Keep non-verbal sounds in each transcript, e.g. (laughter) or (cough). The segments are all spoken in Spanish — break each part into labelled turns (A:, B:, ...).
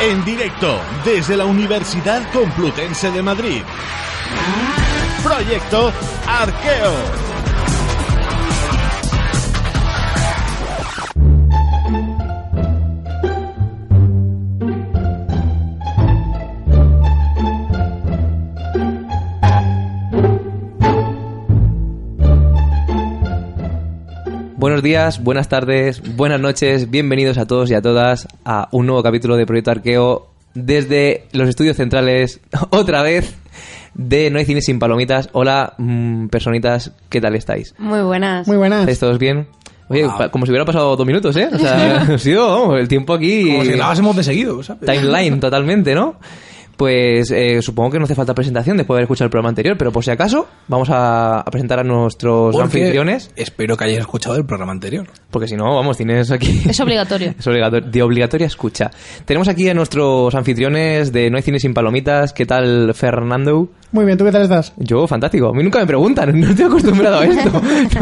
A: En directo desde la Universidad Complutense de Madrid. Proyecto Arqueo.
B: Buenos días, buenas tardes, buenas noches, bienvenidos a todos y a todas a un nuevo capítulo de Proyecto Arqueo desde los estudios centrales, (laughs) otra vez, de No hay cine sin palomitas. Hola, mm, personitas, ¿qué tal estáis?
C: Muy buenas.
D: Muy buenas.
B: ¿Estáis todos bien? Oye, pa- como si hubiera pasado dos minutos, ¿eh? O sea, (laughs) ha sido vamos, el tiempo aquí...
E: Como si grabásemos de seguido, ¿sabes?
B: timeline totalmente, ¿no? Pues eh, supongo que no hace falta presentación después de haber escuchado el programa anterior, pero por si acaso vamos a, a presentar a nuestros
E: Porque
B: anfitriones,
E: Espero que hayas escuchado el programa anterior.
B: porque si no, vamos, tienes aquí... (laughs)
C: Es obligatorio.
B: Es obligator- de obligatoria escucha. Tenemos aquí a nuestros anfitriones de No hay cine sin palomitas. ¿Qué tal, Fernando?
D: Muy bien, ¿tú qué tal estás?
B: Yo, fantástico. A mí nunca me preguntan, (laughs) no estoy acostumbrado a
C: (laughs)
B: esto.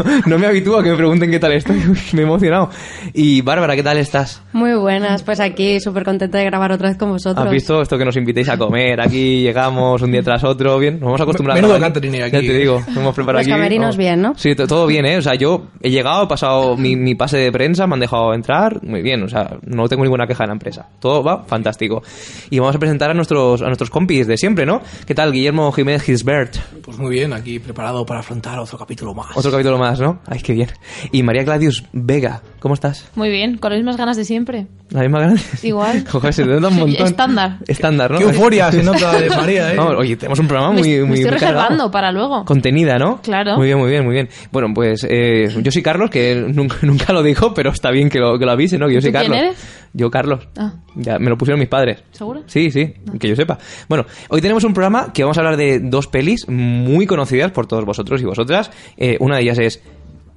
B: No, no me habitúo a que me pregunten qué tal estoy. (laughs) Uy, Me he emocionado. Y Bárbara, ¿qué tal estás?
C: Muy buenas. Pues aquí súper contenta de grabar otra vez con vosotros.
B: ¿Has visto esto que nos invitéis a comer? Aquí llegamos un día tras otro, bien. Nos vamos a acostumbrar.
E: Menudo
B: a grabar.
E: catering
B: Ya
E: aquí.
B: te digo, nos hemos preparado
C: Los
B: aquí.
C: camerinos
B: Vamos.
C: bien, ¿no?
B: Sí, to- todo bien, ¿eh? O sea, yo he llegado, he pasado mi, mi pase de prensa, me han dejado entrar, muy bien, o sea, no tengo ninguna queja de la empresa. Todo va fantástico. Y vamos a presentar a nuestros, a nuestros compis de siempre, ¿no? ¿Qué tal, Guillermo Jiménez Gisbert?
E: Pues muy bien, aquí preparado para afrontar otro capítulo más.
B: Otro capítulo más, ¿no? Ay, qué bien. Y María Gladius Vega, ¿cómo estás?
F: Muy bien, con las mismas ganas de siempre.
B: ¿La misma grande?
F: Igual.
B: (laughs) Joder, se te nota un
F: Sí,
B: montón.
F: estándar.
B: Estándar, ¿no?
E: ¡Qué euforia se
B: (laughs)
E: nota de María, eh!
B: Vamos, oye, tenemos un programa
F: me,
B: muy...
F: me
B: muy
F: estoy
B: muy cargado.
F: reservando para luego.
B: Contenida, ¿no?
F: Claro.
B: Muy bien, muy bien, muy bien. Bueno, pues eh, yo soy Carlos, que (laughs) nunca, nunca lo dijo, pero está bien que lo, que lo avise, ¿no? Que yo soy
F: ¿Tú quién
B: Carlos.
F: eres?
B: Yo, Carlos.
F: Ah.
B: Ya, me lo pusieron mis padres.
F: ¿Seguro?
B: Sí, sí, que yo sepa. Bueno, hoy tenemos un programa que vamos a hablar de dos pelis muy conocidas por todos vosotros y vosotras. Eh, una de ellas es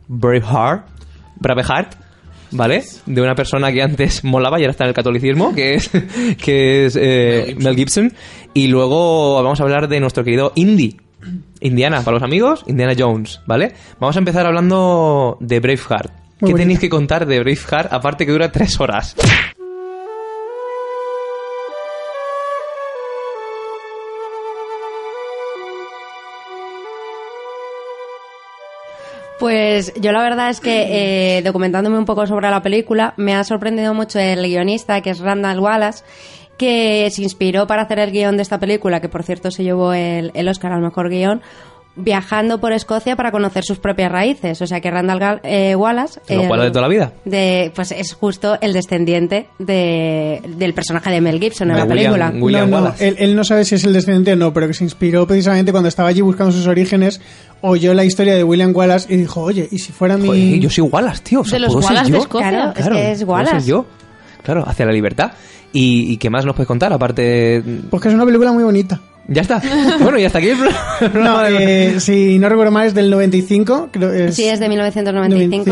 B: Braveheart, Braveheart, ¿vale? De una persona que antes (laughs) molaba y ahora está en el catolicismo, que es, (laughs) que es eh, Mel, Gibson. Y luego vamos a hablar de nuestro querido Indy. Indiana, para los amigos, Indiana Jones, ¿vale? Vamos a empezar hablando de Braveheart. ¿Qué
D: Muy bonito.
B: tenéis que contar de Braveheart aparte que dura tres horas?
C: Pues yo la verdad es que eh, documentándome un poco sobre la película me ha sorprendido mucho el guionista que es Randall Wallace que se inspiró para hacer el guión de esta película que por cierto se llevó el, el Oscar al mejor guión viajando por Escocia para conocer sus propias raíces o sea que Randall Gal- eh, Wallace
B: Lo
C: eh,
B: cual de toda la vida.
C: de- pues es justo el descendiente de- del personaje de Mel Gibson en
B: De
C: la
B: William-
C: película
B: William
D: no, no,
B: Wallace.
D: Él, él no sabe si es el descendiente o no, pero que se inspiró precisamente cuando estaba allí buscando sus orígenes, oyó la historia de William Wallace y dijo, oye, ¿y si fuera mi...?
C: Mm.
B: Joder, yo soy Wallace, tío. O sea,
F: De los
B: ¿puedo ser
F: Wallace de
B: yo?
F: Escocia.
C: Claro, es
B: Claro,
C: que es
B: ¿puedo
C: Wallace.
B: ser yo. Claro, hacia la libertad. ¿Y, y qué más nos puedes contar? Aparte.
D: Pues que es una película muy bonita.
B: Ya
C: (laughs)
B: está. Bueno, y hasta aquí (laughs) el
D: No,
B: programa.
D: eh, si no recuerdo mal, es del 95, creo es...
C: sí es de 1995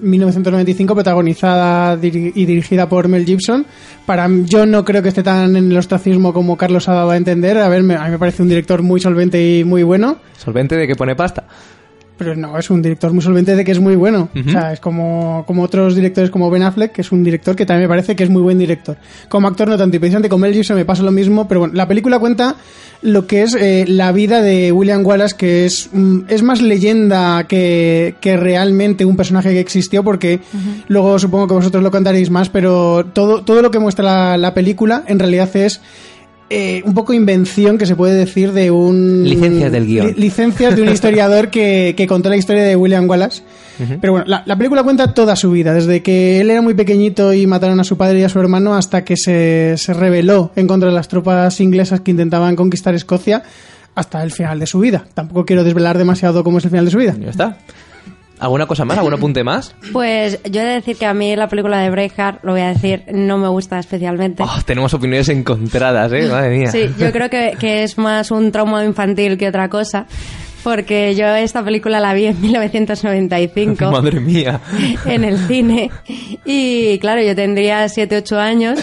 D: 1995, protagonizada diri- y dirigida por Mel Gibson. Para yo no creo que esté tan en el ostracismo como Carlos ha dado a entender. A ver, me- a mí me parece un director muy solvente y muy bueno.
B: Solvente de que pone pasta.
D: Pero no, es un director muy solvente de que es muy bueno.
B: Ujú.
D: O sea, es como, como otros directores como Ben Affleck, que es un director que también me parece que es muy buen director. Como actor no tanto, y precisamente con Mel Gibson me pasa lo mismo, pero bueno, la película cuenta lo que es eh, la vida de William Wallace, que es, mm, es más leyenda que, que realmente un personaje que existió, porque luego supongo que vosotros lo contaréis más, pero todo, todo lo que muestra la, la película en realidad es... eh, un poco invención que se puede decir de un...
B: Licencias del guión.
D: Li-
B: (laughs)
D: licencias de un historiador que, que contó la historia de William Wallace. Pero bueno, la, la película cuenta toda su vida, desde que él era muy pequeñito y mataron a su padre y a su hermano hasta que se, se rebeló en contra de las tropas inglesas que intentaban conquistar Escocia hasta el final de su vida. Tampoco quiero desvelar demasiado cómo es el final de su vida.
B: Ya está. ¿Alguna cosa más? ¿Algún apunte
C: (laughs)
B: más?
C: Pues yo he de decir que a mí la película de Braveheart, lo voy a decir, no me gusta especialmente.
B: Oh, tenemos opiniones encontradas, ¿eh? Madre mía.
C: Sí, yo creo que, que es más un trauma infantil que otra cosa, porque yo esta película la vi en
B: (laughs)
C: 1995.
B: Madre mía.
C: en el cine. Y claro, yo tendría 7, 8 años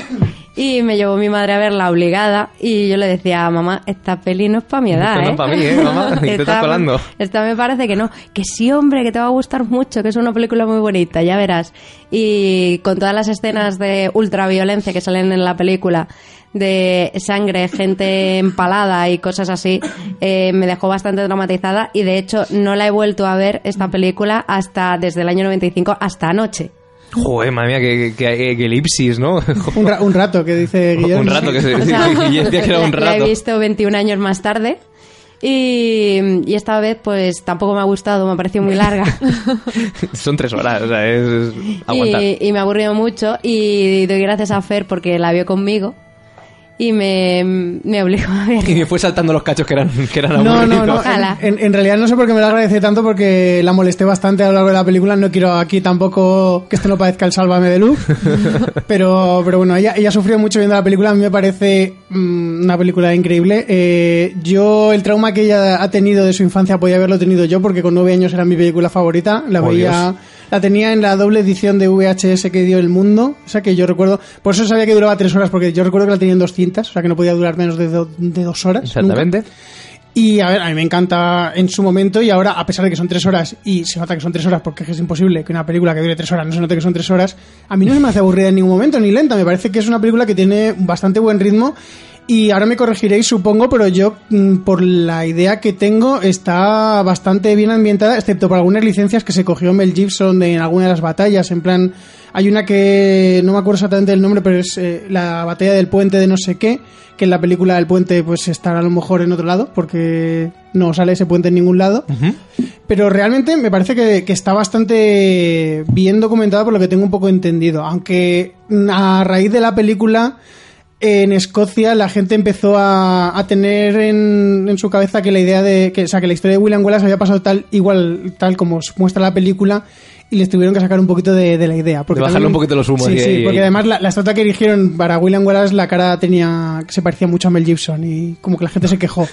C: y me llevó mi madre a verla obligada y yo le decía, mamá, esta peli no es para mi edad.
B: Esto no es
C: ¿eh?
B: pa' mí, ¿eh,
C: (laughs)
B: mamá? ¿Y te
C: Esta-
B: estás colando?
C: Esta me parece que no. Que sí, hombre, que te va a gustar mucho, que es una película muy bonita, ya verás. Y con todas las escenas de ultraviolencia que salen en la película de sangre, gente empalada y cosas así, eh, me dejó bastante traumatizada y de hecho no la he vuelto a ver esta película hasta desde el año 95 hasta anoche.
B: Joder, madre mía, que, que- que- que elipsis, ¿no? (laughs)
D: Un, ra- un rato, que dice Guillermo.
B: un rato que se (laughs)
C: O sea,
B: y decía que era un
C: (laughs) la- La
B: rato.
C: he visto 21 años más tarde. Y, y esta vez, pues tampoco me ha gustado, me ha parecido muy larga.
B: (laughs) Son tres horas, o sea, es, es aguantar.
C: y, y me ha aburrido mucho. Y doy gracias a Fer porque la vio conmigo. Y me, me obligó
B: (laughs)
C: a
B: (laughs) Y
C: ver.
B: me fue saltando los cachos que eran, que eran
D: No,
B: aburridos.
D: no, no.
C: Ojalá.
D: En, en realidad no sé por qué me lo agradece tanto porque la molesté bastante a lo largo de la película. No quiero aquí tampoco que esto no parezca el Sálvame
B: (laughs)
D: de Luz. pero, pero bueno, ella, ella sufrió mucho viendo la película. A mí me parece mm, una película increíble. Eh, yo, el trauma que ella ha tenido de su infancia podía haberlo tenido yo porque con nueve años era mi película favorita. La
B: Oh,
D: veía...
B: Dios.
D: La tenía en la doble edición de VHS que dio El Mundo, o sea que yo recuerdo, por eso sabía que duraba tres horas, porque yo recuerdo que la tenía en dos cintas, o sea que no podía durar menos de, do- de dos horas. nunca.
B: Exactamente.
D: Y a ver, a mí me encanta en su momento y ahora, a pesar de que son tres horas, y se nota que son tres horas porque es que es imposible que una película que dure tres horas no se note que son tres horas, a mí no se me hace aburrida en ningún momento ni lenta. Me parece que es una película que tiene bastante buen ritmo y ahora me corregiréis, supongo, pero yo, mm, por la idea que tengo, está bastante bien ambientada, excepto por algunas licencias que se cogió Mel Gibson de- en alguna de las batallas. En plan, hay una que no me acuerdo exactamente del nombre, pero es eh, la batalla del puente de no sé qué, que en la película del puente pues estará a lo mejor en otro lado, porque no sale ese puente en ningún lado. Pero realmente me parece que, que está bastante bien documentado por lo que tengo un poco entendido. Aunque mm, a raíz de la película en Escocia la gente empezó a, a tener en, en su cabeza que la idea de que, o sea, que la historia de William Wallace había pasado tal igual tal como os muestra la película y les tuvieron que sacar un poquito de, de la idea porque
B: De bajarle un poquito los humos
D: sí,
B: y-
D: sí,
B: y-
D: porque además la, la estatua que erigieron para William Wallace la cara tenía que se parecía mucho a Mel Gibson y como que la gente se quejó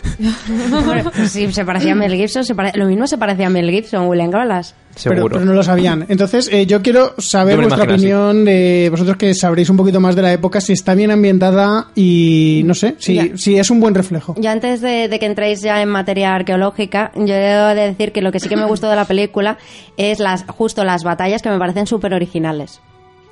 C: Sí, se parecía a Mel Gibson. se pare- Lo mismo se parecía a Mel Gibson, William Wallace.
D: pero,
B: Seguro.
D: pero no lo sabían. Entonces, eh, yo quiero saber
B: Yo me lo
D: vuestra
B: imagino
D: opinión de vosotros que sabréis un poquito más de la época, si está bien ambientada y no sé, si,
C: Ya.
D: si es un buen reflejo.
C: Yo antes de, de que entréis ya en materia arqueológica, yo debo de decir que lo que sí que me gustó de la película es las justo las batallas que me parecen súper originales.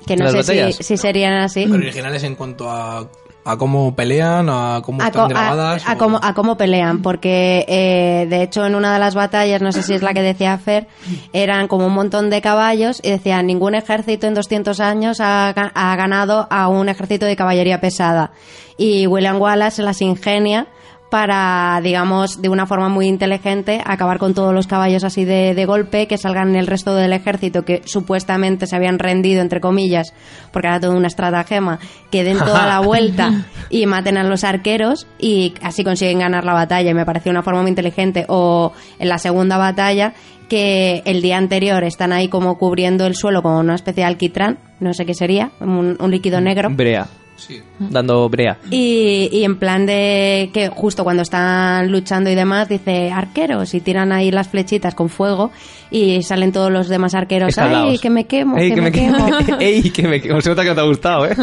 C: Que no
B: ¿Las
C: sé
B: batallas?
C: si, si serían así.
E: Pero originales en cuanto a, a cómo pelean, a cómo
C: A,
E: están
C: co- a-
E: grabadas.
C: a
E: o-
C: cómo, a cómo pelean, porque eh, de hecho en una de las batallas, no sé si es la que decía Fer, eran como un montón de caballos y decían, ningún ejército en 200 años ha, ga- ha ganado a un ejército de caballería pesada. Y William Wallace se las ingenia para, digamos, de una forma muy inteligente, acabar con todos los caballos así de, de golpe, que salgan el resto del ejército que supuestamente se habían rendido, entre comillas, porque era toda una estratagema, que den toda la vuelta y maten a los arqueros y así consiguen ganar la batalla. Y me pareció una forma muy inteligente. O en la segunda batalla, que el día anterior están ahí como cubriendo el suelo con una especie de alquitrán, no sé qué sería, un, un líquido negro.
B: Brea.
C: Ah.
E: Sí.
B: Dando brea.
C: Y, y en plan de que justo cuando están luchando y demás, dice arqueros y tiran ahí las flechitas con fuego y salen todos los demás arqueros. ¡Ay,
B: Escalaos.
C: que me quemo!
B: Ey,
C: que, me quemo! (laughs)
B: (laughs) Ey, que me quemo. Se nota que no te ha gustado, ¿eh?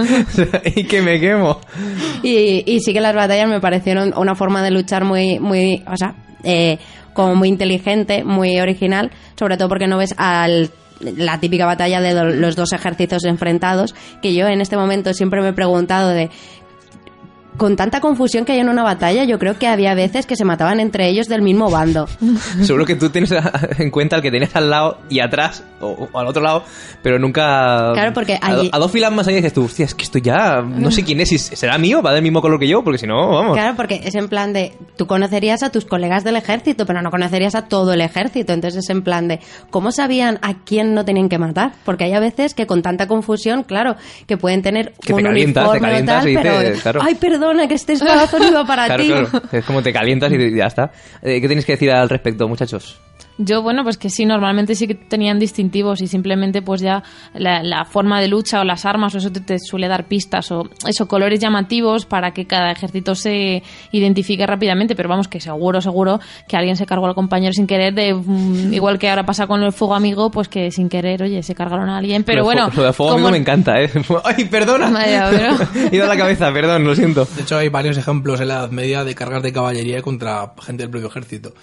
B: Ey, que me quemo.
C: y, y sí que las batallas me parecieron una forma de luchar muy, muy, o sea, eh, como muy inteligente, muy original, sobre todo porque no ves al la típica batalla de do- los dos ejércitos enfrentados, que yo en este momento siempre me he preguntado de con tanta confusión que hay en una batalla, yo creo que había veces que se mataban entre ellos del mismo bando.
B: Seguro que tú tienes (laughs) a- en cuenta al que tenías al lado y atrás, o, o al otro lado, pero nunca...
C: Claro, porque
B: a do-
C: allí-
B: A, dos filas más allá dices tú, hostia, es que esto ya... No sé quién es, si será mío, va del mismo color que yo, porque si no, vamos...
C: Claro, porque es en plan de, tú conocerías a tus colegas del ejército, pero no conocerías a todo el ejército. Entonces es en plan de, ¿cómo sabían a quién no tenían que matar? Porque hay a veces que con tanta confusión, claro, que pueden tener
B: Que te
C: un
B: calientas, te
C: uniforme o
B: calientas
C: tal,
B: y
C: pero,
B: dices, claro.
C: ay, perdona, que este espadazón iba
B: (laughs)
C: para
B: Claro,
C: ti.
B: claro. Es como te calientas y ya está. Eh, ¿Qué tenéis que decir al respecto, muchachos?
F: Yo, bueno, pues que sí, normalmente sí que tenían distintivos y simplemente pues ya la, la forma de lucha o las armas o eso te, te suele dar pistas o eso, colores llamativos para que cada ejército se identifique rápidamente, pero vamos que seguro, seguro que alguien se cargó al compañero sin querer, de mm, igual que ahora pasa con el fuego amigo, pues que sin querer, oye, se cargaron a alguien, pero
B: Lo de
F: bueno...
B: fu- Lo de fuego
F: como-
B: amigo me encanta, ¿eh? (laughs) ¡Ay, perdona! (laughs)
F: Vaya, pero-
B: He ido a la cabeza, perdón, lo siento.
E: De hecho, hay varios ejemplos en la Edad Media de cargas de caballería contra gente del propio ejército.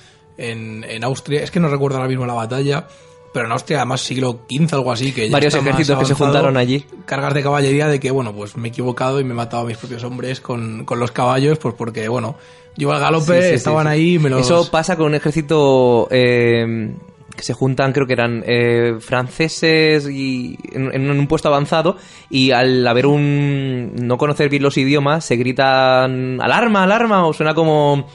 E: En, en Austria, es que no recuerdo ahora mismo la batalla, pero en Austria, además, siglo XV, algo así, que ya
B: Varios
E: está más
B: ejércitos que se
E: avanzado,
B: juntaron allí.
E: Cargas de caballería de que, bueno, pues me he equivocado y me he matado a mis propios hombres con, con los caballos, pues porque, bueno, yo al
B: Sí,
E: galope
B: sí, sí,
E: estaban
B: sí.
E: ahí y me los...
B: Eso pasa con un ejército eh, que se juntan, creo que eran eh, franceses y en, en un puesto avanzado y al haber un... no conocer bien los idiomas se gritan alarma, alarma o suena como...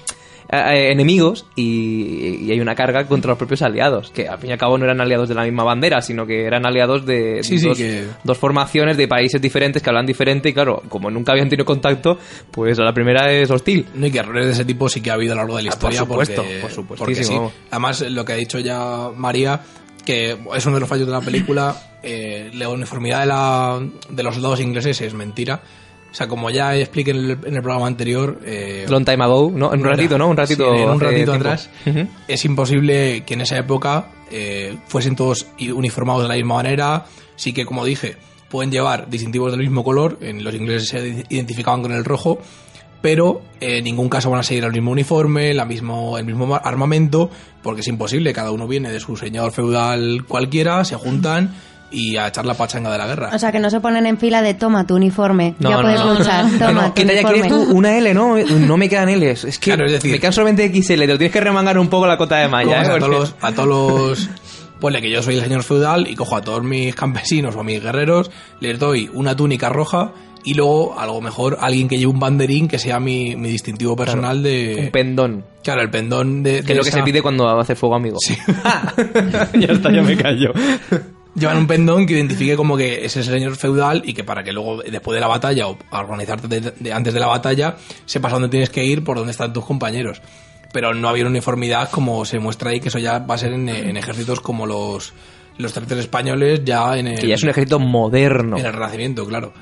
B: eh, enemigos y, y hay una carga contra los propios aliados que al fin y al cabo no eran aliados de la misma bandera sino que eran aliados de
E: Sí, sí,
B: dos,
E: que-
B: dos formaciones de países diferentes que hablan diferente y claro como nunca habían tenido contacto pues a la primera es hostil
E: No, y que errores de ese tipo sí que ha habido a lo largo de la
B: Ah, por
E: historia.
B: supuesto,
E: porque,
B: por supuestísimo,
E: porque sí.
B: vamos.
E: Además, lo que ha dicho ya María, que es uno de los fallos de
B: (clears throat)
E: la película, eh, la uniformidad de, la, de los soldados ingleses es mentira. O sea, como ya expliqué en el, en el programa anterior... eh,
B: Long time ago, ¿no? En un ratito, ¿no? Un ratito.
E: Sí, en un
B: hace
E: ratito
B: tiempo.
E: atrás.
B: Ujú.
E: Es imposible que en esa época eh, fuesen todos i- uniformados de la misma manera. Sí que, como dije, pueden llevar distintivos del mismo color. En los ingleses se ide- identificaban con el rojo. Pero eh, en ningún caso van a seguir el mismo uniforme, la mismo, el mismo ma- armamento, porque es imposible. Cada uno viene de su señor feudal cualquiera, se juntan y a echar la pachanga de la guerra.
C: O sea, que no se ponen en fila de toma tu uniforme,
B: No,
C: ya
B: no,
C: puedes
B: no, no. (laughs)
C: luchar,
B: No,
C: toma
B: no,
C: tu
B: que te haya
C: uniforme.
B: querido tú, una L, ¿no? No me quedan L's. Es que
E: Claro, es decir-
B: me quedan solamente XL, te lo tienes que remangar un poco la cota de malla, ¿eh?
E: coges a todos
B: Porque-
E: los, a todos los- ponle que yo soy el señor feudal y cojo a todos mis campesinos o mis guerreros, les doy una túnica roja y luego, a lo mejor, alguien que lleve un banderín que sea mi, mi distintivo personal de...
B: Un pendón.
E: claro, el pendón de...
B: Que
E: de
B: es lo que
E: esa-
B: se pide cuando hace fuego, amigo. (laughs) ya está, ya me
E: (laughs)
B: callo.
E: Llevan un pendón que identifique como que ese es el señor feudal y que para que luego, después de la batalla o a organizarte de- de- antes de la batalla, sepas a dónde tienes que ir por dónde están tus compañeros. Pero no había uniformidad como se muestra ahí, que eso ya va a ser en, en ejércitos como los, los terceros españoles, ya en el,
B: Que ya es un ejército moderno.
E: en el Renacimiento, claro.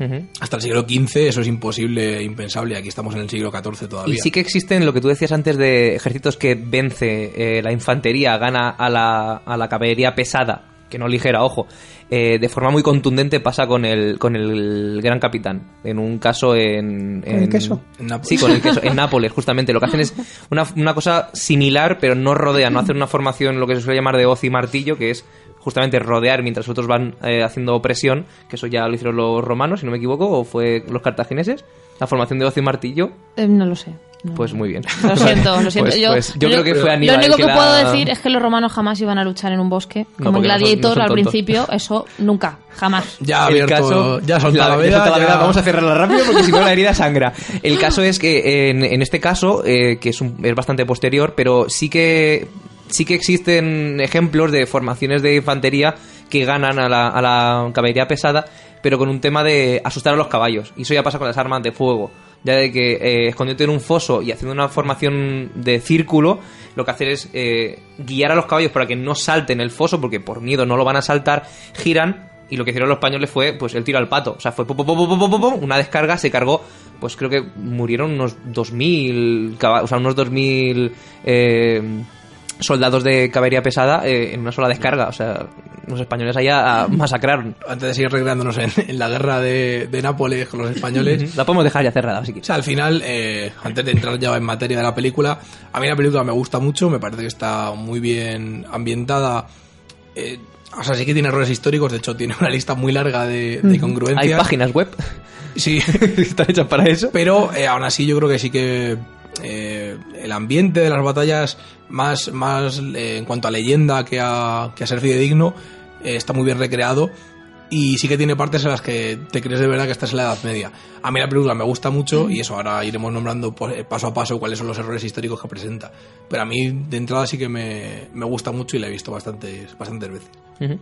B: Ujú.
E: Hasta el siglo XV eso es imposible, e impensable. Aquí estamos en el siglo XIV todavía.
B: Y sí que existen lo que tú decías antes de ejércitos que vence eh, la infantería, gana a la, a la caballería pesada, que no ligera, ojo. Eh, de forma muy contundente pasa con el, con el gran capitán. En un caso en.
D: el
B: en-
D: queso?
E: En Nápoles.
B: Sí, con el
E: (laughs)
B: queso. En Nápoles, justamente. Lo que hacen es una, una cosa similar, pero no rodean. No hacen una formación, lo que se suele llamar de hoz y martillo, que es justamente rodear mientras otros van eh, haciendo presión. Que eso ya lo hicieron los romanos, si no me equivoco, o fue los cartagineses. La formación de hoz y martillo
F: Eh, no lo sé. No.
B: pues muy bien.
F: Lo siento,
B: (laughs)
F: lo
B: Pues-
F: siento. yo,
B: pues yo
F: lo-
B: creo que fue Aníbal
F: Lo único
B: el
F: que,
B: la-
F: puedo decir es que los romanos jamás iban a luchar en un bosque.
B: No,
F: Como en
B: porque no son-
F: Gladiator
B: no son
F: al
B: tontos.
F: principio, eso nunca, jamás.
E: Ya ha
B: el
E: abierto,
B: caso-
E: ya ha soltado la,
B: ya
E: veda,
B: soltado la
E: ya-
B: veda, Vamos a cerrarla rápido porque si no la herida sangra.
E: (laughs)
B: El caso es que eh, en, en este caso, eh, que es, un- es bastante posterior, pero sí que sí que existen ejemplos de formaciones de infantería que ganan a la, a la caballería pesada, pero con un tema de asustar a los caballos. Y eso ya pasa con las armas de fuego. Ya de que eh, escondiéndote en un foso y haciendo una formación de círculo, lo que hacer es eh, guiar a los caballos para que no salten el foso, porque por miedo no lo van a saltar, giran y lo que hicieron los españoles fue pues el tiro al pato. O sea, fue pum, pum, pum, pum, pum, pum, pum, una descarga, se cargó, pues creo que murieron unos 2.000, caba- o sea, unos 2.000 eh, soldados de caballería pesada eh, en una sola descarga. O sea, los españoles allá ah, masacraron.
E: Antes de seguir recreándonos en, en la guerra de, de Nápoles con los españoles,
B: La podemos dejar ya cerrada, si
E: O
B: quieres.
E: sea, al final, eh, antes de entrar ya en materia de la película, a mí la película me gusta mucho, me parece que está muy bien ambientada. eh, o sea, sí que tiene errores históricos, de hecho tiene una lista muy larga de, de congruencias.
B: Hay páginas web (laughs)
E: Sí,
B: que están hechas para eso.
E: pero eh, aún así yo creo que sí que eh, el ambiente de las batallas, más, más eh, en cuanto a leyenda que a, que a ser fidedigno, eh, está muy bien recreado. Y sí que tiene partes en las que te crees de verdad que estás en la Edad Media. A mí la película me gusta mucho y eso ahora iremos nombrando pues, eh, paso a paso cuáles son los errores históricos que presenta. Pero a mí de entrada sí que me, me gusta mucho y la he visto bastantes, bastantes veces.
B: Ujú.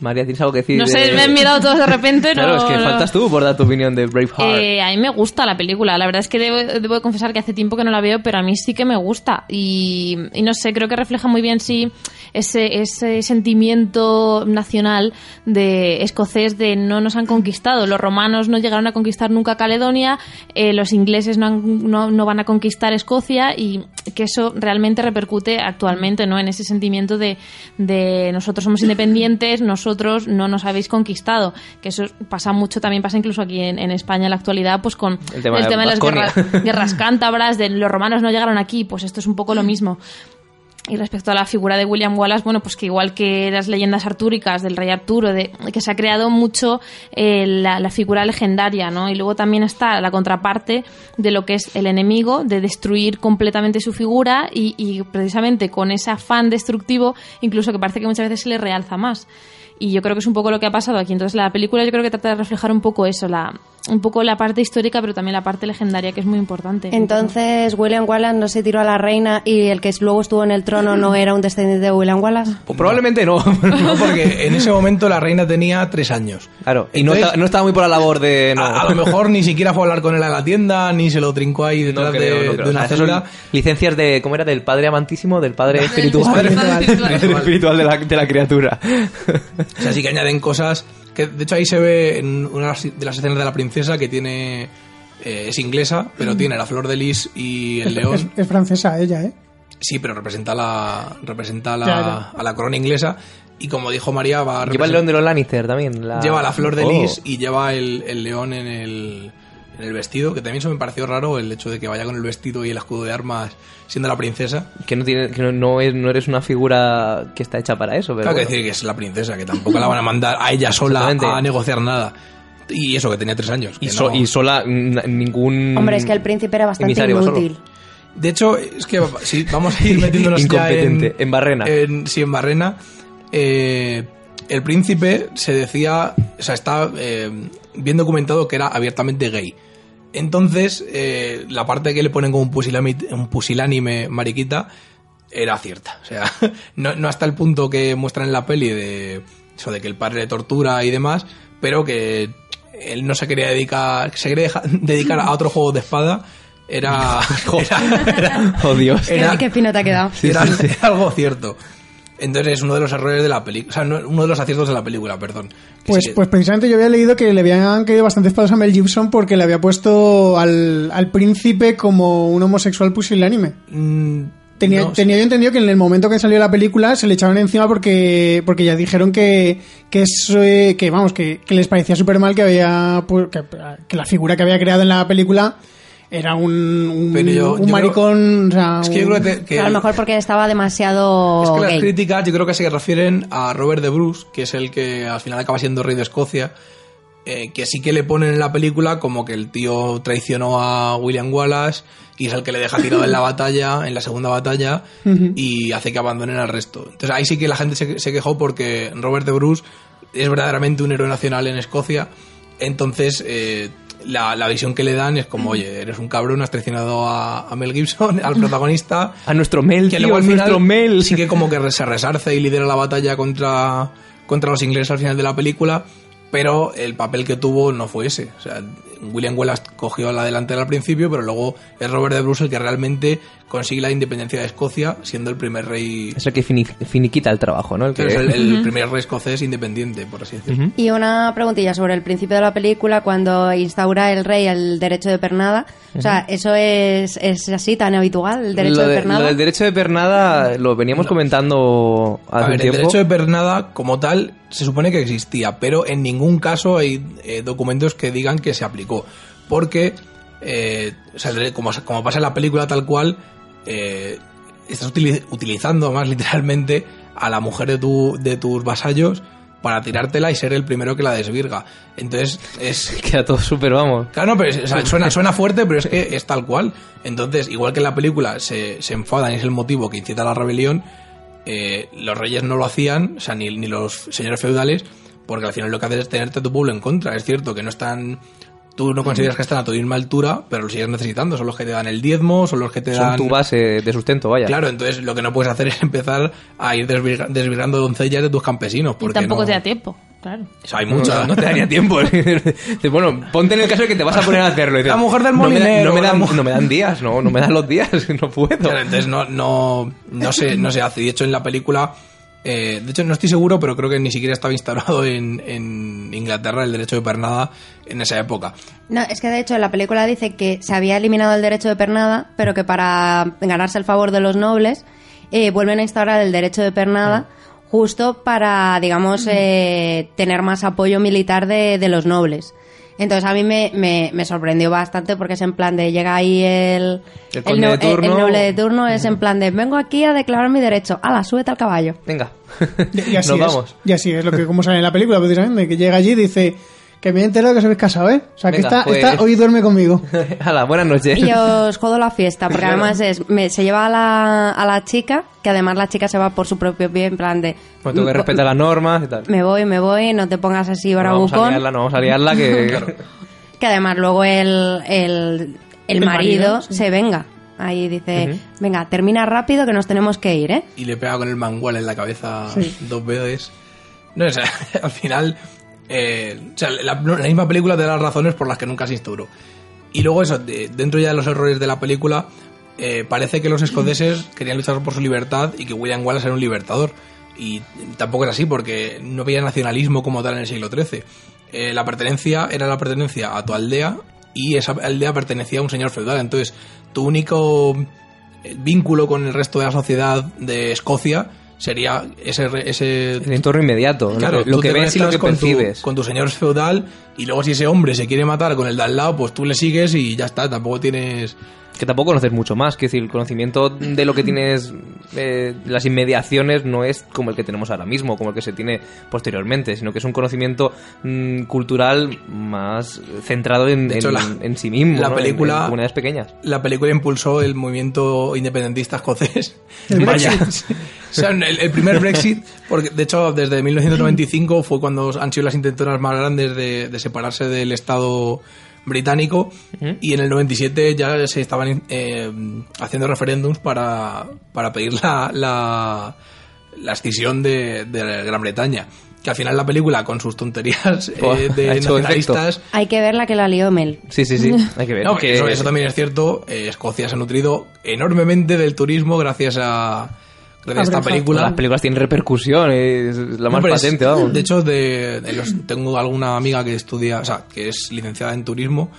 B: María, ¿tienes algo que decir?
F: No sé,
B: de-
F: me han mirado todos de
B: (laughs)
F: repente.
B: Claro,
F: no,
B: es que
F: no.
B: faltas tú por dar tu opinión de Braveheart.
F: Eh, a mí me gusta la película. La verdad es que debo, debo de confesar que hace tiempo que no la veo, pero a mí sí que me gusta. Y, y no sé, creo que refleja muy bien, sí, ese, ese sentimiento nacional de escocés de no nos han conquistado. Los romanos no llegaron a conquistar nunca Caledonia, eh, los ingleses no, han- no- no van a conquistar Escocia y que eso realmente repercute actualmente, ¿no? En ese sentimiento de, de nosotros somos independientes, nosotros no nos habéis conquistado. Que eso pasa mucho, también pasa incluso aquí en, en España en la actualidad, pues con
B: El tema de
F: las
B: Vasconia.
F: guerras, guerras cántabras, de los romanos no llegaron aquí, pues esto es un poco lo mismo. Y respecto a la figura de William Wallace, bueno, pues que igual que las leyendas artúricas del rey Arturo, de, que se ha creado mucho eh, la, la figura legendaria, ¿no? Y luego también está la contraparte de lo que es el enemigo, de destruir completamente su figura y, y precisamente con ese afán destructivo, incluso que parece que muchas veces se le realza más. Y yo creo que es un poco lo que ha pasado aquí. Entonces la película yo creo que trata de reflejar un poco eso, la, un poco la parte histórica, pero también la parte legendaria, que es muy importante.
C: Entonces, William Wallace no se tiró a la reina y el que luego estuvo en el trono no era un descendiente de William Wallace.
B: Pues probablemente no. (laughs)
E: No, porque en ese momento la reina tenía tres años.
B: Claro, y no,
E: Entonces, Ah,
B: está- no estaba muy por la labor de... No,
E: a, a lo mejor ni siquiera fue a hablar con él a la tienda, ni se lo trincó ahí
B: No
E: detrás
B: creo,
E: de,
B: no
E: de
B: creo. O
E: una
B: sea, esas son
E: célula.
B: licencias de... ¿Cómo era? Del padre amantísimo, del
C: (laughs)
B: padre espiritual.
E: padre espiritual.
B: (laughs) Del espiritual de la, de la
E: (laughs)
B: criatura.
E: O sea, sí que añaden cosas que de hecho ahí se ve en una de las escenas de la princesa que tiene eh, es inglesa, pero tiene la flor de lis y el
D: Es, (laughs)
E: león.
D: es francesa ella, ¿eh?
E: Sí, pero representa la representa la,
D: Ya, ya.
E: a la corona inglesa y como dijo María va a
B: Lleva el
E: represent-
B: león de los Lannister también. La...
E: lleva la flor de
B: Oh.
E: lis y lleva el, el león en el en el vestido, que también eso me pareció raro el hecho de que vaya con el vestido y el escudo de armas siendo la princesa.
B: Que, no, tiene, que no, no es- no eres una figura que está hecha para eso, pero...
E: Claro que
B: bueno.
E: decir que es la princesa, que tampoco la van a mandar a ella sola
B: Exactamente.
E: a negociar nada. Y eso, que tenía tres años.
B: Y,
E: que
B: so-
E: no-
B: y sola n- ningún...
C: Hombre, es que el príncipe era bastante
B: emisario va solo.
C: inútil.
E: De hecho, es que sí,
B: (laughs)
E: vamos a ir metiéndonos ya
B: Incompetente, en Barrena.
E: en- sí, en Barrena. Eh, el príncipe se decía, o sea, está eh, bien documentado que era abiertamente gay. Entonces, eh, la parte que le ponen como un, pusilami- un pusilánime mariquita era cierta. O sea, (laughs) no, no hasta el punto que muestran en la peli de eso de que el padre le tortura y demás, pero que él no se quería dedicar, que se quería deja- (laughs) dedicar a otro juego de espada.
D: (laughs)
E: Era, (laughs) era, era-
B: Oh,
C: (laughs)
B: Dios.
E: era-
C: Qué fino te ha quedado.
E: era, era algo cierto. Entonces es uno de los errores de la película, o sea, no- uno de los aciertos de la película, perdón. Que
D: Pues,
E: sí que-
D: pues precisamente yo había leído que le habían caído bastantes palos a Mel Gibson porque le había puesto al, al príncipe como un homosexual pusilánime.
E: mm,
D: Tenía,
E: no,
D: tenía yo entendido que en el momento que salió la película se le echaron encima porque, porque ya dijeron que, que, eso, eh, que vamos, que, que les parecía súper mal que había pu- que, que la figura que había creado en la película era un, un,
E: Pero yo-
D: un
E: yo creo-
D: maricón. o sea,
E: Es que yo
D: un-
E: creo que, te- que-
C: a lo mejor porque estaba
E: es
C: demasiado
E: que las
C: gay.
E: críticas yo creo que se refieren a Robert de Bruce, que es el que al final acaba siendo rey de Escocia, eh, que sí que le ponen en la película como que el tío traicionó a William Wallace y es el que le deja tirado en la batalla, en la segunda batalla, y hace que abandonen al resto. Entonces ahí sí que la gente se, se quejó porque Robert de Bruce es verdaderamente un héroe nacional en Escocia, entonces... eh, la, la visión que le dan es como, oye, eres un cabrón, has traicionado a- a Mel Gibson, (laughs) al protagonista,
B: A nuestro Mel,
E: que
B: tío,
E: luego al
B: a
E: final
B: nuestro Mel.
E: sí que como que se resarce y lidera la batalla contra, contra los ingleses al final de la película, pero el papel que tuvo no fue ese. O sea, William Wallace cogió la delantera al principio, pero luego es Robert de Bruce el que realmente consigue la independencia de Escocia, siendo el primer rey,
B: Es el que fini- finiquita el trabajo, ¿no? El que...
E: es el, el primer rey escocés independiente, por así decirlo.
C: Y una preguntilla sobre el principio de la película, cuando instaura el rey el derecho de pernada. O sea, ¿eso es, es así tan habitual, el derecho
B: lo
C: de,
B: de-
C: pernada?
B: lo del derecho de pernada lo veníamos comentando hace un
E: A ver, el
B: tiempo.
E: derecho de pernada como tal se supone que existía, pero en ningún caso hay eh, documentos que digan que se aplicó. Porque, eh, o sea, el dere- como, como pasa en la película tal cual, eh, estás utili- utilizando más (laughs) literalmente a la mujer de, tu, de tus vasallos para tirártela y ser el primero que la desvirga. Entonces es...
B: Queda todo súper, vamos.
E: Claro, no, pero es- o sea, suena,
B: (laughs)
E: suena fuerte, pero es que es tal cual. Entonces, igual que en la película se, se enfadan y es el motivo que incita a la rebelión, eh, los reyes no lo hacían, o sea, ni, ni los señores feudales, porque al final lo que haces es tenerte a tu pueblo en contra. Es cierto que no están Tú no consideras que están a tu misma altura, pero lo sigues necesitando. Son los que te dan el diezmo, son los que te
B: Son
E: dan...
B: tu base de sustento, vaya.
E: Claro, entonces lo que no puedes hacer es (laughs) empezar a ir desvirga- desvirgando doncellas de tus campesinos.
F: Y
E: Porque
F: tampoco
E: no-
F: te da tiempo, claro.
E: O sea, hay
B: O sea,
E: muchas.
B: no te daría
E: (laughs)
B: tiempo. Dices, bueno, ponte en el caso de que te vas a poner a hacerlo. Y dices,
E: La mujer del
B: no me da-
E: molinero,
B: No me,
E: la
B: dan,
E: mu-
B: no me dan días, no, no me dan los días, (laughs) no puedo.
E: Claro, entonces no, no, no, se, no se hace. Y de hecho en la película, eh, de hecho no estoy seguro, pero creo que ni siquiera estaba instaurado en, en Inglaterra el derecho de pernada en esa época.
C: No, es que de hecho la película dice que se había eliminado el derecho de pernada, pero que para ganarse el favor de los nobles eh, vuelven a instaurar el derecho de pernada
B: Ah.
C: justo para,
B: Mm.
C: digamos, eh, tener más apoyo militar de, de los nobles. Entonces a mí me, me- me sorprendió bastante porque es en plan de llega ahí el,
B: El conde de
C: el- el
B: turno.
C: noble de turno, es en plan de vengo aquí a declarar mi derecho, ala, súbete al caballo.
B: Venga.
D: Y, y así
B: (laughs) Nos
D: es.
B: vamos.
D: Y así es lo que como sale en la película, precisamente, que llega allí y dice que me he enterado que os habéis casado, ¿eh? O sea, que
B: Venga,
D: está,
B: pues-
D: está- hoy duerme conmigo.
B: Hala, buenas (laughs) noches.
C: Y os jodo la fiesta, porque además es, me- se lleva a la, a la chica, que además la chica se va por su propio pie, en plan de...
B: Bueno, Pues tengo que respetar las normas y tal.
C: Me voy, me voy, no te pongas así
B: no vamos a
C: bravucón.
B: liarla, no vamos a liarla, que...
C: que además luego el, el, el
D: El
C: marido,
D: marido, sí.
C: se venga. Ahí dice, venga, termina rápido que nos tenemos que ir, ¿eh?
E: Y le pega con el mangual en la cabeza dos veces. No, o sea, (laughs) al final, eh, o sea, la, la misma película te da las razones por las que nunca se instauró. Y luego eso, de- dentro ya de los errores de la película, eh, parece que los escoceses querían luchar por su libertad y que William Wallace era un libertador. Y tampoco es así porque no había nacionalismo como tal en el siglo XIII. Eh, la pertenencia era la pertenencia a tu aldea y esa aldea pertenecía a un señor feudal. Entonces, tu único eh, vínculo con el resto de la sociedad de Escocia sería ese... re- ese
B: El entorno inmediato, lo
E: Claro,
B: que- lo
E: tú
B: que
E: te
B: ves y lo que
E: conectas con tu-
B: percibes.
E: con tu señor feudal, y luego si ese hombre se quiere matar con el de al lado, pues tú le sigues y ya está, tampoco tienes.
B: Que tampoco conoces mucho más, que decir, el conocimiento de lo que tienes, eh, las inmediaciones, no es como el que tenemos ahora mismo, como el que se tiene posteriormente, sino que es un conocimiento mm, cultural más centrado en,
E: De hecho,
B: en-
E: la-
B: en sí mismo,
E: la
B: ¿no? En-
E: película-
B: en, comunidades pequeñas.
E: La película impulsó el movimiento independentista escocés.
D: El
E: Vaya. (laughs) O sea, el, el primer Brexit, porque de hecho desde 1995 fue cuando han sido las intentonas más grandes de, de separarse del Estado británico y en el 97 ya se estaban eh, haciendo referéndums para, para pedir la, la, la escisión de, de Gran Bretaña. Que al final la película, con sus tonterías eh,
B: Buah, ha
E: de
B: hecho efecto.
E: nacionalistas,
C: Hay que ver la que la lió Mel.
B: Sí,
F: (laughs)
B: sí, sí, hay que ver.
E: no,
B: que-
E: eso, eso también es cierto. eh, Escocia se ha nutrido enormemente del turismo gracias a, gracias a esta
D: Abrazo.
E: película.
B: Las películas tienen repercusión, es la
E: No,
B: más
E: pero es-
B: patente, vamos.
E: De hecho, de, de los- tengo alguna amiga que estudia, o sea, que es licenciada en turismo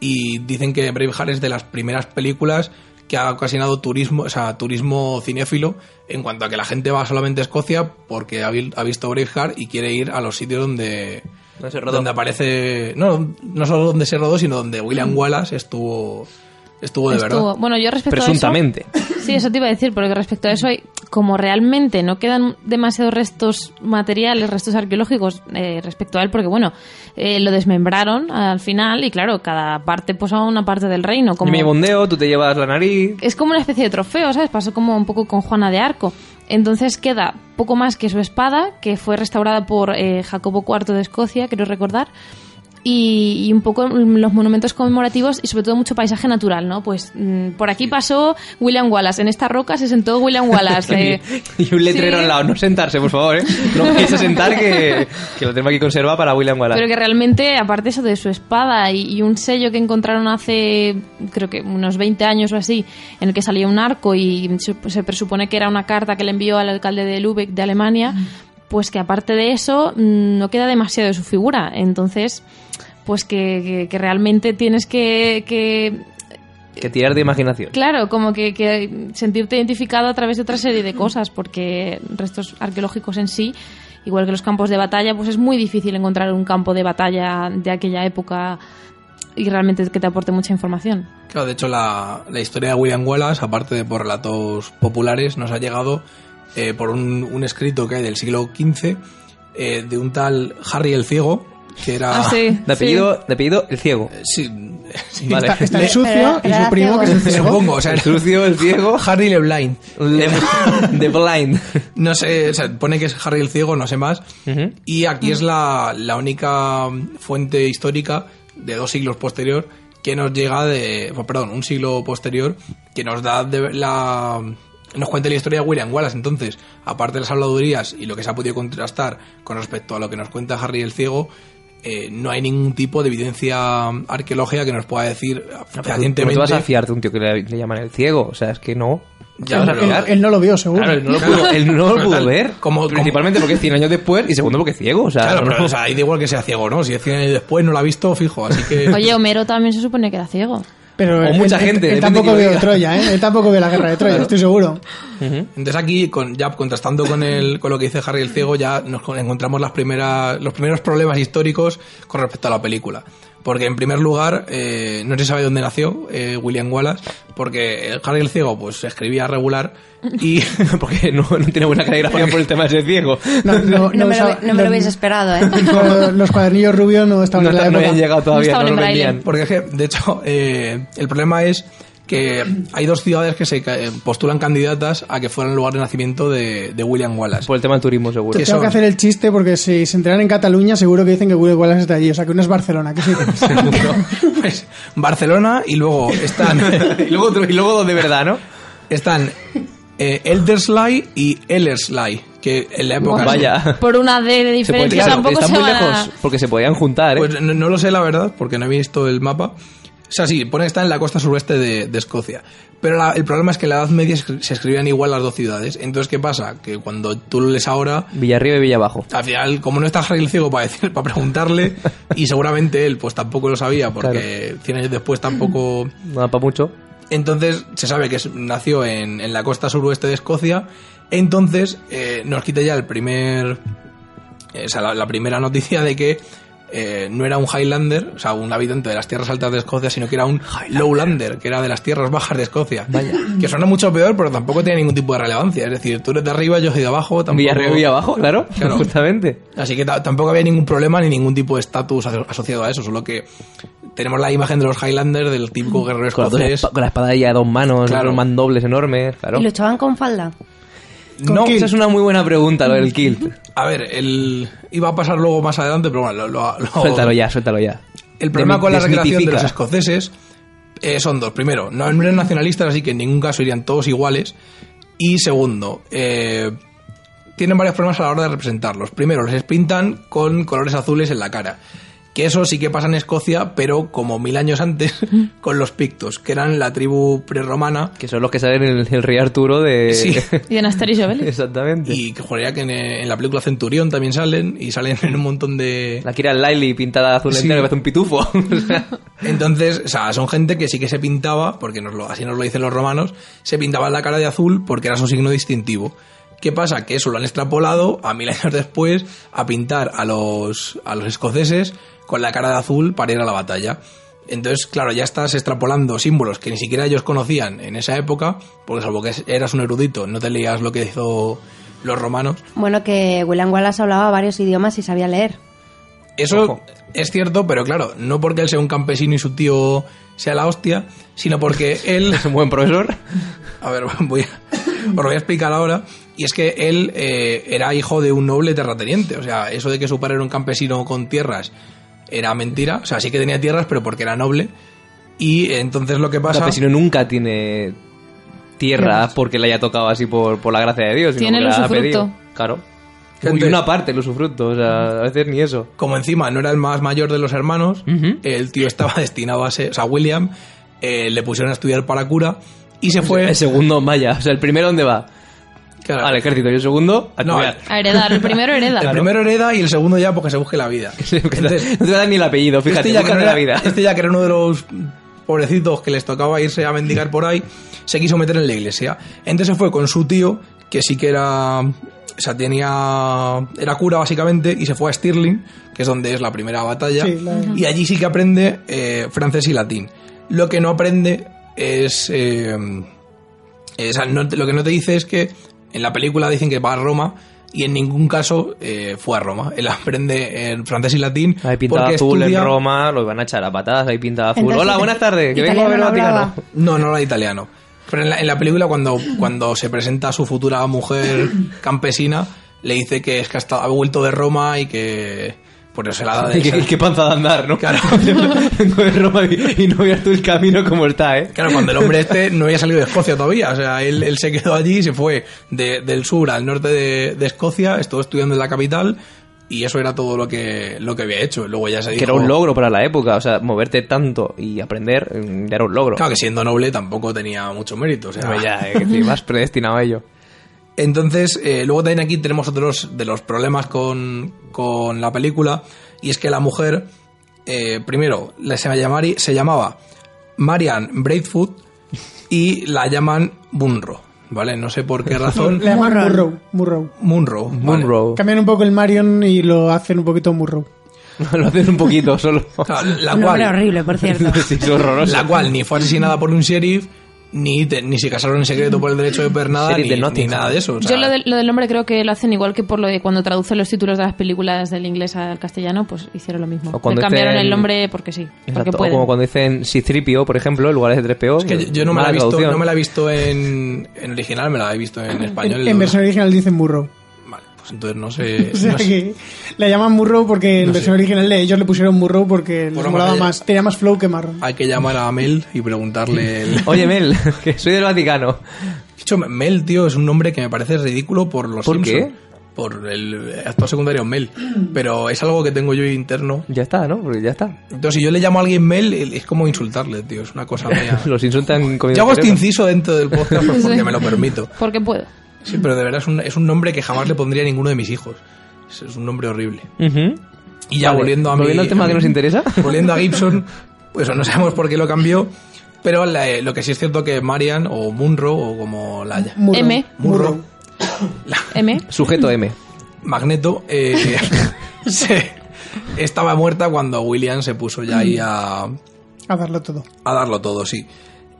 E: y dicen que Braveheart es de las primeras películas que ha ocasionado turismo, o sea, turismo cinéfilo en cuanto a que la gente va solamente a Escocia porque ha, vi- ha visto Braveheart y quiere ir a los sitios donde
B: No se rodó.
E: donde aparece no no solo donde se rodó sino donde William Wallace estuvo estuvo de
F: Estuvo-
E: verdad
F: Bueno, yo respecto
B: Presuntamente.
F: a eso... Sí, eso te iba a decir, porque respecto a eso, hay, como realmente no quedan demasiados restos materiales, restos arqueológicos eh, respecto a él, porque bueno, eh, lo desmembraron al final y claro, cada parte pues a una parte del reino.
B: Yo
F: Como...
B: me llevo un dedo, tú te llevas la nariz.
F: es como una especie de trofeo, ¿sabes? Pasó como un poco con Juana de Arco. Entonces queda poco más que su espada, que fue restaurada por eh, Jacobo IV de Escocia, quiero recordar. Y, y un poco los monumentos conmemorativos y sobre todo mucho paisaje natural, ¿no? Pues mm, por aquí pasó William Wallace, en esta roca se sentó William Wallace. eh,
B: Y un letrero
F: sí.
B: al lado, no sentarse, por favor, ¿eh? No quise sentar que, que lo tengo aquí conservado para William Wallace.
F: Pero que realmente, aparte eso de su espada y, y un sello que encontraron hace, creo que unos 20 años o así, en el que salía un arco y se, se presupone que era una carta que le envió al alcalde de Lübeck de Alemania, pues que aparte de eso mm, no queda demasiado de su figura. Entonces, pues que, que- que realmente tienes que- que
B: Que tirar de imaginación.
F: Claro, como que, que sentirte identificado a través de otra serie de cosas, porque restos arqueológicos en sí, igual que los campos de batalla, pues es muy difícil encontrar un campo de batalla de aquella época y realmente que te aporte mucha información.
E: Claro, de hecho la, la historia de William Wallace, aparte de por relatos populares, nos ha llegado eh, por un, un escrito que hay del siglo XV eh, de un tal Harry el Ciego, que era...
B: Ah,
F: Ah,
B: De apellido, de apellido el ciego.
E: Sí, (laughs) sí.
B: Vale.
D: Está, está el
C: Le-
D: sucio y
C: pero-
D: su primo, que es el
E: Me
D: ciego.
E: (laughs) Supongo, o sea,
B: El sucio, el (laughs) ciego,
E: Harry LeBlanc.
B: (laughs) le- the blind.
E: No sé, o sea, pone que es Harry el Ciego, no sé más.
B: Ujú.
E: Y aquí es la, la única fuente histórica de dos siglos posterior que nos llega de. bueno, Perdón, un siglo posterior que nos da de la. Nos cuenta la historia de William Wallace. Entonces, aparte de las habladurías y lo que se ha podido contrastar con respecto a lo que nos cuenta Harry el Ciego, eh, no hay ningún tipo de evidencia arqueológica que nos pueda decir
B: Pero
E: fehacientemente.
B: tú vas a fiar de un tío que le, le llaman el ciego. O sea, es que no.
E: Ya,
B: Vas a (laughs)
E: pero-
B: fiar.
D: Él, él no lo vio, seguro.
B: Claro, él no lo pudo, él no lo pudo
E: Total.
B: ver.
E: Como-
B: principalmente porque es 100 años después y segundo porque es ciego. O sea,
E: Claro, pero
B: no- (laughs)
E: o sea, ahí da igual que sea ciego, ¿no? Si es 100 años después no lo ha visto, fijo. Así que.
B: eh.
F: Oye, Homero también se supone que era ciego.
D: Pero
B: O
D: él-
B: mucha
D: él-
B: gente,
D: Él,
B: depende de quién
D: tampoco vio
B: lo diga.
D: Troya, ¿eh? Él tampoco vio la guerra de Troya, estoy seguro.
E: Entonces aquí, con, ya contrastando con, el, con lo que dice Harry el Ciego, ya nos con- encontramos las primeras, los primeros problemas históricos con respecto a la película. Porque en primer lugar, eh, no se sabe dónde nació eh, William Wallace, porque el Harry el Ciego pues escribía regular y... (laughs)
B: porque no, no tiene buena caligrafía por el tema de ser ciego.
D: No, no,
C: No me,
D: usaba-
C: lo, no me lo
D: los-
C: habéis esperado,
D: (laughs)
C: ¿eh?
D: los- Los cuadernillos rubios no estaban
B: No,
D: en la
B: está- no
D: época.
B: habían llegado todavía, no,
F: estaban
B: lo
F: en braille.
B: vendían.
E: Porque es que, de hecho, eh, el problema es que hay dos ciudades que se ca- eh, postulan candidatas a que fueran el lugar de nacimiento de, de William
B: (laughs)
E: Wallace.
B: Por el tema del turismo, seguro.
E: Que
D: Tengo
E: son-
D: que hacer el chiste porque si se enteran en Cataluña seguro que dicen que William Wallace está allí. O sea, que uno es
C: (laughs)
D: Barcelona. Que sí.
E: Seguro. (laughs) Pues, Barcelona y luego están...
B: (laughs) y, luego, otro- y luego dos de verdad, ¿no?
E: Están eh, Elderslie y Ellerslie, que en la época...
B: Vaya.
F: Por una D de
B: Ah. (laughs) Se puede-
F: diferencia
B: claro,
F: Pues tampoco
B: están
F: se
B: muy
F: van a-
B: lejos porque se podían juntar, ¿eh?
E: Pues no, no lo sé la verdad, porque no he visto el mapa. O sea, sí, pone que está en la costa suroeste de, de Escocia. Pero la- el problema es que en la Edad Media escri- se escribían igual las dos ciudades. Entonces, ¿qué pasa? Que cuando tú lo lees ahora,
B: Villarriba y Villabajo.
E: al final, como no está Harry el Ciego para, decir, (laughs) para preguntarle, y seguramente él pues tampoco lo sabía, porque 100 años después tampoco...
B: No da para mucho.
E: Entonces se sabe que es- nació en, en la costa suroeste de Escocia. Entonces eh, nos quita ya el primer. eh, o sea, la, la primera noticia de que eh, no era un Highlander, o sea, un habitante de las tierras altas de Escocia, sino que era un Lowlander, que era de las tierras bajas de Escocia. Que suena mucho peor, pero tampoco tiene ningún tipo de relevancia. Es decir, tú eres de arriba, yo soy de abajo. Tampoco...
B: Villarriba y Villabajo, (laughs) claro.
E: Claro.
B: Justamente.
E: Así que ta- tampoco había ningún problema ni ningún tipo de estatus aso- asociado a eso, solo que tenemos la imagen de los Highlanders, del típico guerrero
B: Con la,
E: escocés.
B: espa- con la espada ya a dos manos,
E: Claro.
B: unos mandobles enormes, claro.
C: Y luchaban con falda.
E: No,
B: esa es una muy buena pregunta, lo del kilt.
E: A ver, el... iba a pasar luego más adelante, pero bueno, lo, lo- lo-
B: (laughs) Suéltalo ya, suéltalo ya.
E: El problema con la recreación de
B: desmitifica.
E: los escoceses eh, son dos. Primero, no eran nacionalistas, así que en ningún caso irían todos iguales. Y segundo, eh, tienen varios problemas a la hora de representarlos. Primero, les pintan con colores azules en la cara. Que eso sí que pasa en Escocia, pero como mil años antes, (laughs) con los pictos, que eran la tribu prerromana.
B: Que son los que salen en el, el rey Arturo (laughs) de...
E: Sí.
F: Y en Asterix y Obelix.
B: Exactamente.
E: Y que juraría que en, eh, en la película Centurión también salen, y salen en un montón de...
B: La Kira Lily pintada azul
E: Sí.
B: entera que parece un pitufo. (laughs) O sea,
E: Entonces, o sea, son gente que sí que se pintaba, porque nos lo- así nos lo dicen los romanos, se pintaba la cara de azul porque era su signo distintivo. ¿Qué pasa? Que eso lo han extrapolado a mil (laughs) años después a pintar a los, a los escoceses con la cara de azul para ir a la batalla. Entonces, claro, ya estás extrapolando símbolos que ni siquiera ellos conocían en esa época, porque salvo que eras un erudito, no te leías lo que hizo los romanos.
C: Bueno, que William Wallace hablaba varios idiomas y sabía leer.
E: Eso
B: Ojo.
E: es cierto, pero claro, no porque él sea un campesino y su tío sea la hostia, sino porque él...
B: es (laughs) un buen profesor.
E: A ver, (laughs) voy a- os lo voy a explicar ahora. Y es que él eh, era hijo de un noble terrateniente. O sea, eso de que su padre era un campesino con tierras era mentira. O sea, sí que tenía tierras, pero porque era noble. Y entonces lo que
B: O
E: pasa...
B: sea, si no, nunca tiene tierra porque le haya tocado así por, por la gracia de Dios. sino
F: Tiene
B: porque
F: el
B: la ha
F: usufructo.
B: pedido. Claro.
E: Gente-
B: Y una parte el usufructo, o sea, a veces ni eso.
E: como encima no era el más mayor de los hermanos,
B: Ujú.
E: el tío estaba (laughs) destinado a ser... O sea, William eh, le pusieron a estudiar para cura y se fue...
B: El segundo, vaya. O sea, el primero, ¿dónde va?
E: Claro.
B: Al ejército. Y el segundo, a
E: No,
B: estudiar.
F: A heredar, el primero hereda.
E: El primero hereda y el segundo ya porque se busque la (laughs) vida.
B: Sí, porque (laughs)
E: Entonces,
B: no te va a dar ni el apellido, fíjate,
E: este, ya que
B: nunca
E: no
B: en
E: era,
B: la vida.
E: este ya que era uno de los pobrecitos que les tocaba irse a mendigar por ahí, se quiso meter en la iglesia. Entonces se fue con su tío, que sí que era. O sea, tenía. Era cura básicamente, y se fue a Stirling, que es donde es la primera batalla.
D: Sí, la-
E: Y allí sí que aprende eh, francés y latín. Lo que no aprende es. eh, eh, o sea, no te- lo que no te dice es que en la película dicen que va a Roma y en ningún caso eh, fue a Roma. Él aprende en francés y latín.
B: Hay pintada
E: porque
B: azul
E: estudia-
B: en Roma, lo van a echar a patadas, hay pintada azul.
C: Entonces,
B: Hola,
C: ita-
B: buenas tardes, que vengo a
C: italiano
B: ver
C: no
B: Vaticano.
C: hablaba.
B: (laughs)
E: No, no era italiano. Pero en la, en la película cuando, cuando se presenta a su futura
B: (laughs)
E: mujer campesina, le dice que es que ha, estado- ha vuelto de Roma y que... ponérsela
B: (laughs)
E: de
B: Y qué, y qué panza de andar, ¿no? Claro. (laughs) Vengo de Roma y, y no veas tú el camino como está, ¿eh?
E: Claro, cuando el hombre este no había salido de Escocia todavía. O sea, él, él se quedó allí, se fue de- del sur al norte de, de Escocia, estuvo estudiando en la capital y eso era todo lo que, lo que había hecho. Luego ya se dijo...
B: Que era un logro para la época, o sea, moverte tanto y aprender mm, ya era un logro.
E: Claro, que siendo noble tampoco tenía mucho mérito. O sea,
B: Hombre, ya, eh, que
E: (laughs)
B: te ibas predestinado a ello.
E: Entonces, eh, luego también aquí tenemos otros de los problemas con, con la película, y es que la mujer, eh, primero, la- se, llamaba, se llamaba Marian Braithfoot y la llaman Munro, ¿vale? No
B: (laughs)
E: sé por qué razón.
D: Le llaman Murrow. Murrow.
E: Munro. ¿vale?
B: Munro.
D: Cambian un poco el Marion y lo hacen un poquito Murrow.
B: (laughs) Lo haces un poquito solo.
E: (laughs) Claro, la,
C: Un nombre
E: cual,
C: horrible, por cierto.
B: (laughs) sí, es horroroso.
E: la cual ni fue asesinada por un sheriff, ni, te- ni se casaron en secreto por el derecho de pernada,
B: Sheriff
E: ni,
B: de
E: ni
B: Nottingham.
E: nada de eso. o sea,
F: Yo lo, del- lo del nombre creo que lo hacen igual que por lo de cuando traducen los títulos de las películas del inglés al castellano, pues hicieron lo mismo.
B: O cuando
F: Le cambiaron
B: hacen-
F: el nombre porque sí, porque
B: Exacto, o
F: pueden.
B: como cuando dicen Citripio, por ejemplo, en lugar de 3PO.
E: es que yo- yo no
B: pues,
E: me,
B: mala
E: la he visto,
B: traducción.
E: no me la he visto en, en original, me la he visto en español.
D: En, en versión original dicen Murrow.
E: Vale, pues entonces no sé.
D: O sea
E: no sé.
D: que la llaman Murrow porque en versión original de ellos le pusieron Murrow porque les
E: Bueno,
D: molaba
E: vale.
D: más. Tenía más flow que Marron.
E: Hay que llamar a Mel y preguntarle. el-
B: (laughs) Oye, Mel, que soy del Vaticano.
E: De hecho, Mel, tío, es un nombre que me parece ridículo por los
B: ¿Por
E: Simpson.
B: qué?
E: Por el actor secundario Mel. Pero es algo que tengo yo interno.
B: Ya está, ¿no? Porque ya está.
E: Entonces, si yo le llamo a alguien Mel, es como insultarle, tío. Es una
B: (laughs)
E: cosa mía.
B: Los insultan comiendo
E: Yo hago este
B: cerebro.
E: inciso dentro del
B: (laughs)
E: podcast pues, porque me lo permito.
F: Porque puedo.
E: Sí, pero de verdad es un, es un nombre que jamás le pondría a ninguno de mis hijos. Es, es un nombre horrible.
B: Ujú.
E: Y ya
B: Vale,
E: volviendo a mi-
B: volviendo al tema
E: a mi-
B: que
E: (laughs)
B: nos interesa.
E: Volviendo
B: (laughs)
E: a Gibson, pues no sabemos por qué lo cambió, pero la- eh, lo que sí es cierto que Marian o Munro o como la ya-
D: Murrow.
F: M.
E: Murro,
F: M.
B: Sujeto M.
E: Magneto, eh, (laughs) se- estaba muerta cuando William se puso ya ahí a,
D: A darlo todo.
E: a darlo todo, sí.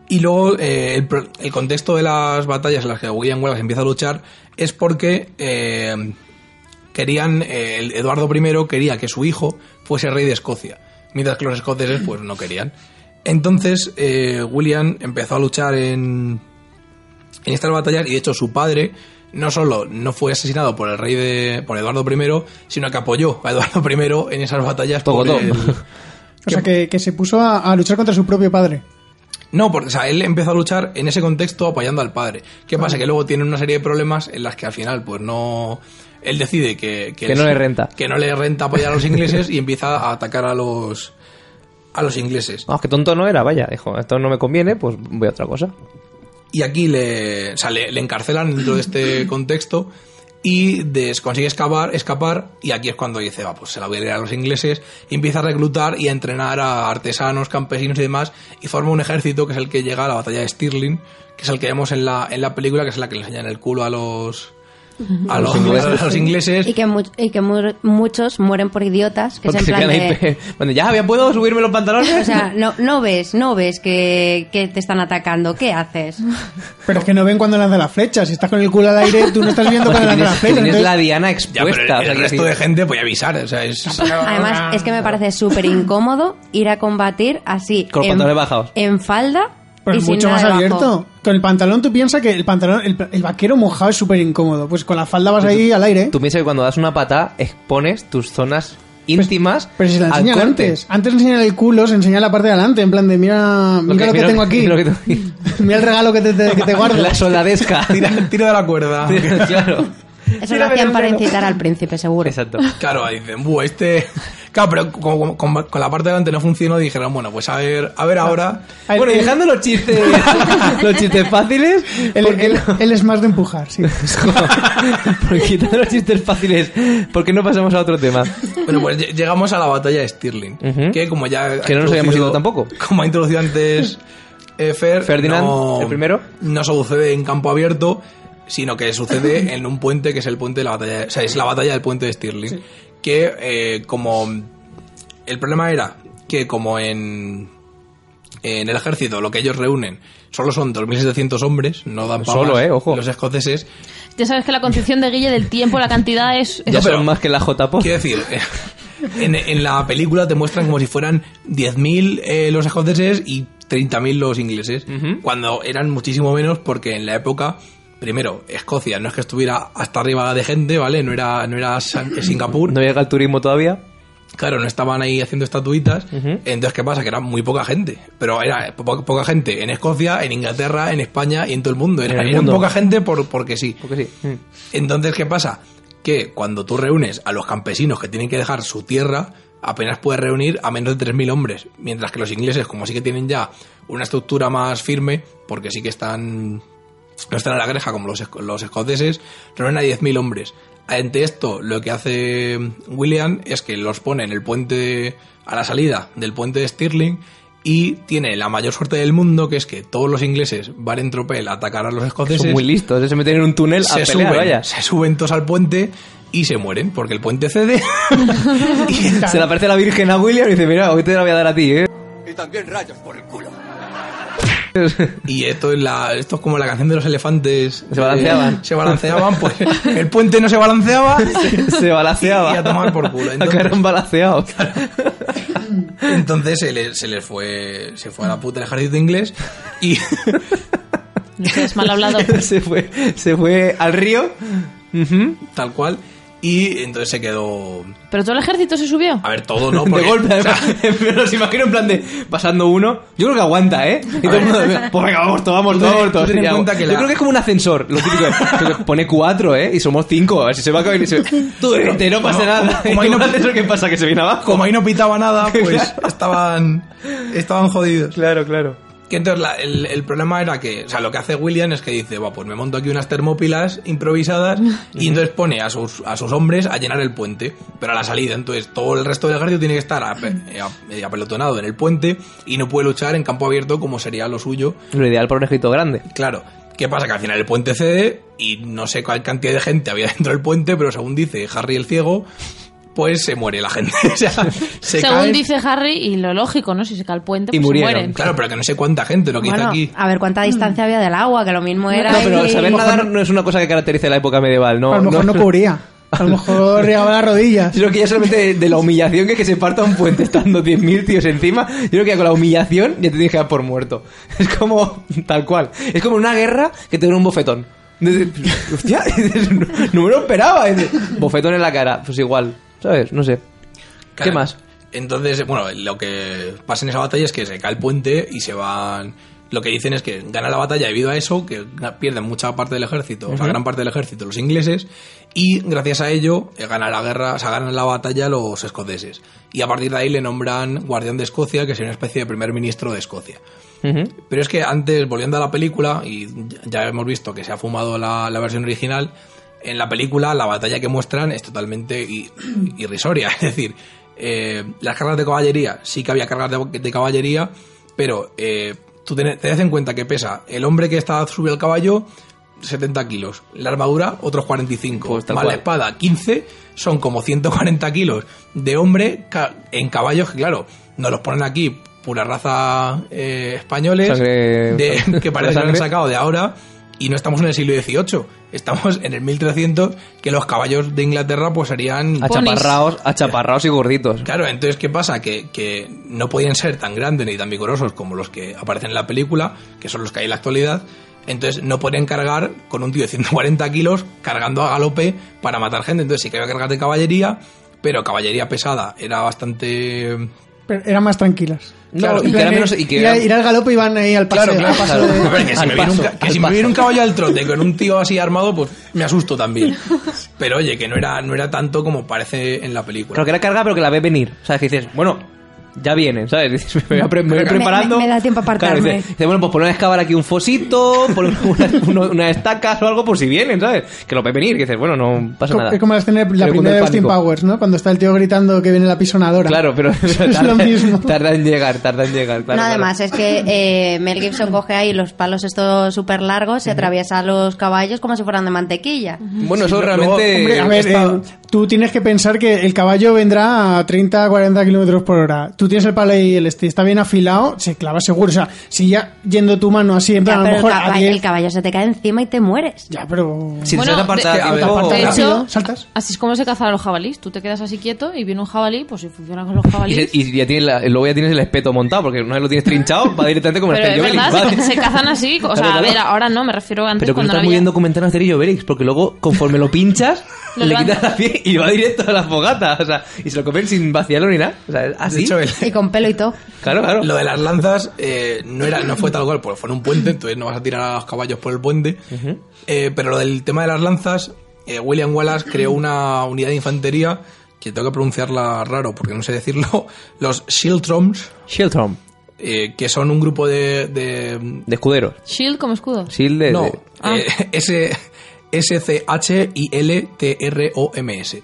E: Y luego eh, el, pro- el contexto de las batallas en las que William Wallace empieza a luchar es porque eh, querían eh, el Eduardo I quería que su hijo fuese rey de Escocia, mientras que los escoceses pues no querían. Entonces eh, William empezó a luchar en, en estas batallas y de hecho su padre no solo no fue asesinado por el rey de por Eduardo I, sino que apoyó a Eduardo (laughs) I en esas batallas por
B: Tocotó.
E: el-
D: O sea que, que se puso a, a luchar contra su propio padre.
E: No, porque o sea, él empezó a luchar en ese contexto apoyando al padre. ¿Qué pasa? Que luego tiene una serie de problemas en las que al final, pues no. Él decide que.
B: Que no le renta.
E: Que no le renta apoyar a los ingleses y empieza a atacar a los. a los ingleses.
B: Vamos, Ah, que tonto no era, vaya. Dijo, esto no me conviene, pues voy a otra cosa.
E: Y aquí le, o sea, le, le encarcelan dentro de este contexto y des- consigue escapar, escapar y aquí es cuando dice, va, pues se la voy a ir a los ingleses y empieza a reclutar y a entrenar a artesanos, campesinos y demás y forma un ejército que es el que llega a la batalla de Stirling, que es el que vemos en la, en la película, que es la que le enseñan el culo a los... A los, ingleses. A los ingleses.
C: Y que, mu- y que mu- muchos mueren por idiotas, que es
B: Porque
C: en
B: se
C: plan
B: quedan ahí.
C: de...
B: pe- Bueno, ya, había puedo subirme los
C: O
B: pantalones. (laughs)
C: sea, no, no ves, no ves que, que te están atacando. ¿Qué haces?
D: Pero es que no ven cuando lanza las flechas. Si estás con el culo al aire, tú no
B: (laughs)
D: estás viendo cuando lanza las
B: Tienes,
D: flechas.
B: tienes
D: entonces-
B: la diana
E: Ya, pero
B: expuesta.
E: el,
B: o sea,
E: el
B: que
E: resto
B: sí.
E: de gente voy a avisar, o sea, es... (laughs)
C: Además, es que me parece súper incómodo ir a combatir así.
B: Con los
C: en-
B: pantalones bajados.
C: En falda.
D: Pero
C: y
D: es
C: sin
D: pues mucho más
C: nada debajo.
D: abierto. Con el pantalón tú piensas que el pantalón, el, el vaquero mojado es súper incómodo. Pues con la falda vas ahí al aire.
B: Tú piensas que cuando das una patada expones tus zonas íntimas
D: Pero si la
B: al
D: enseñan
B: corte.
D: antes. Antes de enseñar el culo, se enseña la parte de adelante. En plan de, mira, mira lo que, tengo aquí.
B: lo que tengo aquí.
D: (laughs) mira el regalo que te, te-
B: (laughs)
D: que te guardo.
B: La soldadesca.
E: (laughs)
B: (laughs)
E: Tira, tira de la cuerda. (laughs)
B: claro.
C: Eso lo hacían para incitar al príncipe, seguro.
B: Exacto.
E: Claro, ahí dicen, "Buah, este. (laughs) Claro, pero como- como- con, con la parte de delante no funcionó, dijeron, bueno, pues a ver, a ver ahora.
D: Ay,
B: bueno, y
D: el-
B: dejando los chistes,
E: (laughs)
B: los chistes fáciles,
D: Él,
B: ¿por qué
D: él-
B: no?
D: él es más de
B: (laughs)
D: empujar, sí.
B: Por quitando los chistes fáciles, ¿por qué no pasamos a otro tema?
E: Bueno, pues lle- llegamos a la batalla de Stirling,
B: Ujú.
E: que como ya. ha
B: Que no nos habíamos
E: introducido-
B: ido tampoco.
E: (laughs) Como ha introducido antes eh, Fer.
B: Ferdinand,
E: no-
B: el primero.
E: No sucede en campo abierto, sino
B: (laughs)
E: que sucede en un puente que es el puente de la batalla. O sea, es la batalla del puente de Stirling. Que eh, como. El problema era que como en. en el ejército lo que ellos reúnen solo son 2.700 hombres, no dan pa'
B: Solo,
E: más
B: eh, ojo.
E: los escoceses.
F: Ya sabes que la concepción de Guille del tiempo, la
B: (laughs)
F: cantidad es...
B: Ya
E: No, pero-
B: son más que la JPO.
E: Quiero decir, eh, en, en la película te muestran como si fueran 10.000 eh, los escoceses y 30.000 los ingleses, cuando eran muchísimo menos porque en la época... Primero, Escocia no es que estuviera hasta arriba de gente, ¿vale? No era, no era San- eh, Singapur.
B: No llega el turismo todavía.
E: Claro, no estaban ahí haciendo estatuitas. Entonces, ¿qué pasa? Que era muy poca gente. Pero era po- poca, gente en Escocia, en Inglaterra, en España y en todo el mundo. Era,
B: En el
E: era
B: mundo.
E: poca gente por, porque Pues sí.
B: Porque sí. Mm.
E: Entonces, ¿qué pasa? Que cuando tú reúnes a los campesinos que tienen que dejar su tierra, apenas puedes reunir a menos de 3.000 hombres. Mientras que los ingleses, como sí que tienen ya una estructura más firme, porque sí que están. No están a la greja como los, esco- los escoceses, reúnen a 10.000 hombres. Ante esto, lo que hace William es que los pone en el puente, a la salida del puente de Stirling, y tiene la mayor suerte del mundo, que es que todos los ingleses van en tropel a atacar a los escoceses
B: Son muy listos. Se meten en un túnel a
E: se
B: pelear,
E: suben,
B: vaya.
E: se suben todos al puente y se mueren porque el puente cede. Y-
B: Se le aparece la Virgen a William y dice, mira, hoy te la voy a dar a ti,
E: (laughs)
B: ¿eh?
E: y esto es la, esto es como la canción de los elefantes.
B: Se balanceaban.
E: Eh, se balanceaban, pues el puente no se balanceaba.
B: Se balaceaba.
E: Y a tomar por culo, entonces.
B: Acabaron balaceados.
E: Entonces se les, se les fue, se fue a la puta el ejército inglés y (laughs)
F: No sé, es mal hablado.
B: (laughs) se, fue, se fue al río. Ujú.
E: tal cual. Y entonces se quedó.
F: Pero todo el ejército se subió.
E: A ver, todo no.
B: De (laughs)
E: porque-
B: golpe,
E: o sea,
B: además, me los imagino en plan de pasando uno. Yo creo que aguanta, ¿eh? Y todo el mundo, pues venga, vamos todos, vamos
E: Tú
B: todos, vamos
E: ten- tú
B: todos.
E: ten en
B: Y hago-
E: cuenta que
B: Yo
E: la-
B: creo que es como un ascensor, lo
E: (laughs)
B: típico es, que pone cuatro, ¿eh? Y somos cinco, a ver si se va a caer y se... Tú vente, no pasa
E: como-
B: nada.
E: como
B: Como
E: ahí
B: hay
E: no-
B: un ascensor, ¿qué pasa? Que se viene abajo.
E: como ahí no
B: (laughs)
E: pitaba nada, pues
B: Claro.
E: estaban, estaban jodidos.
B: Claro, claro.
E: Que entonces la- el, el problema era que, o sea, lo que hace William es que dice, va, pues me monto aquí unas termópilas
F: (laughs)
E: improvisadas y entonces pone a sus, a sus hombres a llenar el puente, pero a la salida. Entonces todo el resto del ejército tiene que estar ape- eh, ap- eh, apelotonado en el puente y no puede luchar en campo abierto como sería lo suyo.
B: Lo ideal para un ejército grande.
E: Claro, ¿qué pasa? Que al final el puente cede y no sé cuál cantidad de gente había (laughs) dentro del puente, pero según dice Harry el Ciego, pues se muere la gente. (laughs) O sea, se
F: Según
E: caen.
F: dice Harry, y lo lógico, ¿no? Si se cae el puente,
B: Y
F: pues se
B: murieron,
F: mueren.
E: Claro, pero que no sé cuánta gente, lo que
C: Bueno,
E: dice aquí.
C: a ver cuánta distancia había del agua, que lo mismo era.
B: No, pero
C: y-
B: saber nadar no es una cosa que caracterice la época medieval, ¿no?
D: a lo mejor no, cubría. A
B: (laughs)
D: lo mejor llegaba a las rodillas.
B: Yo creo que ya solamente de, de la humillación que, es que se parta un puente estando 10.000 tíos encima, yo creo que ya con la humillación ya te tienes que dar por muerto. Es como tal cual. Es como una guerra que te da un bofetón. Dices, Hostia, (laughs) dices, no, no me lo esperaba. Dices, Bofetón en la cara, pues igual, ¿sabes? No sé.
E: Claro.
B: ¿Qué más?
E: Entonces, bueno, lo que pasa en esa batalla es que se cae el puente y se van. Lo que dicen es que gana la batalla debido a eso, que ga- pierden mucha parte del ejército, o sea, gran parte del ejército los ingleses, y gracias a ello eh, gana la guerra, o sea, ganan la batalla los escoceses. Y a partir de ahí le nombran guardián de Escocia, que sería una especie de primer ministro de Escocia. Pero es que antes, volviendo a la película, y ya hemos visto que se ha fumado la, la versión original, en la película la batalla que muestran es totalmente i- (clears throat) irrisoria. (laughs) Es decir, eh, las cargas de caballería, sí que había cargas de, de caballería, pero eh, tú ten- te das en cuenta que pesa el hombre que está subido al caballo 70 kilos, la armadura otros 45,
B: Pues tal
E: más la
B: cual.
E: espada 15, son como 140 kilos de hombre ca- en caballos que, claro, nos los ponen aquí pura raza eh, españoles
B: Sangre-
E: de- que parece que lo han
B: sangre.
E: sacado de ahora y no estamos en el siglo XVIII, estamos en el 1300 que los caballos de Inglaterra pues serían...
B: Achaparraos, achaparraos y gorditos.
E: Claro, entonces ¿qué pasa? Que, que no podían ser tan grandes ni tan vigorosos como los que aparecen en la película, que son los que hay en la actualidad, entonces no podían cargar con un tío de 140 kilos cargando a galope para matar gente, entonces sí que había cargas de caballería, pero caballería pesada era bastante...
D: Pero eran más tranquilas.
B: No, Claro, y
D: En
B: que era
D: plan,
B: menos- y que
D: ir,
B: era-
D: a- ir al galope y van ahí al paseo.
E: Claro, claro,
D: al paseo
B: claro.
D: de-
E: A ver, que si,
B: Al
E: me, viene un,
B: paso,
E: ca- que
B: al
E: si me viene
B: paso.
E: un caballo al trote con un tío así armado, pues me
B: (laughs)
E: asusto también. Pero oye, que no era, no era tanto como parece en la película.
B: Claro Pues que la carga, pero que la ve venir. O sea, que dices, bueno, ya vienen, ¿sabes? (laughs) Dices, Me voy, a pre- me voy
C: Me-
B: preparando.
C: me- me da tiempo a apartarme.
B: Claro, dices, dices, bueno, pues pon a excavar aquí un fosito, pon (laughs) una- uno- unas estacas o algo por si vienen, ¿sabes? Que lo ve venir, que dices, bueno, no pasa
D: Co-
B: nada.
D: Es como la escena de la
B: Pero
D: primera
B: cuando
D: de
B: el
D: Austin
B: pánico.
D: Powers, ¿no? Cuando está el tío gritando que viene la pisonadora.
B: Claro, pero o sea,
D: (laughs) Es lo
B: tarda,
D: mismo.
B: tarda en llegar, tarda en llegar. Claro, claro.
C: no, además es que eh, Mel Gibson coge ahí los palos estos súper largos y atraviesa los caballos como si fueran de mantequilla.
B: Bueno, eso realmente.
D: Hombre, a ver,
B: está-
D: eh, tú tienes que pensar que el caballo vendrá a 30, 40 kilómetros por hora. tú tienes el palo y el este, está bien afilado, se clava seguro. O sea, si ya yendo tu mano así, en
C: Ya,
D: plan, a
C: pero
D: lo
C: el
D: mejor a
C: caba-
D: 10,
C: el caballo se te cae encima y te mueres.
D: Ya, pero.
B: Si
F: Bueno,
B: te trata
F: de-
B: aparta,
F: de-
B: a
D: de-
B: ver,
D: aparta-
B: oh,
F: De
D: rápido,
F: hecho,
D: saltas.
F: así es como se cazan los jabalís. Tú te quedas así quieto y viene un jabalí, pues si funciona con los
B: y,
F: jabalíes.
B: se- (laughs) y ya tienes la- luego ya tienes el espeto montado, porque una vez lo tienes trinchado, va directamente como el
F: pero es
B: Asterix y
F: verdad,
B: Obelix,
F: se,
B: (laughs) ¿vale?
F: se cazan así. O sea,
B: Claro,
F: a ver,
B: claro.
F: ahora no, me refiero antes
B: Pero que no
F: cuando
B: estás
F: no
B: muy
F: había...
B: bien documentado Asterix y Obelix, porque luego, conforme lo pinchas,
F: (laughs) Lo
B: le
F: levantas.
B: quitas la piel y va directo a la fogata. O sea, y se lo comen sin vaciarlo ni nada. O sea, es así.
E: De hecho, el-
C: Y con pelo y todo.
B: Claro, (laughs) claro.
E: Lo de las lanzas eh, no, era, no fue tal cual, porque fue en un puente, entonces no vas a tirar a los caballos por el puente. Eh, pero lo del tema de las lanzas, eh, William Wallace creó una unidad de infantería que tengo que pronunciarla raro porque no sé decirlo, (laughs) los Shieldtroms,
B: Shieldtrom,
E: eh, que son un grupo de... de-
B: de escudero.
F: Shield como escudo.
B: Shield de...
E: no,
B: de-
F: Ah.
E: eh, (laughs) S- S-C-H-I-L-T-R-O-M-S.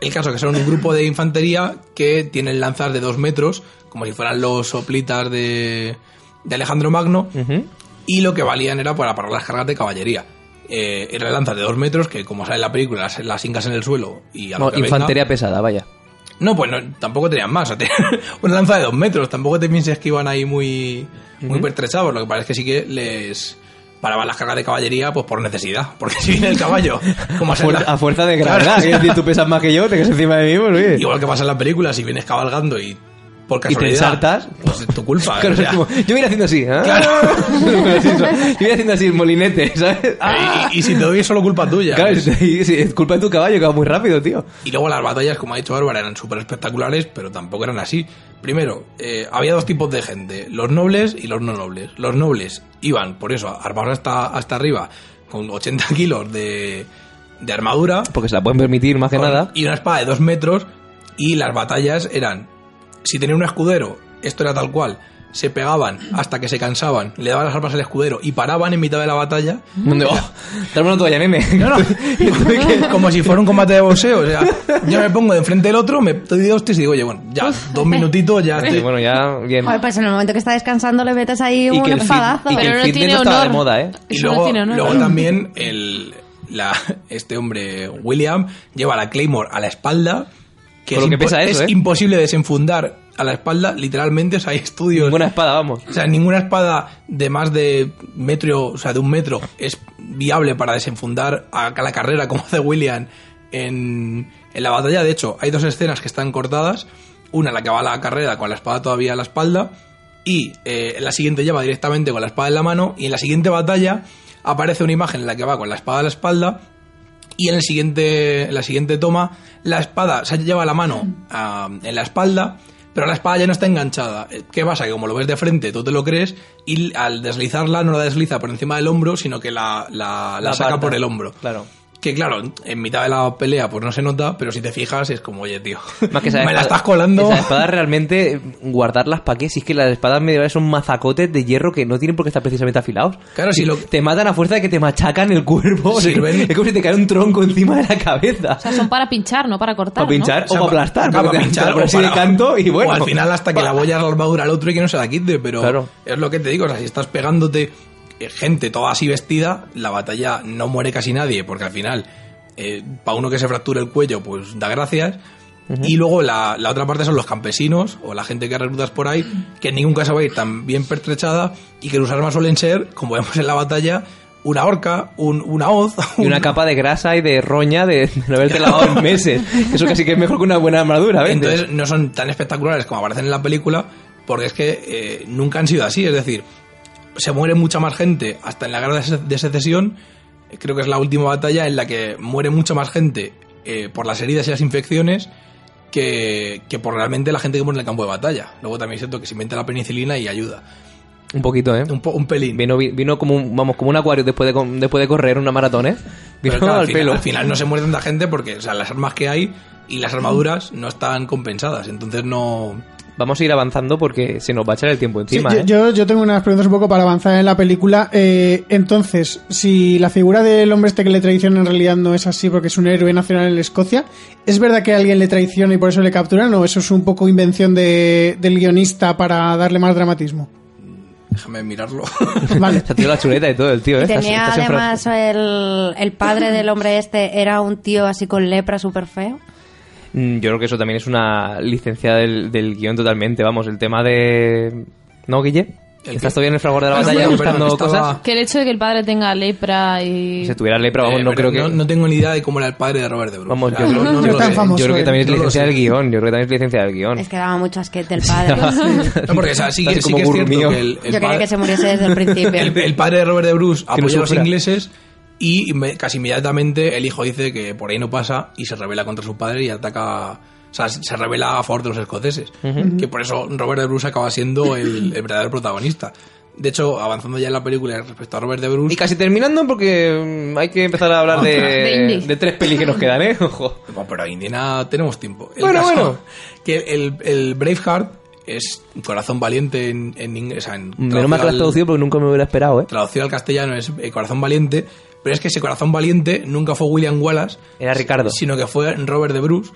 E: El caso que son un grupo de infantería que tienen lanzas de dos metros, como si fueran los soplitas de, de Alejandro Magno,
B: Ujú.
E: y lo que valían era para parar las cargas de caballería. Eh, eran lanzas de dos metros que, como sale en la película, las, las hincas en el suelo y a lo
B: No,
E: que venga-
B: infantería pesada, vaya.
E: No, pues no, tampoco tenían más. o sea, tenían (laughs) una lanza de dos metros. Tampoco te pienses que iban ahí muy, muy pertrechados. Lo que pasa es que sí que les paraban las cargas de caballería pues por necesidad. Porque si viene el caballo, como
B: A,
E: se
B: fuer-
E: la-
B: (laughs) a fuerza de
E: Claro.
B: gravedad. Es decir, tú pesas más que yo, te quedas encima de mí, pues oye.
E: (laughs) Igual que pasa en la película, si vienes cabalgando y por
B: Y te
E: casualidad...
B: ensartas.
E: Pues es tu culpa.
B: (laughs) (laughs) Claro,
E: o sea.
B: es como, yo voy a ir haciendo así, ¿eh? (laughs) yo voy haciendo así el molinete, (laughs) ¿sabes?
E: Ah, y, y si te doy es solo culpa tuya.
B: Claro,
E: Pues-
B: es- y- sí, es culpa de tu caballo que va muy rápido, tío.
E: Y luego las batallas, como ha dicho Bárbara, eran súper espectaculares, pero tampoco eran así. Primero, eh, había dos tipos de gente, los nobles y los no nobles. Los nobles iban, por eso, armados hasta, hasta arriba, con 80 (laughs) kilos de, de armadura
B: Porque se la pueden permitir más que
E: con-
B: nada.
E: y una espada de dos metros, y las batallas eran, si tenía un escudero, esto era tal cual, se pegaban hasta que se cansaban, le daban las armas al escudero y paraban en mitad de la batalla
B: Donde, oh, tráeme una toalla, nene. (laughs)
E: (laughs) como si fuera un combate de boxeo. O sea, yo me pongo de enfrente del otro, me doy dos hostias y digo, oye, bueno, ya, dos minutitos,
F: (laughs)
E: ya.
B: Sí,
E: estoy-
B: bueno, ya, bien.
C: Joder, pues en el momento que está descansando le metes ahí
B: Em. Y
C: un
B: que el fit-
C: enfadazo.
B: y que
F: Pero
B: el
F: no
B: fitness
F: tiene
B: no estaba de
F: honor.
B: moda, ¿eh?
E: Y
F: Eso no
E: luego,
F: tiene honor.
E: luego también el, la, este hombre, William, lleva la Claymore a la espalda. Que
B: Con
E: es,
B: lo que pesa eso,
E: es
B: ¿eh?
E: imposible desenfundar a la espalda, literalmente, o sea, hay estudios.
B: Buena espada, vamos.
E: O sea, ninguna espada de más de metro, o sea, de un metro es viable para desenfundar a la carrera como hace William en, en la batalla. De hecho, hay dos escenas que están cortadas. Una en la que va a la carrera con la espada todavía en la espalda. Y eh, en la siguiente ya va directamente con la espada en la mano. Y en la siguiente batalla aparece una imagen en la que va con la espada en la espalda. Y en, el siguiente, en la siguiente toma, la espada se lleva la mano
B: Mm.
E: ah, en la espalda, pero la espada ya no está enganchada. Eh, ¿Qué pasa? Que como lo ves de frente, tú te lo crees, y al deslizarla no la desliza por encima del hombro, sino que la, la- la saca
B: pata.
E: por el hombro.
B: Claro.
E: Que claro, en mitad de la pelea pues no se nota, pero si te fijas es como, oye, tío,
B: Más
E: (laughs)
B: que esa
E: me la
B: espada-
E: estás colando.
B: Esas espadas realmente, eh, guardarlas para qué. Si es que las espadas medievales son mazacotes de hierro que no tienen por qué estar precisamente afilados.
E: Claro, si lo-
B: Te matan a fuerza de que te machacan el cuerpo. o sea, (laughs)
E: Sirven-
B: Es como si te cae un tronco encima de la cabeza.
F: O sea, son para pinchar, no para cortar.
B: Para pinchar
E: O sea,
B: o para aplastar.
E: claro,
B: porque te (laughs)
E: pinchar
B: dan por
E: o
B: así
E: para-
B: de canto y bueno.
E: o al final hasta que la boya la armadura al otro y que no se la quite, pero
B: Claro.
E: es lo que te digo, o sea, si estás pegándote eh, gente toda así vestida, la batalla no muere casi nadie, porque al final, para uno que se fractura el cuello, pues da gracias. Y luego la, la otra parte son los campesinos o la gente que reclutas por ahí, que en ningún caso va a ir tan bien pertrechada y que sus armas suelen ser, como vemos en la batalla, una horca, un, una hoz,
B: Y una
E: un-
B: capa de grasa y de roña de, de no haberte lavado en meses. Eso casi que es mejor que una buena armadura, ¿ves?
E: Entonces no son tan espectaculares como aparecen en la película, porque es que eh, nunca han sido así. Es decir, se muere mucha más gente hasta en la guerra de Se- de secesión. eh, Creo que es la última batalla en la que muere mucha más gente eh, por las heridas y las infecciones que, que por realmente la gente que muere en el campo de batalla. Luego también es cierto que se inventa la penicilina y ayuda.
B: un poquito, ¿eh?
E: Un, po- un pelín.
B: Vino, vi- vino como un, vamos, como un acuario después de, con- después de correr una maratón, ¿eh?
E: Pero
B: Vino
E: claro, al,
B: al
E: final,
B: pelo.
E: al final no se muere tanta gente porque o sea, las armas que hay y las armaduras no están compensadas. Entonces no...
B: Vamos a ir avanzando porque se nos va a echar el tiempo
D: Sí,
B: encima.
D: yo,
B: ¿eh?
D: yo, yo tengo unas preguntas un poco para avanzar en la película. Eh, entonces, si la figura del hombre este que le traiciona en realidad no es así porque es un héroe nacional en Escocia, ¿es verdad que alguien le traiciona y por eso le capturan o eso es un poco invención de- del guionista para darle más dramatismo? Pues
E: Déjame mirarlo. (laughs)
B: (laughs)
D: Vale.
B: Se ha tirado la chuleta y todo el tío, ¿eh?
C: Y
B: Estás-
C: tenía
B: estás en Fran-
C: además el, el padre del hombre este, era un tío así con lepra súper feo.
B: mm, yo creo que eso también es una licencia del, del guión totalmente. Vamos, el tema de... ¿No, Guille?
E: ¿El
B: ¿Estás
E: qué?
B: todavía en el fragor de la
E: Ah,
B: batalla
E: bueno, perdón,
B: buscando
E: estaba-
B: cosas?
F: Que el hecho de que el padre tenga lepra y...
B: Si tuviera lepra, vamos,
E: Eh,
B: no
E: pero
B: creo que...
E: No, no tengo ni idea de cómo era el padre de Robert De Bruce.
B: Vamos,
E: O
B: yo,
E: sea,
B: creo,
E: no- no
D: yo
E: lo
D: tan
E: sé.
D: famoso
B: yo creo que
D: es.
B: también es
E: No lo
B: licencia
E: sé.
B: del guión. Yo creo que también es licencia del guión.
C: Es que daba mucho
B: (laughs)
C: asquete el padre. (laughs)
E: No, porque o sea, sí, que,
B: Estás
E: sí
B: como
E: que es cierto
B: gurumío.
E: que el, el
C: Yo quería
E: padre-
C: que
E: (laughs)
C: se muriese desde
B: (laughs)
C: el principio.
E: el- el padre de Robert de Bruce apoya a los
B: sufra.
E: ingleses y inme- casi inmediatamente el hijo dice que por ahí no pasa y se rebela contra su padre y ataca. O sea, se revela a favor de los escoceses. Que por eso Robert de Bruce acaba siendo el, el verdadero protagonista. De hecho, avanzando ya en la película respecto a Robert de Bruce.
B: Y casi terminando porque mm, hay que empezar a hablar de,
F: Ostras, de indies.
B: de tres pelis que nos quedan, ¿eh? (laughs) Ojo.
E: Bueno, pero a Indiana tenemos tiempo. El
B: Bueno,
E: caso
B: bueno.
E: Que el, el Braveheart es un corazón valiente en, en inglés. o sea, en-
B: Menos mal que lo has
E: al-
B: traducido porque nunca me hubiera esperado, ¿eh?
E: Traducido al castellano es eh, corazón valiente. Pero es que ese corazón valiente nunca fue William Wallace.
B: Era Ricardo.
E: Sino que fue Robert de Bruce.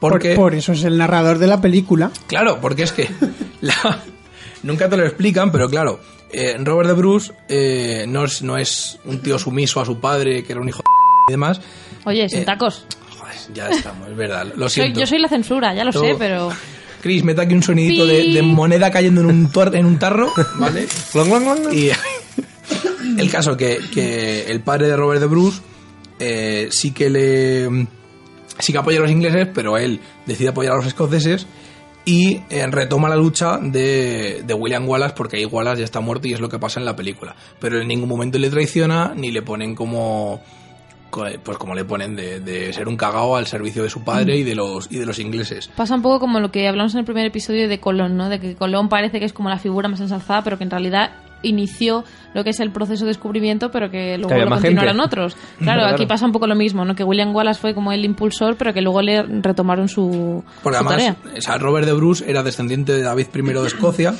E: Porque.
D: Por, por eso es el narrador de la película.
E: Claro, porque es que. (laughs) la- nunca te lo explican, pero claro. eh, Robert de Bruce eh, no, es, no es un tío sumiso a su padre, que era un hijo de (laughs) y demás.
F: Oye, sin
E: Eh,
F: tacos.
E: Joder, ya estamos, es verdad. Lo
F: Soy-
E: siento.
F: yo soy la censura, ya lo
E: Tú-
F: sé, pero...
E: Chris, mete aquí un sonidito de, de
F: Pi.
E: moneda cayendo en un, tuer- en un tarro, ¿vale?
B: Glon, glon, glon, glon.
E: Y (laughs) el caso que, que el padre de Robert de Bruce eh, sí que le sí que apoya a los ingleses, pero él decide apoyar a los escoceses y eh, retoma la lucha de, de William Wallace porque ahí Wallace ya está muerto y es lo que pasa en la película. Pero en ningún momento le traiciona ni le ponen como co- pues como le ponen de, de ser un cagao al servicio de su padre y de los y de los ingleses.
F: Pasa un poco como lo que hablamos en el primer episodio de Colón, ¿no? De que Colón parece que es como la figura más ensalzada, pero que en realidad inició lo que es el proceso de descubrimiento, pero que luego
B: había
F: lo
B: más
F: continuaron
B: gente. (laughs)
F: otros. Claro,
B: Claro.
F: aquí pasa un poco lo mismo, ¿no? Que William Wallace fue como el impulsor, pero que luego le retomaron su,
E: Porque
F: su
E: además,
F: tarea.
E: o sea, Robert de Bruce era descendiente de David I de Escocia,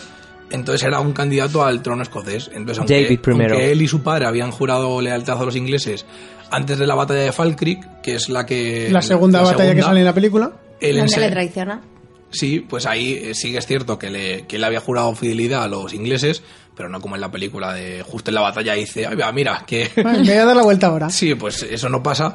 E: entonces era un candidato al trono escocés. Entonces, aunque,
B: David I.
E: aunque él y su padre habían jurado lealtad a los ingleses antes de la batalla de Falkirk, que es Eh, la que...
D: La segunda batalla que
E: segunda,
D: sale en la película.
E: él en
C: ¿Dónde
E: se-
C: le traiciona?
E: Sí, pues ahí eh, sí que es cierto que, le, que él había jurado fidelidad a los ingleses, pero no como en la película de justo en la batalla dice, "Ay, va, mira, que
D: Bueno, me voy a dar la vuelta ahora.
E: Sí, pues eso no pasa.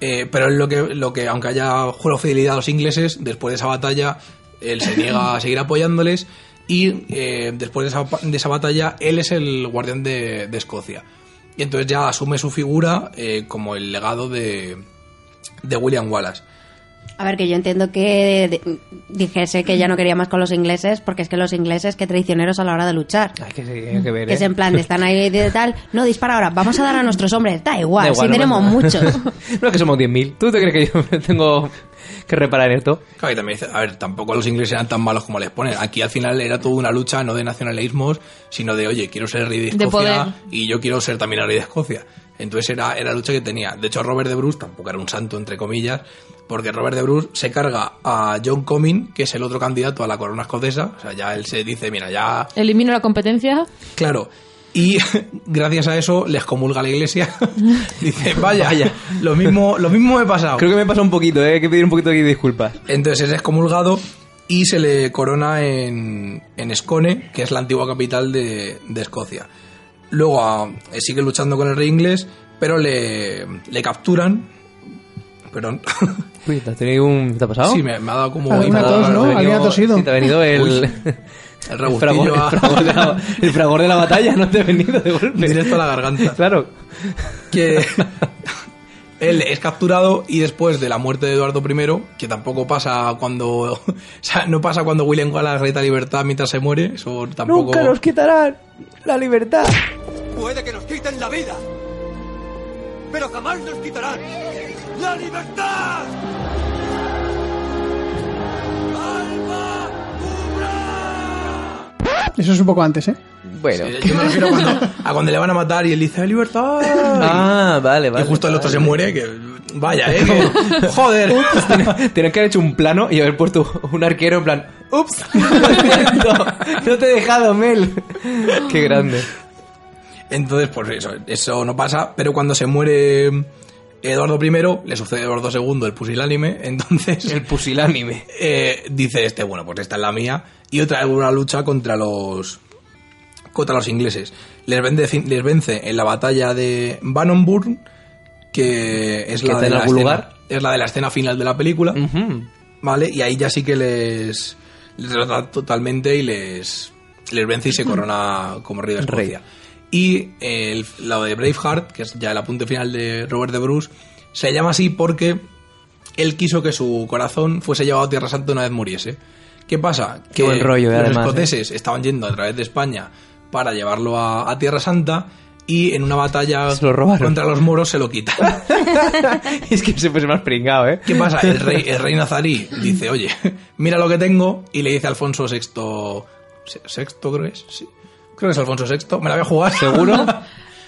E: Eh, pero es lo que, lo que, aunque haya jurado fidelidad a los ingleses, después de esa batalla, él se niega a seguir apoyándoles. Y eh, después de esa, pa- de esa batalla, él es el guardián de, de Escocia. Y entonces ya asume su figura eh, como el legado de, de William Wallace.
C: A ver, que yo entiendo que de- dijese que ya no quería más con los ingleses, porque es que los ingleses, que traicioneros a la hora de luchar.
B: (laughs) Hay que, hay que ver,
C: Que es
B: ¿eh?
C: en plan, de están ahí de tal, no dispara ahora, vamos a dar a nuestros hombres, da igual,
B: Da igual,
C: si
B: no
C: tenemos
B: pasa nada.
C: muchos.
B: (laughs) no, es que somos 10.000. ¿Tú te crees que yo tengo que reparar en esto?
E: Claro, y también dice, a ver, tampoco los ingleses eran tan malos como les ponen. Aquí al final era toda una lucha no de nacionalismos, sino de, oye, quiero ser rey de
F: De
E: Escocia
F: poder.
E: y yo quiero ser también el rey de Escocia. Entonces era, era la lucha que tenía. De hecho, Robert de Bruce tampoco era un santo, entre comillas, porque Robert de Bruce se carga a John Comyn, que es el otro candidato a la corona escocesa. O sea, ya él se dice, mira, ya
F: Elimino la competencia.
E: Claro. Y (laughs) gracias a eso les comulga la iglesia. (laughs) Dice, vaya, Lo, mismo, lo mismo me he pasado.
B: Creo que me pasa un poquito, ¿eh? Hay que pedir un poquito aquí disculpas.
E: Entonces es excomulgado y se le corona en, en Escone, que es la antigua capital de, de Escocia. Luego ah, sigue luchando con el rey inglés, pero le, le capturan. Perdón.
B: Uy, ¿te has tenido un... ¿Te ha pasado?
E: (laughs) Sí, me, me ha dado como...
D: Alguna
E: me ha
D: Ah, tos,
E: dado
D: ¿no?
E: el
B: Te ha
D: Había
E: venido-
B: venido-
D: tosido.
B: sí, te ha venido (laughs) el...
E: Uy, El
B: el, fragor,
E: rebustillo a-
B: el
E: (laughs)
B: fragor de la, el fragor de la batalla, no te ha venido de golpe.
E: directo a la garganta.
B: Claro.
E: que (laughs) él es capturado y después de la muerte de Eduardo I, que tampoco pasa cuando (laughs) o sea, no pasa cuando William Wallace grita libertad mientras se muere, eso tampoco
B: Nunca nos quitarán la libertad.
G: Puede que nos quiten la vida, pero jamás nos quitarán la libertad. ¡Alma Umbra!
D: Eso es un poco antes, ¿eh?
B: Bueno.
E: Eh, Yo me refiero
B: (laughs)
E: cuando- a cuando le van a matar y él dice libertad.
B: Ah, vale,
E: y
B: vale.
E: justo el otro se muere, que vaya,
B: (laughs)
E: eh. que- joder.
B: Tienen que haber hecho un plano y haber puesto un arquero en plan, ups, (laughs) lo siento, no te he dejado, Mel. Qué grande.
E: Entonces, pues eso, eso no pasa, pero cuando se muere Eduardo I, le sucede a Eduardo II el pusilánime, entonces
B: El pusilánime.
E: Eh, dice este, bueno, pues esta es la mía. Y otra una lucha contra los. contra los ingleses. Les vence, les vence en la batalla de Bannockburn, que es
B: ¿Que
E: la
B: está
E: de
B: en
E: la
B: algún
E: escena-
B: lugar?
E: es la de la escena final de la película,
B: Ujú. (laughs)
E: ¿vale? Y ahí ya sí que les, les derrota totalmente y les, les vence y se corona como rey de
B: Rey.
E: Escocia. Y eh, el, la de Braveheart, que es ya el apunte final de Robert de Bruce, se llama así porque él quiso que su corazón fuese llevado a Tierra Santa una vez muriese. ¿Qué pasa?
B: Qué
E: Que
B: buen rollo, eh,
E: los
B: además,
E: escoceses estaban yendo a través de España para llevarlo a, a Tierra Santa y en una batalla
B: Se lo robaron.
E: contra los moros se lo quitan.
B: es que se puso más pringado, ¿eh? (laughs)
E: ¿Qué pasa? El rey, el rey nazarí dice, oye, mira lo que tengo, y le dice a Alfonso VI... se- ¿Sexto creo que es? Sí. Creo que es Alfonso VI. Me la voy a jugar. ¿Seguro?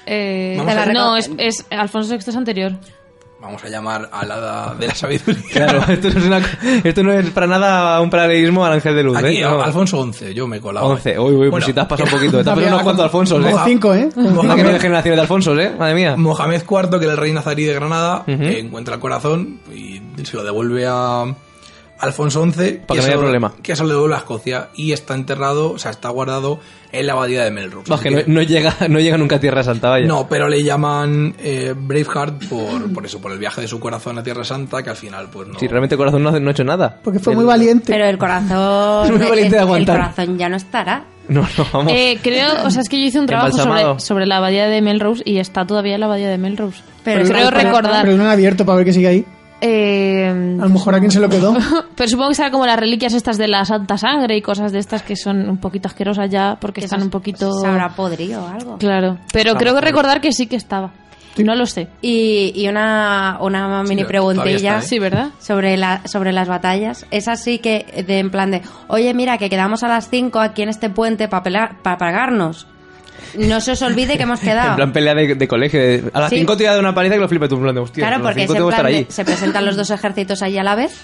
F: Eh,
E: Vamos
C: a ver.
F: no, es, es Alfonso VI es anterior.
E: (laughs) Vamos a llamar a la hada de la sabiduría. (laughs)
B: Claro, (laughs) esto no es, una co- esto no es para nada un paralelismo al ángel de luz,
E: Aquí,
B: ¿eh?
E: a-
B: No.
E: Alfonso XI, yo me he colado.
B: 11. Uy, uy, pues
E: Bueno,
B: si te has pasado un
E: (laughs)
B: poquito. Te has pasado unos cuantos Alfonsos, ¿eh?
D: Como cinco, ¿eh?
B: Una que viene
E: Mohamed,
B: generaciones de Alfonsos, ¿eh? Madre mía.
E: Mohamed IV, que era el rey nazarí de Granada,
B: Ujú.
E: eh, encuentra el corazón y se lo devuelve a Alfonso
B: Para
E: XI.
B: que no
E: se
B: haya
E: lo-
B: problema.
E: Que se lo devuelve a Escocia y está enterrado, o sea, está guardado en la abadía de Melrose.
B: Vamos,
E: Así
B: que no,
E: que-
B: no llega, no llega nunca a Tierra Santa, vaya.
E: eh. No, pero le llaman eh, Braveheart por, por eso, por el viaje de su corazón a Tierra Santa, que al final, pues no.
B: Si realmente el corazón no, hace- no ha hecho nada.
D: Porque fue
B: El-
D: muy valiente.
C: Pero el
B: (laughs)
C: corazón.
B: Es muy valiente de
C: el-
B: aguantar.
C: El corazón ya no estará.
B: (laughs) No, no, vamos.
F: Eh, creo, o sea, es que yo
B: (laughs)
F: hice un trabajo
B: Embalsamado.
F: sobre, sobre la abadía de Melrose y está todavía la abadía de Melrose.
C: Pero
F: Pero
C: es
F: creo
C: algo-
F: recordar.
D: Pero no han abierto para ver qué sigue ahí.
F: eh,
D: A lo mejor a quién se lo quedó.
F: (laughs) pero supongo que será como las reliquias estas de la Santa Sangre y cosas de estas que son un poquito asquerosas ya porque están un poquito...
C: Se habrá podrido o algo.
F: Claro, pero creo que recordar que sí que estaba. No lo sé.
B: ¿Eh?
C: Y, y una, una mini
E: pero todavía
C: preguntilla.
E: está, ¿eh?
F: Sí, ¿verdad?
C: sobre, la, sobre las batallas. Es así que, de, en plan de, oye, mira, que quedamos a las 5 aquí en este puente para pagarnos. No se os olvide que hemos
B: (laughs)
C: quedado.
B: En plan pelea de, de colegio. de- a las
C: ah. Sí.
B: 5 te voy a dar una paliza que lo flipa tú. en plan de, hostia,
C: claro,
B: a las
C: porque es
B: cinco
C: en
B: tengo que
C: plan
B: estar
C: de-
B: ahí.
C: se presentan los dos ejércitos ahí a la vez.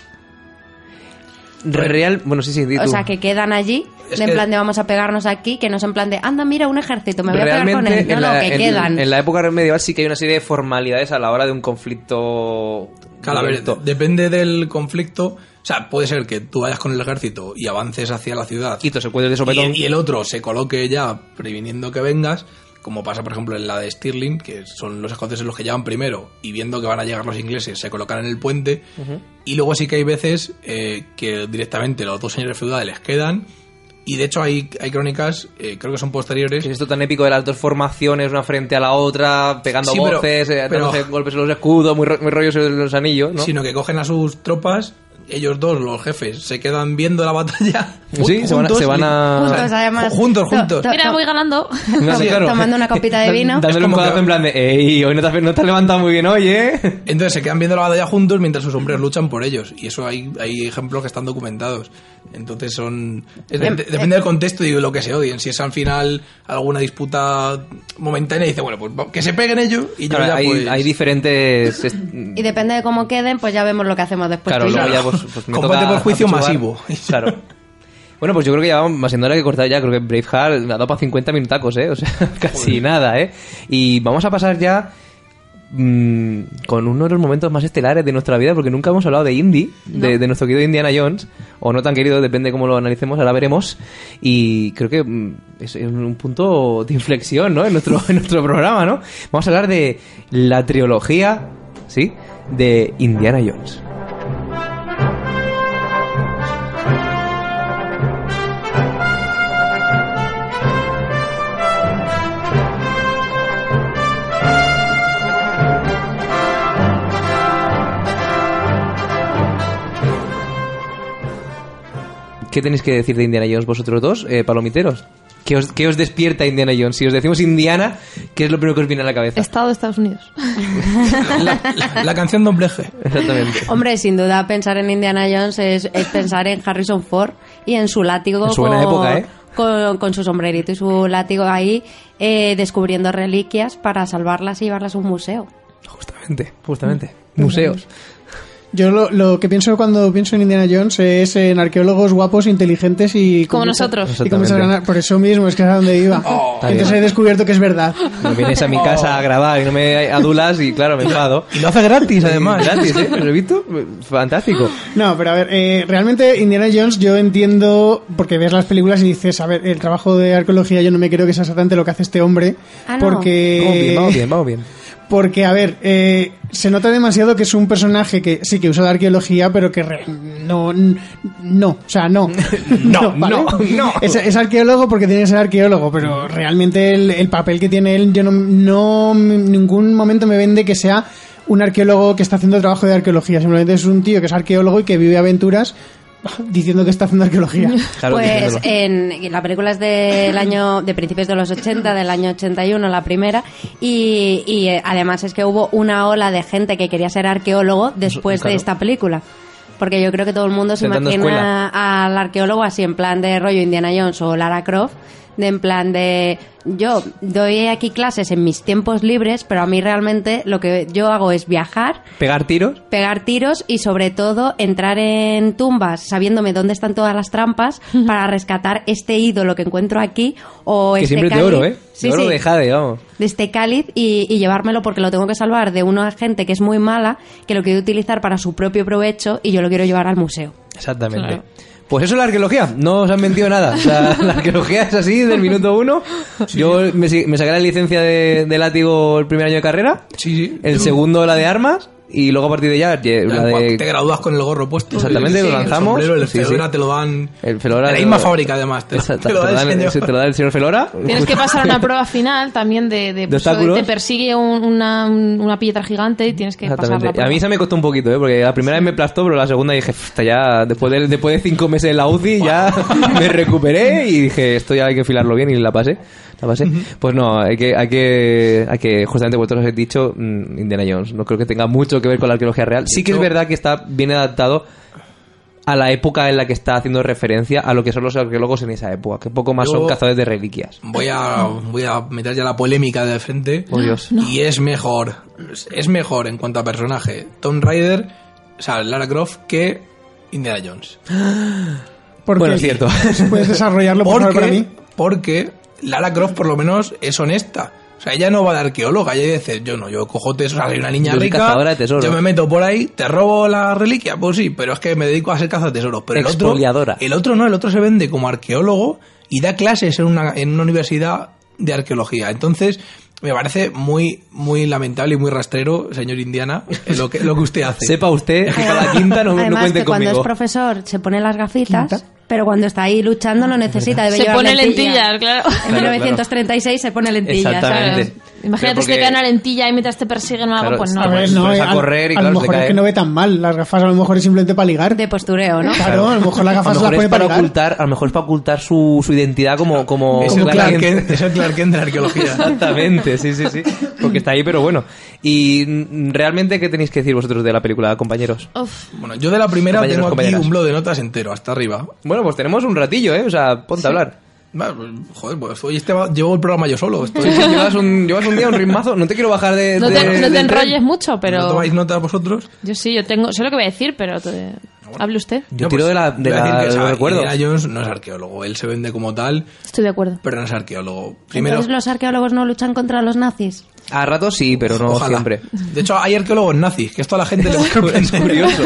B: Real... Bueno, sí, sí, di
C: O
B: tú.
C: sea, que quedan allí,
E: Es
C: de en
E: que-
C: plan de vamos a pegarnos aquí, que no es en plan de, anda, mira, un ejército, me voy a pegar con él.
B: Realmente,
C: No,
B: en
C: no,
B: la,
C: que
B: en-
C: quedan.
B: en la época medieval sí que hay una serie de formalidades a la hora de un conflicto.
E: Claro, a ver,
B: violento.
E: depende del conflicto. O sea, puede ser que tú vayas con el ejército y avances hacia la ciudad.
B: Y te secuestres de sopetón.
E: Y, y el otro se coloque ya previniendo que vengas, como pasa por ejemplo en la de Stirling, que son los escoceses los que llevan primero y viendo que van a llegar los ingleses se colocan en el puente. Y luego sí que hay veces eh, que directamente los dos señores feudales quedan. Y de hecho hay, hay crónicas, eh, creo que son posteriores.
B: ¿Qué es esto tan épico de las dos formaciones, una frente a la otra, pegando
E: Sí, pero-
B: voces, eh,
E: pero-
B: dándose golpes en los escudos, muy, ro- muy rollos en los anillos, ¿no?
E: sino que cogen a sus tropas, ellos dos, los jefes, se quedan viendo la batalla.
B: (laughs) Sí, se van a- se van a-
C: Juntos, además.
E: Juntos,
C: To-
E: juntos.
C: to-
F: Mira,
C: to-
B: (laughs)
F: voy ganando.
B: No, sí, claro.
C: Tomando una copita
E: (laughs)
C: de
B: Da-
C: vino.
B: Dándole
E: Es
B: un
E: como
B: codazo
E: que-
B: en plan de, ey, hoy no te, has- no te has levantado muy bien hoy, ¿eh?
E: Entonces se quedan viendo la batalla juntos mientras sus hombres luchan por ellos. Y eso hay, hay ejemplos que están documentados. Entonces son... es-
C: Em,
E: de-
C: eh,
E: depende del contexto y de lo que se odien. Si es al final alguna disputa momentánea, dice, bueno, pues va- que se peguen ellos y yo
B: Claro,
E: ya
B: hay,
E: pues...
B: hay diferentes... est-
C: Y depende de cómo queden, pues ya vemos lo que hacemos después.
B: claro,
C: tú y
B: luego
C: yo.
B: ya
E: (laughs)
B: pues, pues me
E: Combate
B: toca
E: por juicio
B: apechugar.
E: masivo.
B: Claro. Bueno, pues yo creo que ya va siendo hora que cortar ya. Creo que Braveheart me ha dado para 50 minutacos, ¿eh? O sea, (laughs) casi nada, ¿eh? Y vamos a pasar ya mm, con uno de los momentos más estelares de nuestra vida, porque nunca hemos hablado de Indy, de, de nuestro querido Indiana Jones, o no tan querido, depende cómo lo analicemos, ahora veremos. Y creo que mm, es es un punto de inflexión, ¿no? En nuestro, (laughs) en nuestro programa, ¿no? Vamos a hablar de la trilogía, ¿sí? De Indiana Jones. ¿Qué tenéis que decir de Indiana Jones vosotros dos, eh, palomiteros? ¿Qué os, qué os despierta Indiana Jones? Si os decimos Indiana, ¿qué es lo primero que os viene a la cabeza?
F: Estado de Estados Unidos.
E: (laughs) La, la- la canción Don Bleje.
C: (laughs)
B: Exactamente.
C: Hombre, sin duda pensar en Indiana Jones es, es pensar en Harrison Ford y en su látigo
B: En su buena época, ¿eh?
C: con, con su sombrerito y su látigo ahí eh, descubriendo reliquias para salvarlas y llevarlas a un museo.
B: Justamente, justamente. Museos.
D: Yo lo, lo que pienso cuando pienso en Indiana Jones es en arqueólogos guapos, inteligentes y...
F: (laughs) Como
D: con mucha-
F: nosotros.
D: y con muchas
B: Exactamente. Oh.
D: ganas. Por eso mismo, es que es a donde iba.
B: Está bien.
D: Entonces he descubierto que es verdad.
B: No vienes
C: (laughs)
B: a mi
C: Oh.
B: casa a grabar y no me adulas y claro, me enfado.
E: Y lo hace gratis, además.
B: Gratis, ¿eh? ¿Lo he visto? Fantástico.
D: No, pero a ver, eh, realmente Indiana Jones yo entiendo, porque ves las películas y dices, a ver, el trabajo de arqueología yo no me creo que sea exactamente lo que hace este hombre,
C: Ah, no.
D: porque...
B: Vamos bien, vamos bien, vamos bien.
D: Porque, a ver, eh, se nota demasiado que es un personaje que sí que usa la arqueología, pero que re- no, n- no, o sea, no.
B: (laughs)
D: (laughs)
B: No, no, no.
D: Es, es arqueólogo porque tiene que ser arqueólogo, pero realmente el, el papel que tiene él, yo no, no, en ningún momento me vende que sea un arqueólogo que está haciendo trabajo de arqueología. Simplemente es un tío que es arqueólogo y que vive aventuras ah, diciendo que está haciendo
B: (laughs)
D: arqueología.
B: Claro,
C: pues
B: diciéndolo.
C: en, y la película es del año de principios de los 80, del año 81, la primera, y, y, eh, además es que hubo una ola de gente que quería ser arqueólogo después
B: claro.
C: de esta película. Porque yo creo que todo el mundo se
B: Intentando
C: imagina al arqueólogo así en plan de rollo Indiana Jones o Lara Croft, de en plan de yo doy aquí clases en mis tiempos libres, pero a mí realmente lo que yo hago es viajar
B: pegar tiros.
C: pegar tiros y sobre todo entrar en tumbas sabiéndome dónde están todas las trampas para rescatar este ídolo que encuentro aquí o
B: Que
C: este
B: siempre es de
C: cáliz.
B: oro, ¿eh?
C: Sí,
B: de oro
C: sí,
B: de jade, vamos.
C: de este cáliz y, y llevármelo porque lo tengo que salvar de una gente que es muy mala que lo quiere utilizar para su propio provecho y yo lo quiero llevar al museo.
B: Exactamente.
F: Claro.
B: Pues eso es la arqueología, no os han mentido nada. O sea, (laughs) la arqueología es así del minuto uno. Yo me, si- me saqué la licencia de, de látigo el primer año de carrera,
E: Sí, sí.
B: el segundo la de armas y luego a partir de ya ye- la de...
E: Te gradúas con el gorro puesto.
B: Exactamente,
E: Sí,
B: lo lanzamos.
E: El sombrero, el
B: Sí,
E: Fedora
B: sí.
E: te lo dan.
B: El Felora
E: de la
B: te
E: misma
B: lo-
E: fábrica, además. Te, lo-
B: Exacto,
E: te lo da el
B: dan-
E: señor.
B: se te lo da el señor Felora.
F: Tienes que
B: (laughs)
F: pasar una prueba final también de... de, pues,
B: obstáculos?
F: te persigue un- una, un- una piedra gigante y tienes que pasar
B: Exactamente.
F: la
B: A
F: prueba.
B: mí se me costó un poquito, ¿eh? porque la primera vez me aplastó, pero la segunda dije, "Hasta ya después de, después de cinco meses en la UCI ya me recuperé y dije, esto ya hay que afilarlo bien y la pasé. La pasé. Pues no, hay que, hay que, hay que, justamente vosotros os he dicho, mm, Indiana Jones, no creo que tenga mucho que ver con la arqueología real. Sí que es verdad que está bien adaptado a la época en la que está haciendo referencia a lo que son los arqueólogos en esa época, que poco más son
E: Yo-
B: cazadores de reliquias.
E: Voy a, voy a meter ya la polémica de frente.
B: Por Oh, Dios.
E: Y es mejor, es mejor en cuanto a personaje Tomb Raider, o sea, Lara Croft, que Indiana Jones.
D: Porque-
B: Bueno, es cierto.
C: (laughs)
D: ¿Puedes desarrollarlo, por favor, para mí?
E: Porque Lara Croft por lo menos es honesta. O sea, ella no va de arqueóloga, ella dice, yo no, yo cojo tesoros, o sea, soy una niña
B: Yo soy
E: rica,
B: cazadora de tesoros.
E: yo me meto por ahí, te robo la reliquia, pues sí, pero es que me dedico a ser cazatesoros. Pero el otro,
B: Expoliadora.
E: el otro no, el otro se vende como arqueólogo y da clases en una, en una universidad de arqueología. Entonces, me parece muy, muy lamentable y muy rastrero, señor Indiana, lo que, lo que usted hace.
B: Sepa usted que para la quinta no, no
C: Además
B: cuente
C: que cuando
B: conmigo.
C: es profesor se pone las gafitas,
D: Quinta.
C: pero cuando está ahí luchando no necesita debe
F: Se
C: llevar
F: pone
C: lentillas.
F: lentillas, claro.
C: En 1936 se pone lentillas.
B: Exactamente.
C: ¿sabes?
F: Claro. Imagínate este
B: Pero
F: si te
B: porque-
F: cae una lentilla y mientras te persiguen o algo,
B: Claro,
F: pues
D: A
F: no.
D: ver,
B: pues,
D: no,
B: vas
D: eh,
B: a
D: al-
B: correr y
D: a
B: claro, se
D: lo mejor
B: cae.
D: es que no ve tan mal. Las gafas a lo mejor es simplemente para ligar.
C: De postureo, ¿no?
D: Claro, a lo mejor las
B: a
D: gafas
B: lo
D: las
B: mejor
D: pone
B: es para
D: para ligar.
B: ocultar, a lo mejor es para ocultar su, su identidad como como,
E: es,
B: como
E: el Clark
B: Clark
E: Kent,
B: Kent.
E: es el Clark Kent de
B: (laughs)
E: la arqueología.
B: Exactamente, sí, sí, sí. Porque está ahí, pero bueno. Y mm, realmente, ¿qué tenéis que decir vosotros de la película, compañeros?
F: Uf.
E: Bueno, yo de la primera
B: Compañeros,
E: tengo aquí
B: compañeras.
E: un blog de notas entero, hasta arriba.
B: Bueno, pues tenemos un ratillo, ¿eh? O sea, ponte a hablar.
E: Va, pues, Joder, pues hoy este va- llevo el programa yo
C: (laughs)
E: solo.
B: Sí,
E: Estoy,
B: sí, llevas, un, llevas un día un ritmazo. No te quiero bajar de.
F: No
B: de-
F: te, no te
B: del tren.
F: enrolles mucho,
E: ¿No
F: pero...
E: tomáis notas vosotros?
F: Yo sí, yo tengo... Sé lo que voy a decir, pero... te- Hable usted.
B: Yo tiro de la- de
E: pues, voy a
B: la-
E: decir que,
B: de los
E: o sea,
B: recuerdos.
E: Indiana Jones no es arqueólogo. Él se vende como tal,
F: Estoy de acuerdo.
E: pero no es arqueólogo. Primero,
C: Entonces los arqueólogos no luchan contra los nazis.
B: A ratos sí, pero no
E: ojalá.
B: siempre.
E: De hecho, hay arqueólogos nazis, que esto a la gente le
B: (laughs) Es
E: sorprende.
B: curioso.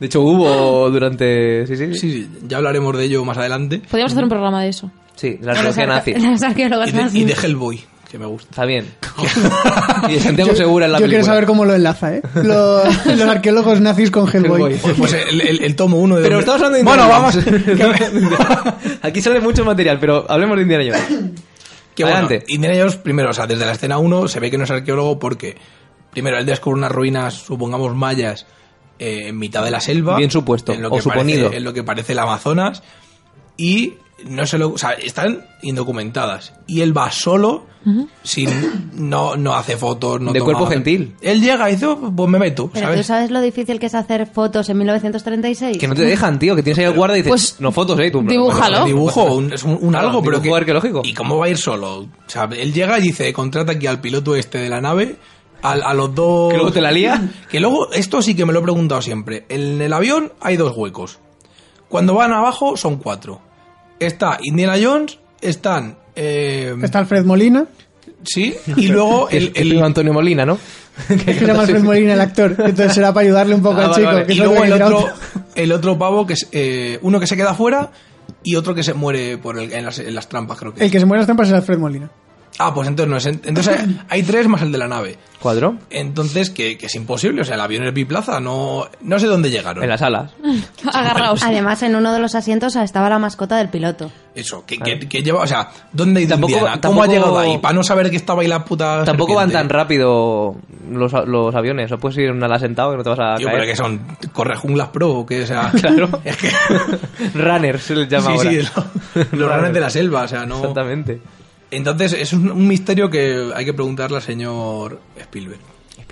B: De hecho, hubo durante. Sí, sí, sí.
E: Sí, sí, ya hablaremos de ello más adelante.
F: Podríamos hacer un programa de eso.
B: Sí, la arqueología nazi.
C: (laughs) Los arqueólogos
E: Y de, y de
C: nazis.
E: Hellboy, que
B: (laughs)
E: me gusta. (laughs)
B: Está bien. Y de Santiago Segura en la
D: Yo
B: película.
D: quiero saber cómo lo enlaza,
B: (laughs)
D: ¿eh? Lo- Los, arqueólogos nazis con Hellboy.
B: Hellboy.
E: Pues, pues el, el- el tomo uno de...
B: Pero estamos hablando de Indiana
E: Bueno, (laughs) vamos...
B: (laughs) Jones. Aquí sale mucho material, pero hablemos de Indiana Jones.
E: Que bueno,
B: Adelante.
E: Indiana Jones, primero, o sea, desde la escena 1 se ve que no es arqueólogo porque, primero, él descubre unas ruinas, supongamos mayas, eh, en mitad de la selva.
B: Bien supuesto,
E: en lo
B: o
E: que parece-
B: suponido.
E: en lo que parece el Amazonas. Y no se lo. O sea, están indocumentadas. Y él va solo, sin, no, no hace fotos, no
B: De
E: toma-
B: cuerpo gentil.
E: Él llega y dice, "Oh, pues me meto,
C: Pero tú
E: ¿sabes?
C: sabes lo difícil que es hacer fotos en 1936.
B: Que no te dejan, tío, que tienes ahí al guarda y dices,
F: Pues,
B: no fotos, eh, tú.
F: dibújalo.
E: Un dibujo, un, es un, un
B: Claro,
E: algo,
B: un
E: pero
B: dibujo arqueológico.
E: ¿Y cómo va a ir solo? O sea, él llega y dice, contrata aquí al piloto este de la nave, al- a, los dos...
B: Que luego te la lía.
E: (laughs) Que luego, esto sí que me lo he preguntado siempre. En el avión hay dos huecos. Cuando van abajo son cuatro. Está Indiana Jones, están... eh,
D: Está
B: (laughs)
D: Alfred Molina. (laughs)
E: Sí, y luego
B: El,
E: el... el-
B: Antonio Molina, ¿no?
D: Es que se llama Alfred Molina el actor. Entonces será para ayudarle un poco
B: Ah,
D: al
B: vale,
D: chico.
B: vale.
D: que
E: y
D: es lo que
E: luego el
D: le dirá
E: otro,
D: otro.
E: el otro pavo, que es eh, uno que se queda fuera y otro que se muere por el- en, las, en las trampas, creo que.
D: El que se muere en las trampas es Alfred Molina.
E: Ah, pues entonces no es. Entonces hay- hay tres más el de la nave.
B: ¿Cuadro?
E: Entonces, que, que es imposible. O sea, el avión es biplaza. No, no sé dónde llegaron.
B: En las alas.
F: Agarraos.
C: Además, en uno de los asientos estaba la mascota del piloto.
E: Eso, que, que- que lleva. O sea, ¿dónde ha ido
B: Tampoco-
E: Indiana? ¿Cómo
B: tampoco-
E: ha llegado ahí? Para no saber que estaba ahí la puta.
B: Tampoco van tan
E: serpiente.
B: rápido los, los aviones. O sea, puedes ir en un ala sentado y no te vas a
E: Tío, pero
B: caer.
E: que son. Corre junglas pro. Que, o sea,
B: ¿eh? (laughs) Claro.
E: (laughs) Es que.
B: (laughs) Runners se les llama
E: sí,
B: ahora.
E: sí,
B: (laughs)
E: los, los ranes de la selva. O sea, no.
B: Exactamente.
E: Entonces, es un, un misterio que hay que preguntarle al señor Spielberg.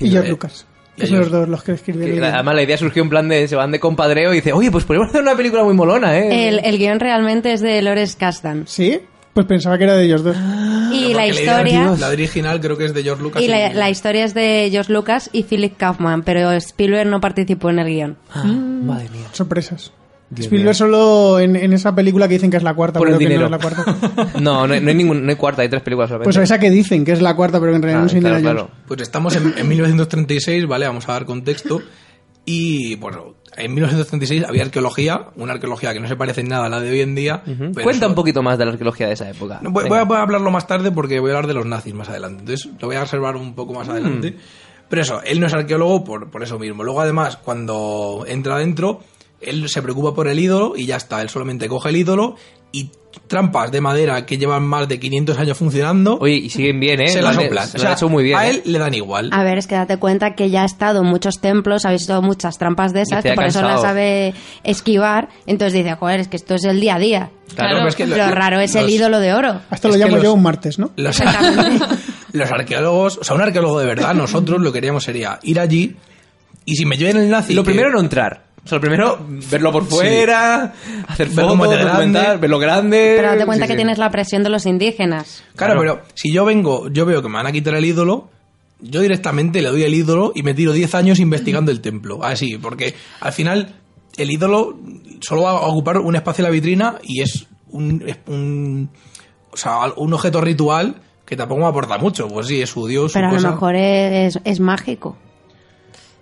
D: Y George
E: eh,
D: Lucas.
E: y
D: Que
E: a
D: son los
E: George.
D: dos los que escribieron.
B: Que
D: el
B: la-
D: guion.
B: además la idea surgió en plan de se van de compadreo y dice, oye, pues podemos hacer una película muy molona, ¿eh?
C: El, el guión realmente es de Lores Kasdan.
D: ¿Sí? Pues pensaba que era de ellos dos.
B: Ah.
C: Y
E: Porque
C: la
E: idea-
C: historia...
E: la original creo que es de George Lucas.
C: Y la, la historia es de George Lucas y Philip Kaufman, pero Spielberg no participó en el guión.
B: Ah, madre mía.
D: Sorpresas.
B: Dios
D: Spielberg
B: mío.
D: solo en, en esa película que dicen que es la cuarta,
B: Por
D: pero
B: el
D: que
B: dinero.
D: no es la
B: (laughs)
D: cuarta.
B: no, no, hay- no hay ningún, no hay cuarta, hay tres películas solamente.
D: Pues esa que dicen que es la cuarta, pero que en realidad
B: Ah,
D: no es Indiana
B: claro,
D: Jones.
B: claro.
E: Pues estamos en, en 1936, ¿vale? Vamos a dar contexto. Y bueno, en 1936 había arqueología, una arqueología que no se parece en nada a la de hoy en día.
B: Ujú.
E: pero
B: Cuenta
E: eso-
B: un poquito más de la arqueología de esa época.
E: No, Voy,
B: Venga.
E: voy a, voy a hablarlo más tarde porque voy a hablar de los nazis más adelante. Entonces lo voy a reservar un poco
B: Mm.
E: más adelante. Pero eso, él no es arqueólogo por, por eso mismo. Luego, además, cuando entra adentro, él se preocupa por el ídolo y ya está. Él solamente coge el ídolo y trampas de madera que llevan más de 500 años funcionando.
B: Oye, y siguen bien, ¿eh?
E: se
B: Lo
E: la
B: han-
E: soplan.
B: Se
E: O
B: lo han
E: sea,
B: hecho muy bien.
E: A
B: ¿eh?
E: él le dan igual.
C: A ver, es que date cuenta que ya ha estado en muchos templos, ha visto muchas trampas de
B: Y
C: esas,
B: te
C: que
B: ha
C: por eso la
B: cansado.
C: sabe esquivar. Entonces dice, joder, es que esto es el día a día.
F: Claro,
E: pero es
B: Pues
E: que
C: Lo
E: los-
C: raro es el
E: los-
C: ídolo de oro.
D: Hasta lo
E: Es que
D: llamo
E: los-
D: yo un martes, ¿no?
E: Los, (laughs) los arqueólogos, o sea, un arqueólogo de verdad, nosotros lo que queríamos sería ir allí y si me lleven el nazi.
B: Lo
E: que-
B: primero no entrar. O sea, lo primero verlo por fuera, hacer
E: Verlo
B: fotos,
E: más de
B: documentar,
E: grande.
B: verlo grande.
C: Pero date cuenta
B: Eh, Sí,
C: que
B: sí.
C: tienes la presión de los indígenas.
E: Claro,
B: Claro.
E: pero si yo vengo, yo veo que me van a quitar el ídolo, yo directamente le doy el ídolo y me tiro 10 años investigando el templo. Así, porque al final el ídolo solo va a ocupar un espacio en la vitrina y es un, es un, o sea, al- un objeto ritual que tampoco me aporta mucho. Pues sí, es su dios, su
C: Pero a lo
E: cosa.
C: mejor es, es mágico.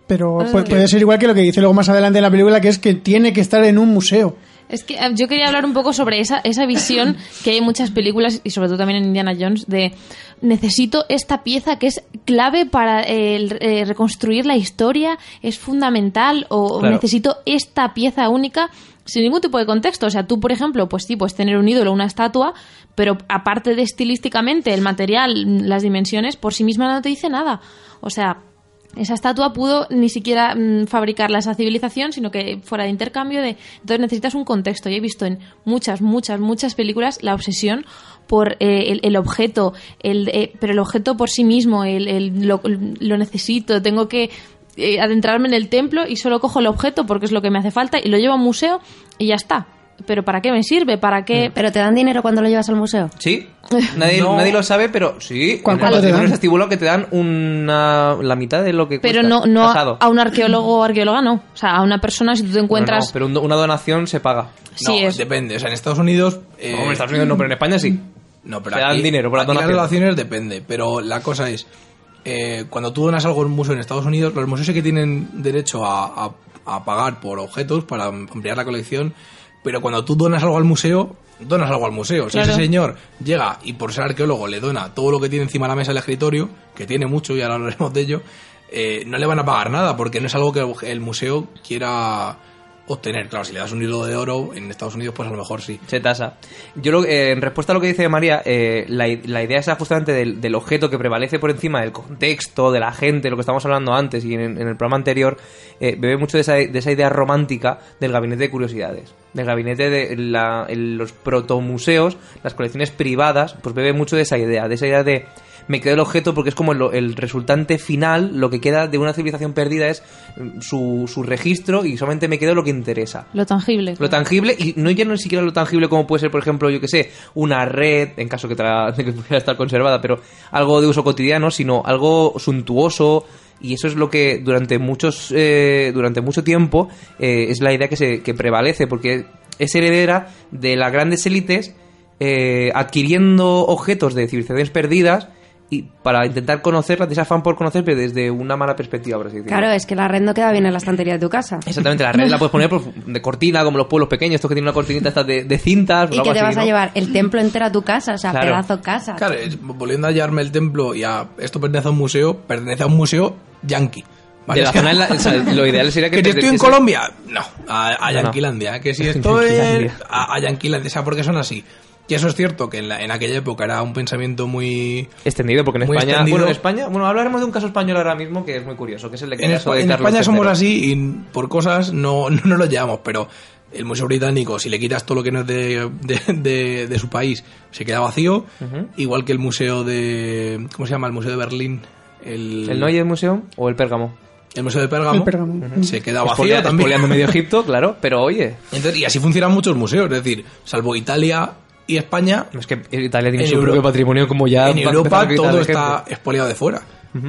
D: Pero
B: Ah,
D: pu- puede ser igual que lo que dice luego más adelante en la película, que es que tiene que estar en un museo.
F: Es que eh, yo quería hablar un poco sobre esa, esa visión que hay en muchas películas y sobre todo también en Indiana Jones de necesito esta pieza que es clave para eh, el- eh, reconstruir la historia, es fundamental o
B: Claro.
F: necesito esta pieza única sin ningún tipo de contexto. O sea, tú, por ejemplo, pues sí, pues tener un ídolo, una estatua, pero aparte de estilísticamente, el material, las dimensiones, por sí misma no te dice nada. O sea, esa estatua pudo ni siquiera mm, fabricarla esa civilización, sino que fuera de intercambio de... Entonces necesitas un contexto. Yo he visto en muchas, muchas, muchas películas la obsesión por eh, el, el objeto, el, eh, pero el objeto por sí mismo, el, el- lo, lo necesito, tengo que eh, adentrarme en el templo y solo cojo el objeto porque es lo que me hace falta y lo llevo a un museo y ya está. Pero ¿para qué me sirve? ¿Para
B: Mm.
F: qué?
C: Eh, Pero te dan dinero cuando lo llevas al museo.
B: Sí, nadie,
E: No.
B: nadie lo sabe, pero sí.
D: ¿Cuál-
B: en
D: cuál
B: el
D: te dan?
B: patrimonio estíbulo que te dan una, la mitad de lo que
F: Pero
B: cuesta,
F: no, no a,
B: tasado.
F: a un arqueólogo o arqueóloga no. O sea, a una persona si tú te
B: No, no,
F: encuentras...
B: pero un- una donación se paga.
F: sí
E: no,
F: es.
E: depende. O sea, en Estados Unidos. eh,
B: Hombre, en Estados Unidos no, pero en España sí.
E: No, pero
B: Te dan
E: aquí-
B: dinero por la
E: aquí las
B: donación.
E: donaciones depende, pero la cosa es, eh, cuando tú donas algo en un museo en Estados Unidos, los museos sí que tienen derecho a, a- a pagar por objetos para ampliar la colección, pero cuando tú donas algo al museo, donas algo al museo. Si ese
F: Claro.
E: señor llega y por ser arqueólogo le dona todo lo que tiene encima de la mesa del escritorio, que tiene mucho y ahora hablaremos de ello, eh, no le van a pagar nada porque no es algo que el- el museo quiera obtener. Claro, si le das un hilo de oro en Estados Unidos, pues a lo mejor sí.
B: Se tasa. Yo, lo- eh, en respuesta a lo que dice María, eh, la, i- la idea esa justamente del, del objeto que prevalece por encima del contexto, de la gente, lo que estábamos hablando antes y en, en el programa anterior, eh, bebe mucho de esa, de esa idea romántica del gabinete de curiosidades. Del gabinete de la- el- los protomuseos, las colecciones privadas, pues bebe mucho de esa idea, de esa idea de me quedo el objeto porque es como el, el resultante final, lo que queda de una civilización perdida es mm, su, su registro y solamente me quedo lo que interesa.
F: Lo tangible.
B: Lo tangible, y no ya no siquiera lo tangible como puede ser, por ejemplo, yo que sé, una red, en caso que, tra- (laughs) que pudiera estar conservada, pero algo de uso cotidiano, sino algo suntuoso. Y eso es lo que durante muchos eh, durante mucho tiempo eh, es la idea que, se, que prevalece, porque es heredera de las grandes élites eh, adquiriendo objetos de civilizaciones perdidas y para intentar conocerlas, de ese afán por conocer, pero desde una mala perspectiva, por así decirlo.
C: Claro, es que la red no queda bien en la estantería de tu casa.
B: Exactamente, la red la puedes poner por- de cortina, como los pueblos pequeños, estos que tienen una cortinita estas de, de cintas.
C: Y
B: algo
C: que te
B: así,
C: vas a
B: ¿no?
C: llevar el templo entero a tu casa, o sea,
B: Claro.
C: pedazo casa.
E: Claro, es- volviendo a hallarme el templo y a esto pertenece a un museo, pertenece a un museo yanqui. ¿vale?
B: De la
E: Es que-
B: zona en la- o
E: (laughs)
B: sea, lo ideal sería que
E: que si
B: te-
E: estoy en
B: que se-
E: Colombia, no, a, a
B: No, no.
E: Yanquilandia. Que
B: (laughs)
E: si estoy en,
B: Yanquilandia.
E: a, a Yanquilandia, o sea, porque son así. Y eso es cierto, que en, la- en aquella época era un pensamiento muy...
B: Extendido, porque en
E: Muy
B: España.
E: extendido.
B: Bueno, en España. Bueno, hablaremos de un caso español ahora mismo que es muy curioso, que es el de
E: En,
B: caso
E: Espa-
B: de
E: en
B: Carlos
E: España somos
B: III.
E: así y por cosas no, (laughs) no, nos lo llevamos, pero el Museo Británico, si le quitas todo lo que no es de, de, de- de su país, se queda vacío. Igual que el Museo de... ¿Cómo se llama? El Museo de Berlín. El,
B: ¿El Neue Museum o el Pérgamo?
E: el Museo de Pérgamo.
D: El Pérgamo.
E: Ujú. Se queda vacío
B: Espoleando
E: también.
B: espoleando medio Egipto, claro, pero
E: (laughs)
B: oye.
E: Entonces, y así funcionan muchos museos, es decir, salvo Italia y España,
B: Es que Italia tiene
E: En
B: su
E: Euro-
B: propio patrimonio como ya.
E: en
B: va a empezar a
E: Europa
B: quitar
E: todo
B: de gente.
E: está expoliado de fuera.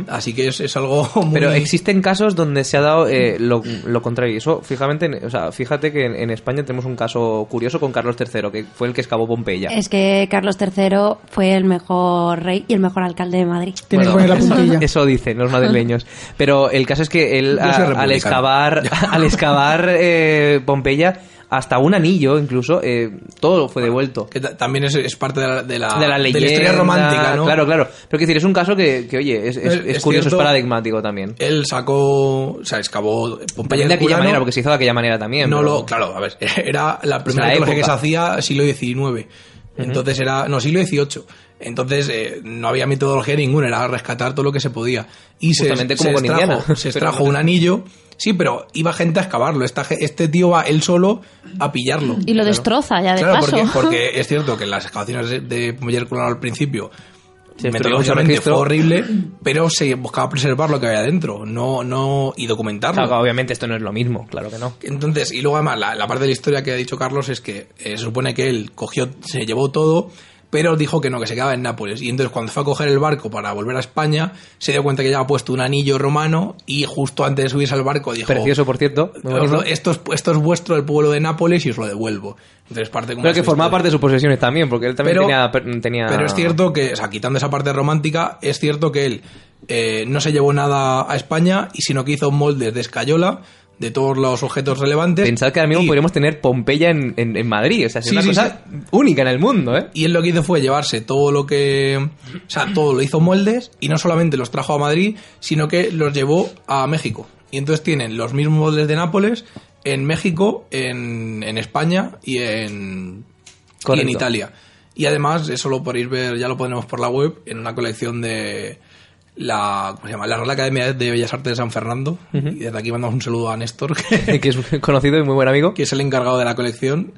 E: Así que es, es algo (laughs) muy...
B: Pero existen casos donde se ha dado eh, lo, lo contrario. Y Eso, fíjate, o sea, fíjate que en, en España tenemos un caso curioso con Carlos III, que fue el que excavó Pompeya.
C: Es que Carlos III fue el mejor rey y el mejor alcalde de Madrid.
D: Tienes que poner la
B: eso-
D: puntilla.
B: Eso dicen los madrileños. Pero el caso es que él,
E: Yo soy
B: a- al
E: republicano.
B: excavar, (laughs) al excavar eh, Pompeya, hasta un anillo incluso, eh, todo fue devuelto.
E: que ta- también es, es parte de la, Ah, de la,
B: de la
E: de
B: leyenda.
E: historia romántica, ¿no? Eh,
B: Claro, claro. Pero quiero decir, es un caso que, que, oye, es, es-
E: Es-
B: es
E: es
B: curioso,
E: cierto.
B: es paradigmático también.
E: Él sacó, o sea, excavó Pompeya
B: También de
E: el
B: aquella
E: Culano.
B: manera, porque se hizo de aquella manera también.
E: No
B: pero-
E: lo, claro, a ver, (laughs) era la primera
B: la
E: arqueología que se
B: época.
E: hacía siglo XIX. Entonces era, no, siglo XVIII. Entonces eh, no había metodología ninguna, era rescatar todo lo que se podía. Y se,
B: Justamente como
E: se
B: con Indiana.
E: extrajo, se
B: (laughs)
E: extrajo
B: Pero-
E: un anillo, sí, pero iba gente a excavarlo. Esta ge- este tío va él solo a pillarlo.
F: Y lo destroza ya de
E: Claro,
F: paso. (laughs)
E: Porque, porque es cierto que en las excavaciones de- de Mujer Culano al principio
B: Sí,
E: metodológicamente
B: registro.
E: fue horrible, pero se buscaba preservar lo que había dentro, no, no, y documentarlo.
B: Claro, obviamente esto no es lo mismo, claro que no.
E: Entonces, y luego además, la, la parte de la historia que ha dicho Carlos es que eh, se supone que él cogió, se llevó todo, pero dijo que no, que se quedaba en Nápoles. Y entonces cuando fue a coger el barco para volver a España, se dio cuenta que ya había puesto un anillo romano y justo antes de subirse al barco dijo...
B: Precioso, por cierto. muy
E: "Os
B: bonito.
E: lo- esto, es, esto es vuestro, el pueblo de Nápoles, y os lo devuelvo. Entonces parte como
B: Pero
E: esa
B: que formaba
E: historia.
B: parte de sus posesiones también, porque él también
E: Pero-
B: tenía, per- tenía-
E: Pero es cierto que, o sea, quitando esa parte romántica, es cierto que él eh, no se llevó nada a España, y sino que hizo moldes de escayola de todos los objetos relevantes.
B: Pensad que ahora mismo
E: y,
B: podríamos tener Pompeya en, en- en Madrid, o sea, es
E: Sí,
B: una
E: sí,
B: cosa única en el mundo, (laughs) ¿eh?
E: y él lo que hizo fue llevarse todo lo que. O sea, todo lo hizo moldes, y no solamente los trajo a Madrid, sino que los llevó a México. Y entonces tienen los mismos moldes de Nápoles en México, en, en España y en.
B: Correcto.
E: y en Italia. Y además, eso lo podéis ver, ya lo ponemos por la web, en una colección de la, ¿cómo se llama? la Real Academia de Bellas Artes de San Fernando. Y desde aquí mandamos un saludo a Néstor, (laughs) que,
B: Que es (laughs) muy conocido y muy buen amigo.
E: que es el encargado de la colección.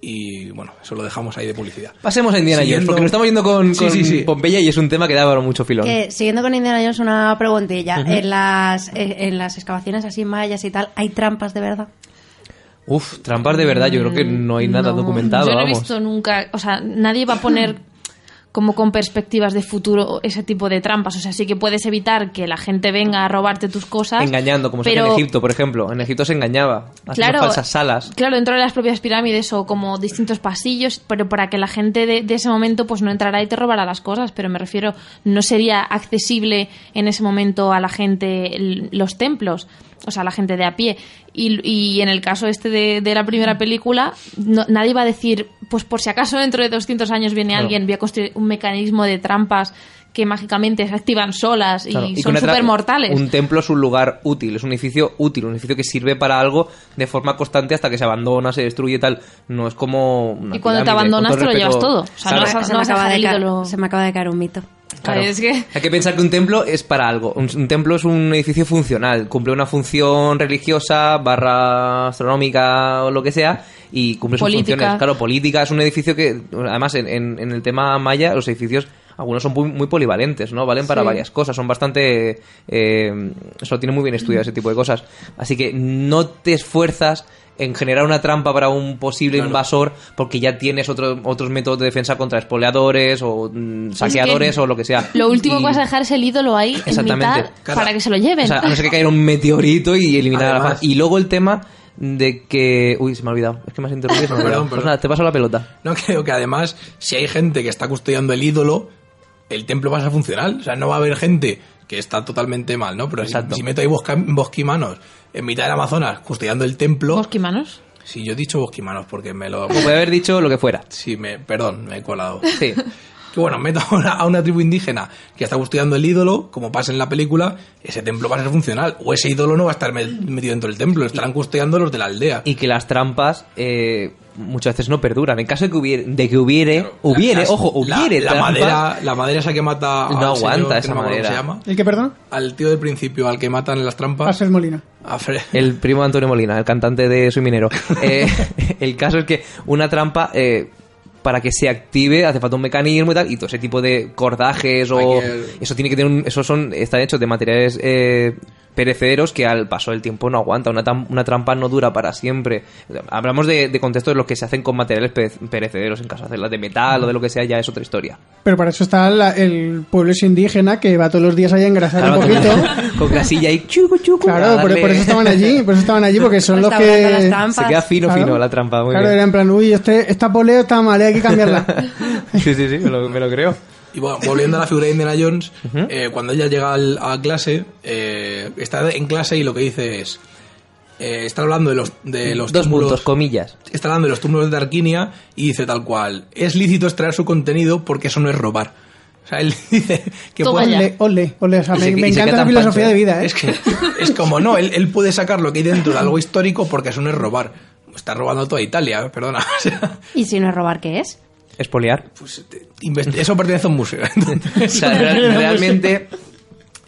E: Y bueno, eso lo dejamos ahí de publicidad.
B: Pasemos a Indiana Jones,
E: Siguiendo-
B: porque nos estamos yendo con,
E: Sí,
B: con
E: sí, sí.
B: Pompeya y es un tema que da para mucho filón.
C: Que, siguiendo con Indiana Jones, una preguntilla. en, las, eh, en las excavaciones así mayas y tal, ¿hay trampas de verdad?
B: Uf, trampas de verdad, yo creo que no hay nada
C: No,
B: documentado,
F: Yo no he
B: vamos.
F: visto nunca, o sea, nadie va a poner como con perspectivas de futuro ese tipo de trampas. O sea, sí que puedes evitar que la gente venga a robarte tus cosas.
B: Engañando, como se hacía en
F: pero-
B: Egipto, por ejemplo. En Egipto se engañaba, haciendo falsas salas.
F: Claro, dentro de las propias pirámides o como distintos pasillos, pero para que la gente de, de ese momento pues no entrará y te robará las cosas, pero me refiero, no sería accesible en ese momento a la gente el- los templos, o sea, a la gente de a pie. Y, y en el caso este de, de la primera película, no- nadie va a decir, pues por si acaso dentro de 200 años viene alguien, voy a construir un mecanismo de trampas que mágicamente se activan solas y
B: Claro, que
F: son
B: una tra-
F: súper mortales.
B: Un templo es un lugar útil, es un edificio útil, un edificio que sirve para algo de forma constante hasta que se abandona, se destruye y tal. No es como. una
F: Y cuando te
B: pirámide,
F: abandonas,
B: con todo el
F: te lo
B: respeto.
F: llevas todo. O sea, no
B: Claro,
F: vas a-
C: se, me
F: vas a
C: acaba de
F: dejar el
C: caer-
F: ídolo.
C: se me acaba de caer un mito.
F: Claro, es que-
B: Hay que pensar que un templo es para algo. Un, un templo es un edificio funcional, cumple una función religiosa, barra astronómica o lo que sea, y cumple
F: Política.
B: sus funciones. Claro, política es un edificio que, además, en, en- en el tema maya, los edificios, algunos son muy, muy polivalentes, ¿no? Valen para
F: Sí.
B: varias cosas, son bastante... Eh, eso lo tiene muy bien estudiado ese tipo de cosas. Así que no te esfuerzas en generar una trampa para un posible invasor porque ya tienes otro- otros métodos de defensa contra espoleadores o mm, saqueadores o lo que sea.
F: Pues Lo último
B: Y-
F: que vas a dejar es el ídolo ahí en
B: Exactamente.
F: mitad
E: Claro.
F: para que se lo lleven.
B: o sea, a
F: (laughs)
B: no ser que cayera un meteorito y eliminara a la
E: Además-
B: faz. Y luego el tema de que. Uy, se me ha olvidado. Es que me has interrumpido. se me ha
E: Perdón,
B: olvidado.
E: perdón.
B: Pues nada, te paso la pelota.
E: No creo que además, si hay gente que está custodiando el ídolo, el templo va a ser funcional. O sea, no va a haber gente que está totalmente mal, ¿no? Pero si,
B: Exacto.
E: si meto ahí bosca- bosquimanos en mitad del Amazonas custodiando el templo.
F: ¿Bosquimanos?
E: Si yo he dicho bosquimanos porque me lo.
B: Pues Puede haber dicho lo que fuera.
E: Sí, me, perdón, me he colado.
B: Sí.
E: Que bueno, meto a una, a una tribu indígena que está custodiando el ídolo, como pasa en la película, ese templo va a ser funcional. O ese ídolo no va a estar me- metido dentro del templo, estarán custodiando los de la aldea.
B: Y que las trampas eh, muchas veces no perduran. En caso de que hubiere, de que hubiere,
E: Claro,
B: hubiere,
E: las-
B: ojo,
E: la-
B: hubiere
E: La,
B: trampas.
E: madera, la madera esa que mata. al
B: No
E: señor,
B: aguanta
E: que
B: esa
E: no me acuerdo cómo
B: madera.
E: se llama.
D: ¿El que perdona?
B: Ah.
E: Al tío del principio, al que matan en las trampas.
D: Pases Molina.
E: A Fre-
B: El primo de Antonio Molina, el cantante de Soy Minero. Eh, el caso es que una trampa, eh, para que se active, hace falta un mecanismo y tal, y todo ese tipo de cordajes o...
E: Hay que-
B: Eso tiene que tener un... Esos son, están hechos de materiales eh, perecederos que al paso del tiempo no aguanta. Una, tam- una trampa no dura para siempre. Hablamos de, de contextos en los que se hacen con materiales pe- perecederos, en caso de hacerlas de metal o de lo que sea, ya es otra historia.
D: Pero para eso está la- el pueblo ese indígena que va todos los días ahí a engrasar un
B: Claro,
D: poquito.
B: (laughs) con- con casilla y chucu, chucu, a
D: Claro, por,
B: darle-
D: por eso estaban allí, por eso estaban allí, porque son los
C: Restaurando las
D: que...
C: trampas.
B: (laughs) Se queda fino,
D: Claro.
B: fino la trampa. Muy
D: Claro,
B: bien.
D: era en plan, uy, este, esta polea está mal, hay que cambiarla.
B: (laughs) Sí, sí, sí, me lo, me lo creo.
E: Y bueno, volviendo a la figura de Indiana Jones, eh, cuando ella llega al- a clase, eh, está en clase y lo que dice es. eh, está hablando de los, de los
B: Mm, Dos
E: túmulos-
B: puntos, comillas.
E: está hablando de los túmulos de Arquinia y dice tal cual: Es lícito extraer su contenido porque eso no es robar. O sea, él (laughs) dice que
F: Toma
E: puede-
F: ya.
D: Ole, ole, ole, o sea,
B: Y
D: me,
B: se- y
D: me
B: se queda
D: encanta la
B: tan
D: filosofía
B: pancho,
D: de vida, ¿eh?
E: Es que es como no, él, él puede sacar lo que hay dentro de algo histórico porque eso no es robar. Está robando toda Italia, ¿eh? perdona. (laughs) O sea,
C: ¿Y si no es robar, qué es?
B: Espolear.
E: pues, te- investi- eso pertenece a un museo. entonces.
B: (laughs) O sea,
C: (laughs) pues
B: real- realmente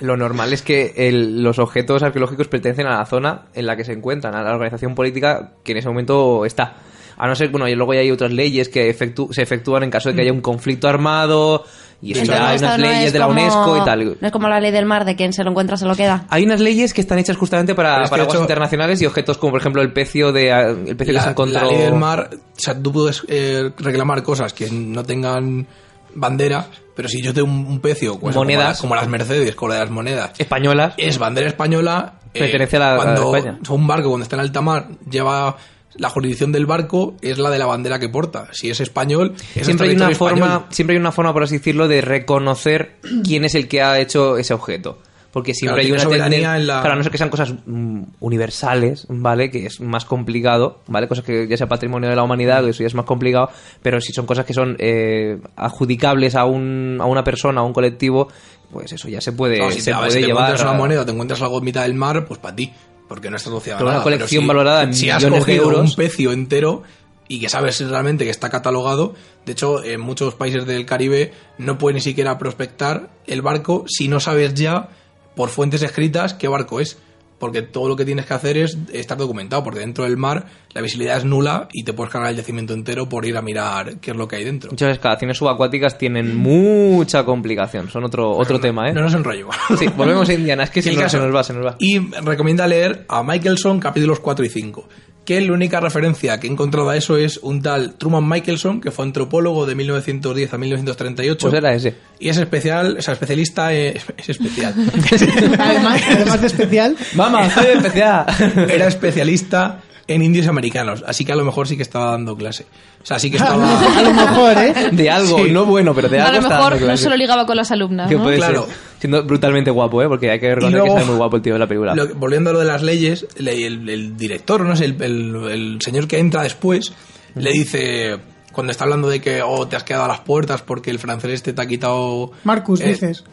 B: lo normal es que el- los objetos arqueológicos pertenecen a la zona en la que se encuentran, a la organización política que en ese momento está. A no ser, bueno, y luego ya hay otras leyes que efectu- se efectúan en caso de que haya un conflicto armado y eso
C: Entonces,
B: ya hay
C: esto
B: unas
C: no
B: leyes
C: es
B: de la
C: como-
B: UNESCO y tal.
C: No es como la ley del mar de quien se lo encuentra se lo queda.
B: Hay unas leyes que están hechas justamente para,
E: Pero es que
B: para
E: de
B: aguas
E: hecho-
B: internacionales y objetos como, por ejemplo, el pecio, de, el pecio que se
E: la,
B: encontró...
E: la ley del mar, o sea, tú puedes eh, reclamar cosas que no tengan bandera, pero si yo tengo un, un pecio pues, como
B: Monedas.
E: las- como, las Mercedes, con las monedas,
B: Españolas.
E: es bandera española. eh,
B: Pertenece a la- a
E: cuando
B: España.
E: o sea, un barco cuando está en alta mar lleva la jurisdicción del barco es la de la bandera que porta. Si es español, es
B: siempre hay
E: el
B: una
E: territorio
B: forma
E: español.
B: siempre hay una forma por así decirlo de reconocer (clears throat) quién es el que ha hecho ese objeto porque siempre
E: Claro,
B: hay
E: tiene
B: una
E: soberanía
B: tendencia
E: en la-
B: claro a no ser que sean cosas mm, universales vale que es más complicado vale cosas que ya sea patrimonio de la humanidad que eso ya es más complicado pero si son cosas que son eh, adjudicables a un a una persona a un colectivo pues eso ya se puede
E: Claro, si
B: se
E: te, a ver,
B: puede
E: si te
B: llevar
E: encuentras una
B: a-
E: moneda o te encuentras algo en mitad del mar, pues para ti, porque no está asociada a
B: Pero una
E: nada.
B: colección
E: si-
B: valorada en
E: si has
B: millones de
E: cogido
B: euros.
E: un pecio entero y que sabes realmente que está catalogado, de hecho, en muchos países del Caribe no puedes ni siquiera prospectar el barco si no sabes ya por fuentes escritas qué barco es. Porque todo lo que tienes que hacer es estar documentado, porque dentro del mar la visibilidad es nula y te puedes cargar el yacimiento entero por ir a mirar qué es lo que hay dentro.
B: muchas excavaciones subacuáticas tienen mucha complicación son otro otro tema eh
E: No nos enrollo. (laughs)
B: sí volvemos a Indiana es que si
E: El
B: no,
E: caso.
B: se nos va se nos va
E: Y recomienda leer a Michelson capítulos 4 y 5, que la única referencia que he encontrado a eso es un tal Truman Michelson, que fue antropólogo de 1910 a 1938.
B: pues era ese
E: Y es especial, o sea, especialista eh, es especial.
B: (laughs)
D: Además, además de especial,
B: Vamos, soy especial.
E: Era especialista en indios americanos, así que a lo mejor sí que estaba dando clase. O sea, sí que
D: a lo
B: (laughs)
E: estaba
D: mejor- a lo mejor, ¿eh?
B: De algo,
E: Sí.
B: no bueno, pero de
F: A
B: algo
F: lo
B: está
F: mejor
B: dando
F: no
B: clase.
F: se lo ligaba con las alumnas,
B: Que
F: ¿no?
B: puede
E: Claro.
B: ser. Siendo brutalmente guapo, ¿eh? Porque hay que reconocer
E: luego-
B: que es muy guapo el tío de la película.
E: Lo que- volviendo a lo de las leyes, le- el, el director, no sé, el, el- el señor que entra después, le dice, cuando está hablando de que, oh, te has quedado a las puertas porque el francés este te ha quitado...
D: Marcus,
E: eh,
D: dices.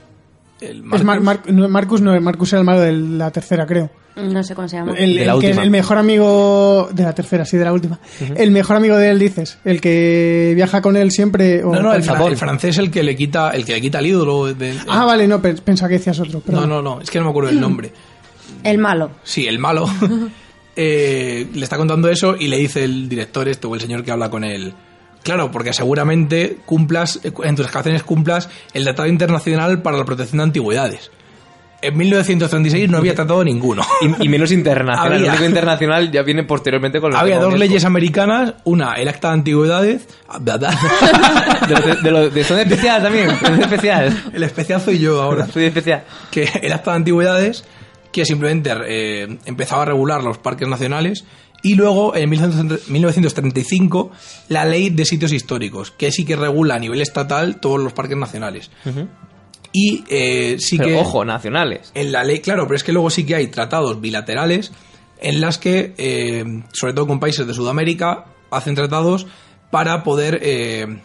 E: el
D: Es Mar-
E: Marcus.
D: Mar- no, Marcus no, Marcus era el malo de la tercera, creo.
C: No sé cómo se llama.
D: El,
B: De
D: el
B: la
D: que es
B: última.
D: el mejor amigo de la tercera, sí, de la última. El mejor amigo de él, dices. El que viaja con él siempre. o-
E: no, no, el, fra-
B: Japón.
E: el francés el que le quita el que le quita el ídolo. de- el-
D: Ah, vale, no, pe- pensaba que decías otro.
E: no,
D: perdón.
E: no, no, es que no me acuerdo el nombre.
C: El malo.
E: Sí, el malo. eh, le está contando eso y le dice el director esto o el señor que habla con él. Claro, porque seguramente cumplas, eh, en tus excavaciones cumplas el Tratado Internacional para la Protección de Antigüedades. En 1936 no había tratado ninguno.
B: Y, y menos internacional.
E: Había.
B: El único internacional ya viene posteriormente con los
E: había
B: temas
E: dos
B: de-
E: leyes americanas, una, el Acta de Antigüedades, (laughs)
B: De, los- de los- de- son especial también. Son especial.
E: el especiazo y yo ahora.
B: Soy especial.
E: que (laughs) el acta de antigüedades que simplemente eh, empezaba a regular los parques nacionales Y luego, en 1935, la Ley de Sitios Históricos, que sí que regula a nivel estatal todos los parques nacionales. Y eh, sí
B: Pero
E: que...
B: ojo, nacionales.
E: En la ley, claro, pero es que luego sí que hay tratados bilaterales en las que, eh, sobre todo con países de Sudamérica, hacen tratados para poder eh,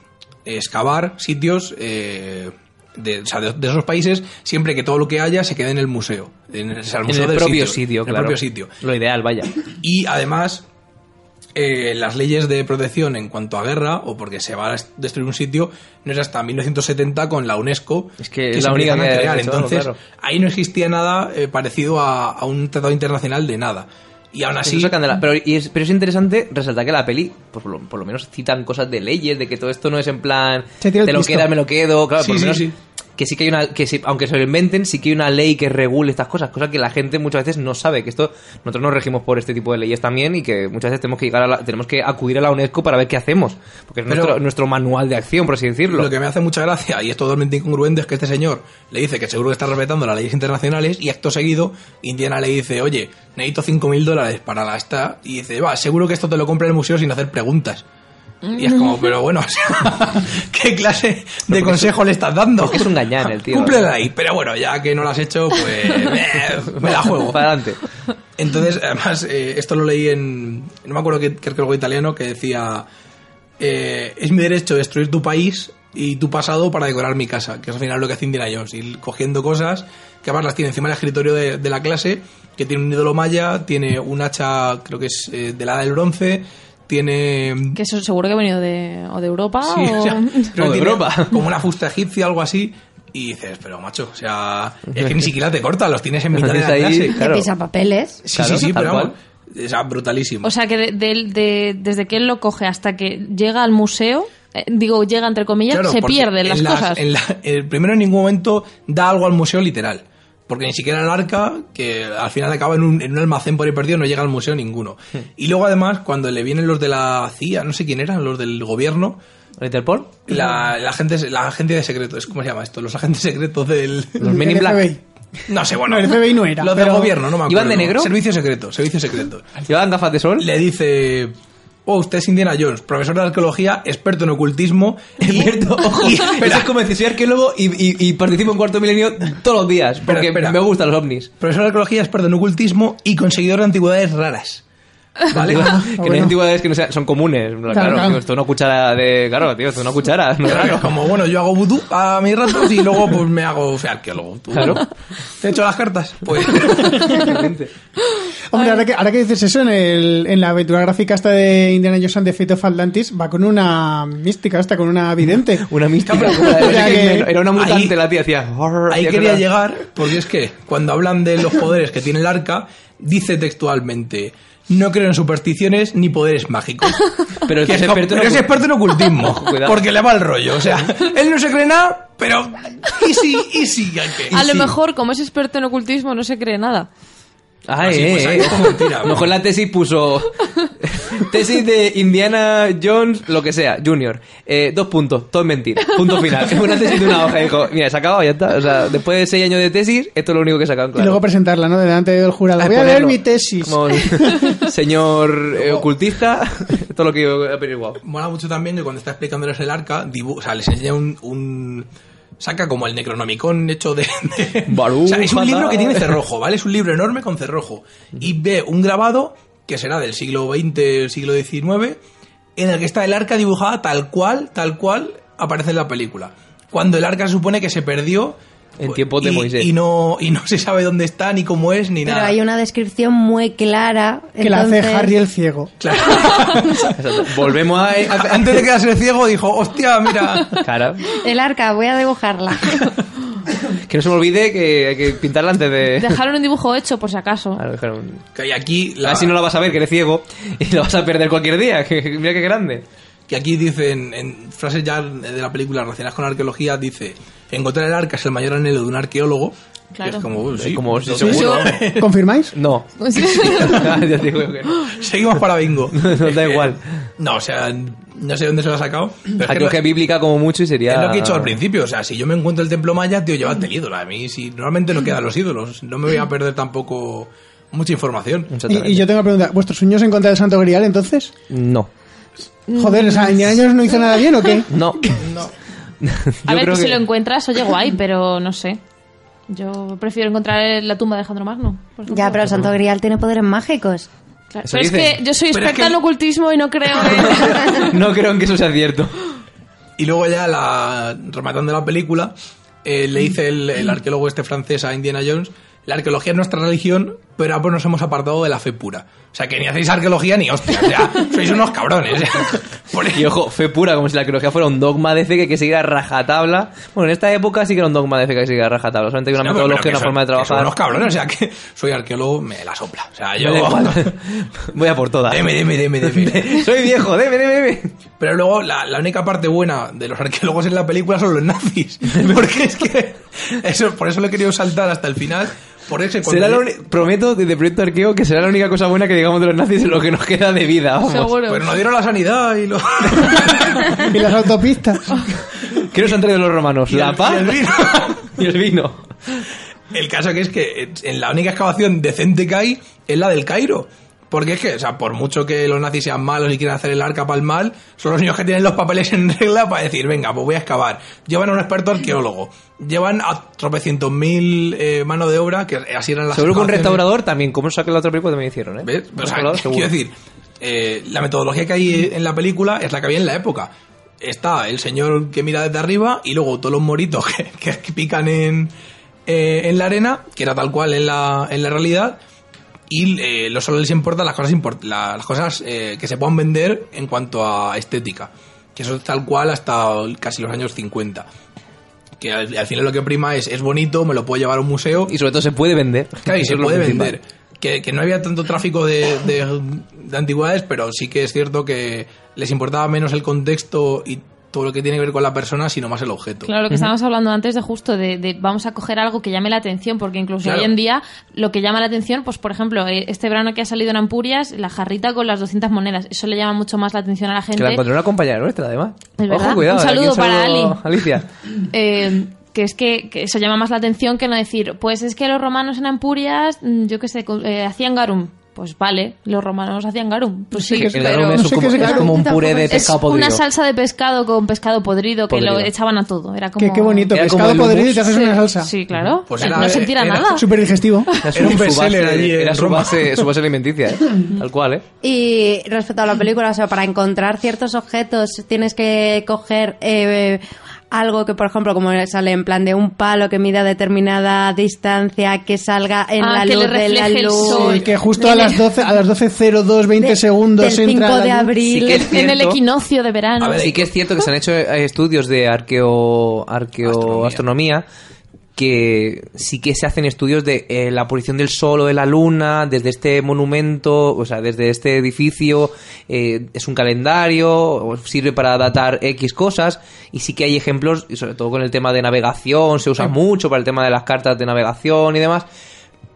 E: excavar sitios eh, de, o sea, de- de esos países siempre que todo lo que haya se quede en el museo. En el, o sea, el
B: En
E: museo
B: el
E: del
B: propio sitio,
E: en el
B: claro.
E: propio sitio.
B: Lo ideal, vaya.
E: Y además, eh, las leyes de protección en cuanto a guerra o porque se va a est- destruir un sitio no es hasta 1970 con la UNESCO.
B: Es que es
E: se
B: la única
E: empiezan a
B: que ha
E: crear.
B: hecho algo,
E: Entonces,
B: claro.
E: ahí no existía nada eh, parecido a, a un tratado internacional de nada. Y aún
B: Eso
E: así,
B: sacan de la- pero, y es, pero es interesante resaltar que la peli, pues, por, lo, por lo menos citan cosas de leyes, de que todo esto no es en plan,
D: Se tira
B: te
D: el
B: lo
D: pisto".
B: quedas, me lo quedo, claro,
E: Sí,
B: por lo
E: sí,
B: menos
E: sí.
B: que sí que hay una, que sí- aunque se lo inventen, sí que hay una ley que regule estas cosas, cosa que la gente muchas veces no sabe, que esto, nosotros nos regimos por este tipo de leyes también y que muchas veces tenemos que llegar a la- tenemos que acudir a la UNESCO para ver qué hacemos, porque es
E: Pero-
B: nuestro, nuestro manual de acción, por así decirlo.
E: lo que me hace mucha gracia y es totalmente incongruente es que este señor le dice que seguro que está respetando las leyes internacionales y acto seguido Indiana le dice, oye, necesito 5.000 dólares para la esta y dice, va, seguro que esto te lo compra el museo sin hacer preguntas. Y es como, pero bueno, (laughs) o sea, ¿qué clase de consejo le estás dando?
B: Es un gañán el tío.
E: Cúmplela ahí, pero bueno, ya que no lo has hecho, pues (laughs) eh, me la (laughs) juego.
B: Para adelante.
E: Entonces, (laughs) además, eh, esto lo leí en. No me acuerdo qué qué arqueólogo italiano que decía. eh, es mi derecho destruir tu país y tu pasado para decorar mi casa, que es al final lo que hace Indiana Jones, ir cogiendo cosas que además las tiene encima del escritorio de, de la clase, que tiene un ídolo maya, tiene un hacha, creo que es eh, de la edad del bronce, tiene...
F: Que eso seguro que ha venido de, o de Europa
E: (laughs) Sí,
F: o...
E: o sea, creo
B: O
E: que
B: de
E: tiene
B: Europa.
E: (laughs) Como una fusta egipcia, algo así. Y dices, pero macho, o sea, es
B: (laughs)
E: que ni siquiera te corta, los tienes en
B: Los
E: mitad de la
B: tienes ahí,
E: clase.
C: Que
B: Claro.
C: pisa papeles.
E: Sí,
B: Claro,
E: sí, sí,
B: tal
E: pero
B: cual.
E: vamos, o sea, brutalísimo.
F: O sea, que de- del- de- desde que él lo coge hasta que llega al museo, eh, digo, llega entre comillas,
E: Claro,
F: se
E: porque
F: pierden
E: en
F: las, cosas.
E: en la- el primero en ningún momento da algo al museo literal. Porque ni siquiera el arca, que al final acaba en un, en un almacén por ahí perdido, no llega al museo ninguno.
D: Hmm.
E: Y luego además, cuando le vienen los de la CIA, no sé quién eran, los del gobierno,
B: ¿El Interpol?
E: la, la, gente, la gente de secretos, ¿cómo se llama esto? Los agentes secretos del... (laughs)
B: Los Men in
D: El
B: Black.
D: FBI.
E: No sé, bueno.
D: No, el FBI no era,
E: Los del
D: pero-
E: gobierno, no me acuerdo.
B: ¿Iban de negro?
E: Servicio secreto, servicio secreto.
B: ¿Llevaban gafas de sol?
E: Le dice... Oh, usted es Indiana Jones, profesor de arqueología, experto
D: (laughs)
E: en ocultismo. y-
B: Experto, ojo.
E: (laughs) y-
B: Eso es como decir, soy arqueólogo y, y- y participo en Cuarto Milenio todos los días, porque
E: espera.
B: me gustan los ovnis.
E: Profesor de arqueología, experto en ocultismo y conseguidor de antigüedades
B: (laughs)
E: raras. "Ah, ¿Vale?
B: que no hay
D: bueno.
B: antigüedades que no sean, son comunes. Claro,
D: claro.
B: tío, esto es una cuchara de... Claro, tío, esto es una cuchara. ¿no?
E: Claro, como bueno, yo hago vudú a mis ratos y luego pues me hago o sea, arqueólogo. Tú,
B: Claro.
E: ¿Te he hecho las cartas?
B: (laughs)
E: Pues.
D: Hombre, ahora que, ahora que dices eso, en, el, en la aventura gráfica esta de Indiana Jones and the Fate of Atlantis, va con una mística, hasta con una vidente.
B: (laughs) Una mística.
E: Claro,
B: como la de-
D: o sea que-
B: era una mutante
E: ahí-
B: la tía, hacía...
E: Ahí
B: hacía
E: quería
B: cosas.
E: llegar, porque es que cuando hablan de los poderes que tiene el arca, dice textualmente: No creo en supersticiones ni poderes mágicos.
B: (laughs) Pero es
E: Que es como-
B: experto en
E: pero es
B: ocult-
E: experto en ocultismo.
B: (laughs) Cuidado.
E: porque le va el rollo. O sea,
B: (laughs)
E: él no se cree nada, pero. Y sí, y sí, hay que-
F: a
E: y
F: lo
E: sí.
F: mejor, como es experto en ocultismo, no se cree nada.
B: Ay,
E: Así,
B: eh,
E: pues, ahí
B: eh. (laughs)
E: está mentira,
B: A lo mejor la tesis puso...
E: (laughs)
B: tesis de Indiana Jones, lo que sea, Junior. Eh, dos puntos, todo es mentira. Punto
E: (laughs)
B: final. Una tesis de una hoja. y Dijo, mira, se ha acabado, ya está. O sea, después de seis años de tesis, esto es lo único que sacaron, claro.
D: Y luego presentarla, ¿no? Delante del jurado.
B: Ah,
D: Voy a leer
B: ponerlo.
D: mi tesis. (laughs)
B: Como, señor eh, ocultista, (laughs) todo lo que yo he averiguado.
E: Mola mucho también que cuando está explicándoles el arca, dibu- o sea, les enseña un, un- Saca como el Necronomicon hecho de. de-
B: (laughs) Barú,
E: o sea, es un
B: jala.
E: libro que tiene cerrojo, ¿vale? Es un libro enorme con cerrojo. Y ve un grabado que será del siglo XX, siglo XIX, en el que está el arca dibujada tal cual, tal cual aparece en la película. Cuando el arca se supone que se perdió.
B: En tiempos de
E: y-
B: Moisés.
E: Y no, y no se sabe dónde está, ni cómo es, ni
C: Pero
E: nada.
C: hay una descripción muy clara.
D: que la hace
C: entonces-
D: Harry
B: (laughs)
D: el ciego.
E: Claro. (laughs)
B: Exacto. Volvemos a...
E: A- Antes de quedarse ciego, dijo: ¡Hostia,
B: (laughs)
E: mira!
B: Cara.
C: El arca, voy a
B: (laughs)
C: dibujarla.
B: Que no se me olvide que hay que pintarla antes de...
F: Dejaron un dibujo hecho, por si acaso.
B: Eh.
F: (laughs)
B: Claro, dejar un-
E: Que aquí.
B: A
E: La...
B: ver si no la vas a ver, que eres ciego, y la vas a perder cualquier día. (laughs) que- que Mira qué grande.
E: que aquí dicen, en frases ya de la película relacionadas con arqueología, dice, encontrar el arca es el mayor anhelo de un arqueólogo.
F: Claro.
E: Y es como, "Uy, sí,
B: Como
E: sí,
B: seguro,
E: seguro".
B: vamos.
D: ¿Confirmáis?
B: No. (laughs) Ya te digo que (laughs) no.
E: Seguimos para bingo. Eh,
B: No, (laughs) da igual.
E: No, o sea, no sé dónde se lo ha sacado. Pero es que
B: Aquí
E: lo-
B: es que bíblica como mucho y sería...
E: es lo que he dicho al principio, o sea, si yo me encuentro el templo maya, tío, llévate el ídolo. A mí, si normalmente no quedan los ídolos, no me voy a perder tampoco mucha información.
B: Un
D: Y,
B: chatarra.
D: y yo tengo una pregunta. ¿Vuestros sueños en contra del Santo Grial, entonces?
B: No.
F: Mm.
D: Joder, o sea, ¿Indiana Jones no hizo nada bien o qué?
B: (laughs) No. (laughs)
F: A ver,
B: creo
F: que si
B: que-
F: lo encuentras, oye, guay, pero no sé. Yo prefiero encontrar la tumba de Alejandro Magno. por ejemplo.
C: Ya, pero el Santo Grial tiene poderes mágicos.
F: Claro.
B: Eso
F: Pero es
B: dicen.
F: que yo soy
E: Pero es
F: experta
E: que-
F: en ocultismo y no creo.
E: (laughs)
F: (laughs)
B: (laughs)
F: en-
B: No creo en que eso sea cierto.
E: Y luego ya la rematando la película, eh, le dice el,
B: Mm.
E: el arqueólogo este francés a Indiana Jones, la arqueología es nuestra religión, pero ahora nos hemos apartado de la fe pura. O sea, que ni hacéis arqueología ni hostia,
B: (laughs)
E: o sea, sois unos cabrones. Por-
B: Y ojo, fe pura, como si la arqueología fuera un dogma de fe que hay que seguir a rajatabla. Bueno, en esta época sí que era un dogma de fe que hay que seguir a rajatabla. Solamente que una
E: No, pero- pero
B: metodología,
E: que
B: una
E: son-
B: forma de
E: que son
B: trabajar.
E: unos cabrones, o sea, que soy arqueólogo, me la sopla. O sea, yo...
B: Me da igual. (laughs) Voy a por todas.
E: (laughs) Deme, deme, deme,
B: (laughs)
E: deme.
B: Soy viejo, deme, deme, deme.
E: Pero luego la, la única parte buena de los arqueólogos en la película son
B: (laughs)
E: los nazis. Porque es que... Eso, por eso lo he querido saltar hasta el final. Por ese
B: Será la uni- Prometo desde Proyecto Arqueo que será la única cosa buena que digamos de los nazis en lo que nos queda de vida. vamos.
F: Seguro.
E: Pero Pues nos dieron la sanidad y lo... (laughs)
D: Y las
F: (laughs)
D: autopistas.
F: Oh,
B: ¿Qué nos han traído los romanos?
E: Y
B: ¿La
E: el-
B: paz?
E: (laughs) y el vino.
B: Y el vino.
E: El caso que es que eh, en la única excavación decente que hay es la del Cairo. Porque es que, o sea, por mucho que los nazis sean malos y quieran hacer el arca para el mal, son los niños que tienen los papeles en regla para decir, venga, pues voy a excavar. Llevan a un experto arqueólogo. Llevan a tropecientos mil eh, mano de obra, que así eran las
B: Seguro que un
E: excavaciones.
B: restaurador también, como saca la otra película, también hicieron, ¿eh?
E: ¿Ves?
B: Un
E: O sea,
B: restaurador, seguro.
E: (laughs) quiero decir, eh, la metodología que hay en la película es la que había en la época. Está el señor que mira desde arriba y luego todos los moritos (laughs) que, que pican en, eh, en la arena, que era tal cual en la, en la realidad. Y eh, no solo les importan las cosas, import- la- las cosas eh, que se puedan vender en cuanto a estética. Que eso es tal cual hasta casi los años 50. Que al, al final lo que prima es, es bonito, me lo puedo llevar a un museo.
B: Y sobre todo se puede vender.
E: (laughs) Claro, y
B: Eso
E: se
B: es lo
E: puede
B: principal.
E: vender. Que, que no había tanto tráfico de, de- de antigüedades, pero sí que es cierto que les importaba menos el contexto y todo lo que tiene que ver con la persona, sino más el objeto.
F: Claro, lo que estábamos hablando antes de justo de, de vamos a coger algo que llame la atención, porque incluso
E: Claro.
F: hoy en día lo que llama la atención, pues por ejemplo, eh, este verano que ha salido en Ampurias, la jarrita con las 200 monedas, eso le llama mucho más la atención a la gente.
B: Que la encontré una compañera nuestra, además.
F: Es verdad.
B: Ojo, cuidado. ¿eh?
F: Un
B: aquí
F: saludo para Ali.
B: Alicia.
F: Eh, que es que, que eso llama más la atención que no decir, pues es que los romanos en Ampurias, mm, yo qué sé, co- eh, hacían garum. Pues vale, los romanos hacían garum. Pues sí,
D: que es
B: El
F: pero
B: garum
D: no
B: es,
D: sé
B: como,
D: qué es
B: es
D: garum,
B: como un
C: tampoco
B: puré de
C: es-
F: es
B: pescado podrido.
F: una salsa de pescado con pescado podrido, que lo
B: Podrido.
F: echaban a todo. Era como...
D: Que qué bonito,
B: Era como
D: pescado
B: el
D: podrido y
B: hummus.
D: te haces
F: Sí,
D: una salsa.
F: Sí, claro.
E: Pues era-
F: no sentirá
E: era
F: nada.
D: Súper digestivo.
B: Era su-
E: Era un
B: su
E: bestseller
B: base-
E: allí en
B: Era su
E: Roma.
B: base, su base alimenticia, ¿eh? Tal cual, ¿eh?
C: Y respecto a la película, o sea, para encontrar ciertos objetos tienes que coger eh, algo que, por ejemplo, como sale en plan de un palo que mida determinada distancia, que salga en
F: Ah,
C: la
F: que
C: luz
F: le
C: de la
F: refleje el
C: luz.
F: sol.
D: Y que justo a
C: Dime.
D: las 12, a las 12.02, 20
C: De-
D: segundos
C: del
D: entra
C: 5 de
D: la luz.
C: abril.
B: Sí que
C: (laughs)
B: es
F: En el
B: cierto.
F: equinoccio de verano.
E: A ver,
B: sí que es cierto que se han hecho eh, estudios de arqueo, arqueo astronomía. que sí que se hacen estudios de eh, la posición del sol o de la luna desde este monumento, o sea, desde este edificio, eh, es un calendario, o sirve para datar X cosas, y sí que hay ejemplos, y sobre todo con el tema de navegación, se usa mucho para el tema de las cartas de navegación y demás,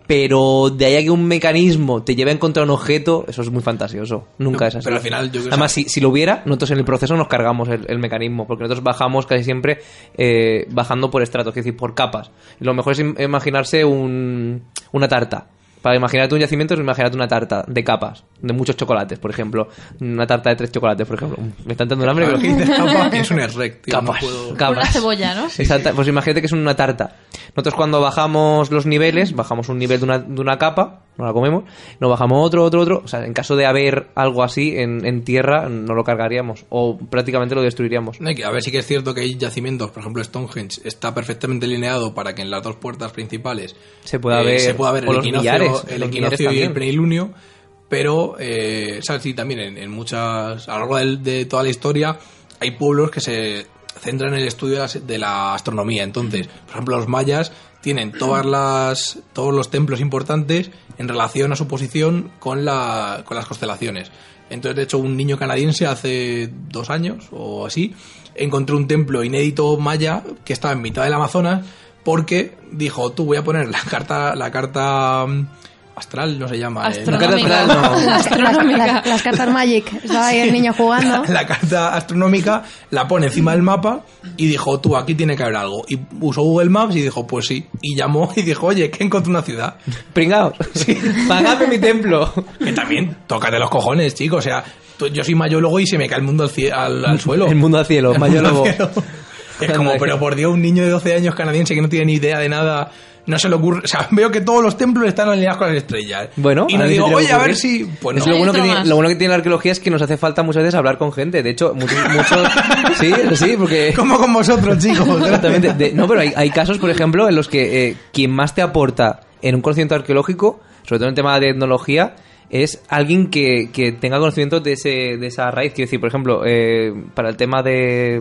B: pero de ahí a que un mecanismo te lleve a encontrar un objeto, eso es muy fantasioso. Nunca
E: No,
B: es así.
E: pero al final yo creo-
B: Además, si, si lo hubiera, nosotros en el proceso nos cargamos el, el mecanismo, porque nosotros bajamos casi siempre eh, bajando por estratos, es decir, por capas. Lo mejor es im- imaginarse un- una tarta. Para imaginarte un yacimiento es imaginarte una tarta de capas, de muchos chocolates, por ejemplo. Una tarta de tres chocolates, por ejemplo. Me está entrando un hambre,
E: Pero que
B: pero...
E: dices, "Capa", es un errect, tío, no
B: Capas,
E: puedo-
B: capas.
F: Una cebolla, ¿no?
B: Exacta- pues imagínate que es una tarta. Nosotros cuando bajamos los niveles, bajamos un nivel de una, de una capa, no la comemos, nos bajamos otro, otro, otro. O sea, en caso de haber algo así en, en tierra, no lo cargaríamos o prácticamente lo destruiríamos.
E: No, y que A ver, sí que es cierto que hay yacimientos, por ejemplo, Stonehenge está perfectamente lineado para que en las dos puertas principales eh,
B: Se pueda ver-
E: se pueda ver
B: o
E: el
B: los
E: equinoccio,
B: billares,
E: el
B: los
E: equinoccio
B: billares
E: y el
B: también.
E: plenilunio, pero, eh, ¿sabes? Sí, también en, en muchas, a lo largo del- de, toda la historia, hay pueblos que se centran en el estudio de las- de la astronomía. Entonces, por ejemplo, los mayas tienen todas las, todos los templos importantes en relación a su posición con, la, con las constelaciones. Entonces, de hecho, un niño canadiense hace dos años o así encontró un templo inédito maya que estaba en mitad del Amazonas porque dijo, tú voy a poner la carta, la carta mm, astral, no se llama. eh, la,
B: Astronómica.
F: Astronómica.
B: no.
F: (laughs) Astronómica.
C: Las, (laughs) las cartas Magic. Estaba ahí el niño (laughs) jugando.
E: (laughs) la carta astronómica la pone encima del mapa y dijo, tú, aquí tiene que haber algo. Y usó Google Maps y dijo, pues sí. Y llamó y dijo, oye, que encontré una ciudad.
B: (laughs) Pringaos. Pagadme mi templo.
E: Que también, tócate los cojones, chicos. O sea, tú- yo soy mayólogo y se me cae el mundo al, cie- al- al suelo.
B: (laughs) El mundo al cielo,
E: El mundo al (laughs)
B: mayólogo.
E: cielo. Es como, pero por Dios, un niño de 12 años canadiense que no tiene ni idea de nada, no se le ocurre. O sea, (laughs) veo que todos los templos están alineados con las estrellas.
B: Bueno,
E: y no
B: ver si
E: digo,
B: te lo
E: oye, a ver
B: ocurre".
E: si. Pues
B: Es
E: no.
B: lo, bueno que
F: Otro
B: tiene,
F: más.
B: lo bueno que tiene la arqueología es que nos hace falta muchas veces hablar con gente. De hecho, muchos. (laughs) muchos sí, sí,
E: (laughs)
B: porque.
E: Como con vosotros, chicos.
B: (laughs) Exactamente. De- no, pero hay, hay casos, por ejemplo, en los que eh, quien más te aporta en un conocimiento arqueológico, sobre todo en el tema de etnología, es alguien que, que tenga conocimiento de, ese, de esa raíz. Quiero decir, por ejemplo, eh, para el tema de,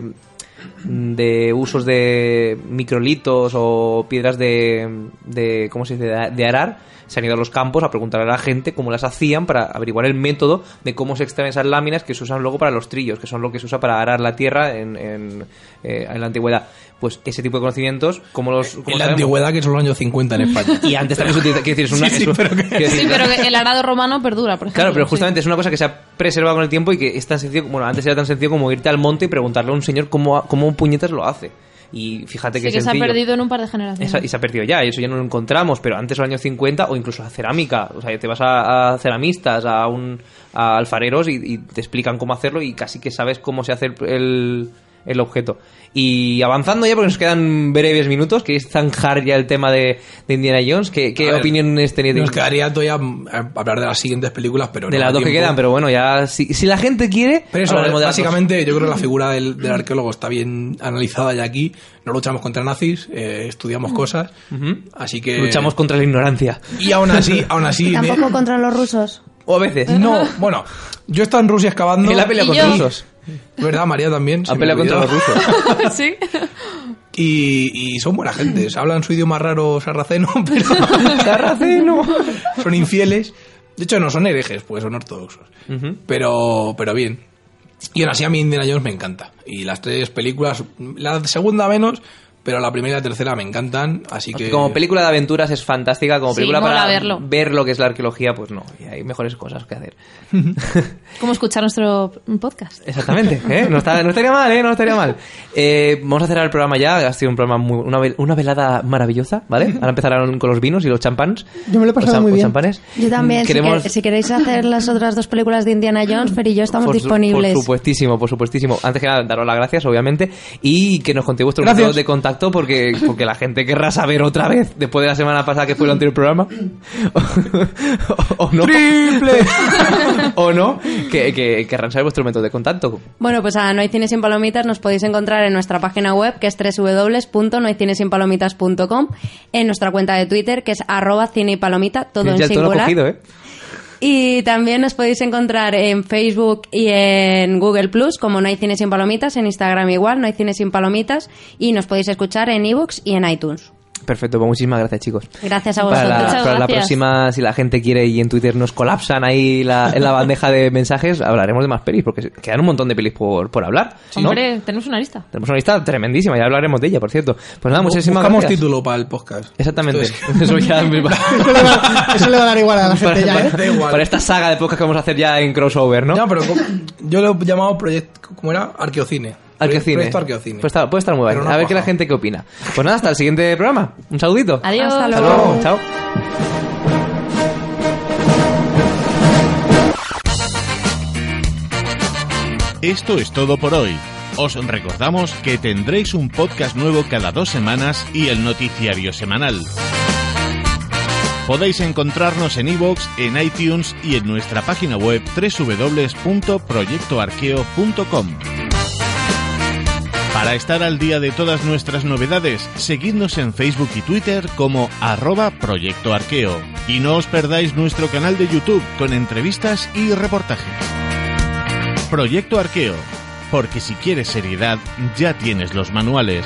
B: de usos de microlitos o piedras de, de ¿cómo se dice?, de, de arar, se han ido a los campos a preguntar a la gente cómo las hacían para averiguar el método de cómo se extraen esas láminas que se usan luego para los trillos, que son lo que se usa para arar la tierra en, en, eh, en la antigüedad. Pues ese tipo de conocimientos, como los... como
E: En la
B: sabemos.
E: antigüedad, que son los años 50 en España.
B: (laughs) Y antes también se utiliza... Quiero decir, es una...
E: Sí, sí,
B: es un-
E: pero que-
B: quiero decir,
F: Sí, pero que el arado romano perdura, por ejemplo.
B: Claro, pero
F: sí.
B: justamente es una cosa que se ha preservado con el tiempo y que es tan sencillo, bueno, antes era tan sencillo como irte al monte y preguntarle a un señor cómo, cómo un puñetas lo hace. Y fíjate
F: Sí,
B: que,
F: que
B: es
F: se ha
B: sencillo.
F: perdido en un par de generaciones.
B: Esa-
F: (laughs)
B: y se ha perdido ya, y eso ya no lo encontramos, pero antes los años 50 o incluso a cerámica, o sea, te vas a, a ceramistas, a, un, a alfareros y, y te explican cómo hacerlo y casi que sabes cómo se hace el, el- el objeto. Y avanzando ya, porque nos quedan breves minutos, que es zanjar ya el tema de, de Indiana Jones, ¿qué, qué
E: A ver,
B: opiniones tenéis de
E: Nos quedaría todavía mm, hablar de las siguientes películas, pero no
B: de
E: da
B: las dos que
E: tiempo.
B: quedan, pero bueno, ya si, si la gente quiere,
E: Pero eso,
B: hablaremos de las
E: básicamente, yo creo que la figura del, del arqueólogo está bien analizada ya aquí. No luchamos contra nazis, eh, estudiamos cosas, así que...
B: dos. Mm. luchamos contra la ignorancia.
E: Y
B: (laughs)
E: aún así, aún así...
C: Tampoco contra los rusos.
B: O a veces.
E: No, bueno, yo he estado en Rusia excavando...
B: En la pelea
F: Y
B: contra
F: yo-
B: los rusos.
E: ¿Verdad, María también? Se
B: La
E: me
B: pelea contra los
E: olvidó.
B: rusos. (laughs)
F: sí.
E: Y, y son buena gente, hablan su idioma raro sarraceno, (laughs)
B: (laughs)
E: pero...
B: Sarraceno.
E: son infieles. De hecho, no son herejes, porque son ortodoxos. pero, pero bien. Y aún así a mí Indiana Jones me encanta. Y las tres películas, la segunda menos, pero la primera y la tercera me encantan. Así que...
B: Como película de aventuras es fantástica, como
F: Sí,
B: película
F: mola
B: para
F: verlo.
B: ver lo que es la arqueología, pues no, y hay mejores cosas que hacer.
F: Como escuchar nuestro podcast.
B: Exactamente, ¿eh? no, está- no estaría mal, ¿eh? no estaría mal. Eh, vamos a cerrar el programa ya, ha sido un programa muy, una, vel- una velada maravillosa, ¿vale? Ahora empezarán con los vinos y los champans.
D: Yo me lo he pasado
B: O cha-
D: muy
B: o
D: bien.
B: champanes.
C: Yo también. si
B: Queremos-
C: que- Si, queréis hacer las otras dos películas de Indiana Jones, Fer y yo estamos
B: por su-
C: disponibles.
B: Por supuestísimo, por supuestísimo. Antes que nada, daros las gracias, obviamente, y que nos contéis vuestro
E: Gracias.
B: método de contacto porque, porque la gente querrá saber otra vez, después de la semana pasada que fue el anterior programa, (laughs) o, o no, (laughs) o no, que, que querrán saber vuestro método de contacto.
C: Bueno, pues a No hay cine sin palomitas nos podéis encontrar en nuestra página web que es www.nohaycinesinpalomitas.com, en nuestra cuenta de Twitter que es arroba cine y palomita, todo
B: Ya el
C: en
B: tono
C: singular.
B: cogido, ¿eh?
C: Y también nos podéis encontrar en Facebook y en Google Plus, como No hay cine sin palomitas, en Instagram igual, No hay cine sin palomitas, y nos podéis escuchar en ebooks y en iTunes.
B: Perfecto, pues muchísimas gracias, chicos.
C: Gracias a
B: Para
C: vosotros.
B: la,
F: Muchas
B: para la
F: gracias.
B: próxima, si la gente quiere y en Twitter nos colapsan ahí la, en la bandeja de mensajes, hablaremos de más pelis, porque quedan un montón de pelis por, por hablar. ¿no?
F: Hombre, tenemos una lista.
B: Tenemos una lista tremendísima, ya hablaremos de ella, por cierto. Pues nada, muchísimas
E: Buscamos
B: gracias.
E: título para el podcast.
B: Exactamente.
E: Esto
B: (laughs) Eso ya me va-
D: Eso le va- (laughs) Eso le va a dar igual a la
B: para,
D: gente ya, ¿eh?
B: para-
E: Da igual.
B: para esta saga de podcast que vamos a hacer ya en crossover, ¿no?
E: No, pero como- yo lo he llamado proyecto... ¿Cómo era? Arqueocine.
B: Arqueocine. Pues
E: Proyecto Arqueocine.
B: Puede estar, puede estar muy
E: Pero
B: bien.
E: no
B: a
E: ha
B: ver qué la
E: bajado.
B: gente qué opina. Pues nada, hasta el siguiente programa. Un saludito.
F: Adiós.
C: Hasta
B: Hasta
C: luego.
B: luego. Chao.
A: Esto es todo por hoy. Os recordamos que tendréis un podcast nuevo cada dos semanas y el noticiario semanal. Podéis encontrarnos en iVoox, en iTunes y en nuestra página web www.proyectoarqueo.com. Para estar al día de todas nuestras novedades, seguidnos en Facebook y Twitter como arroba Proyecto Arqueo. Y no os perdáis nuestro canal de YouTube con entrevistas y reportajes. Proyecto Arqueo, porque si quieres seriedad, ya tienes los manuales.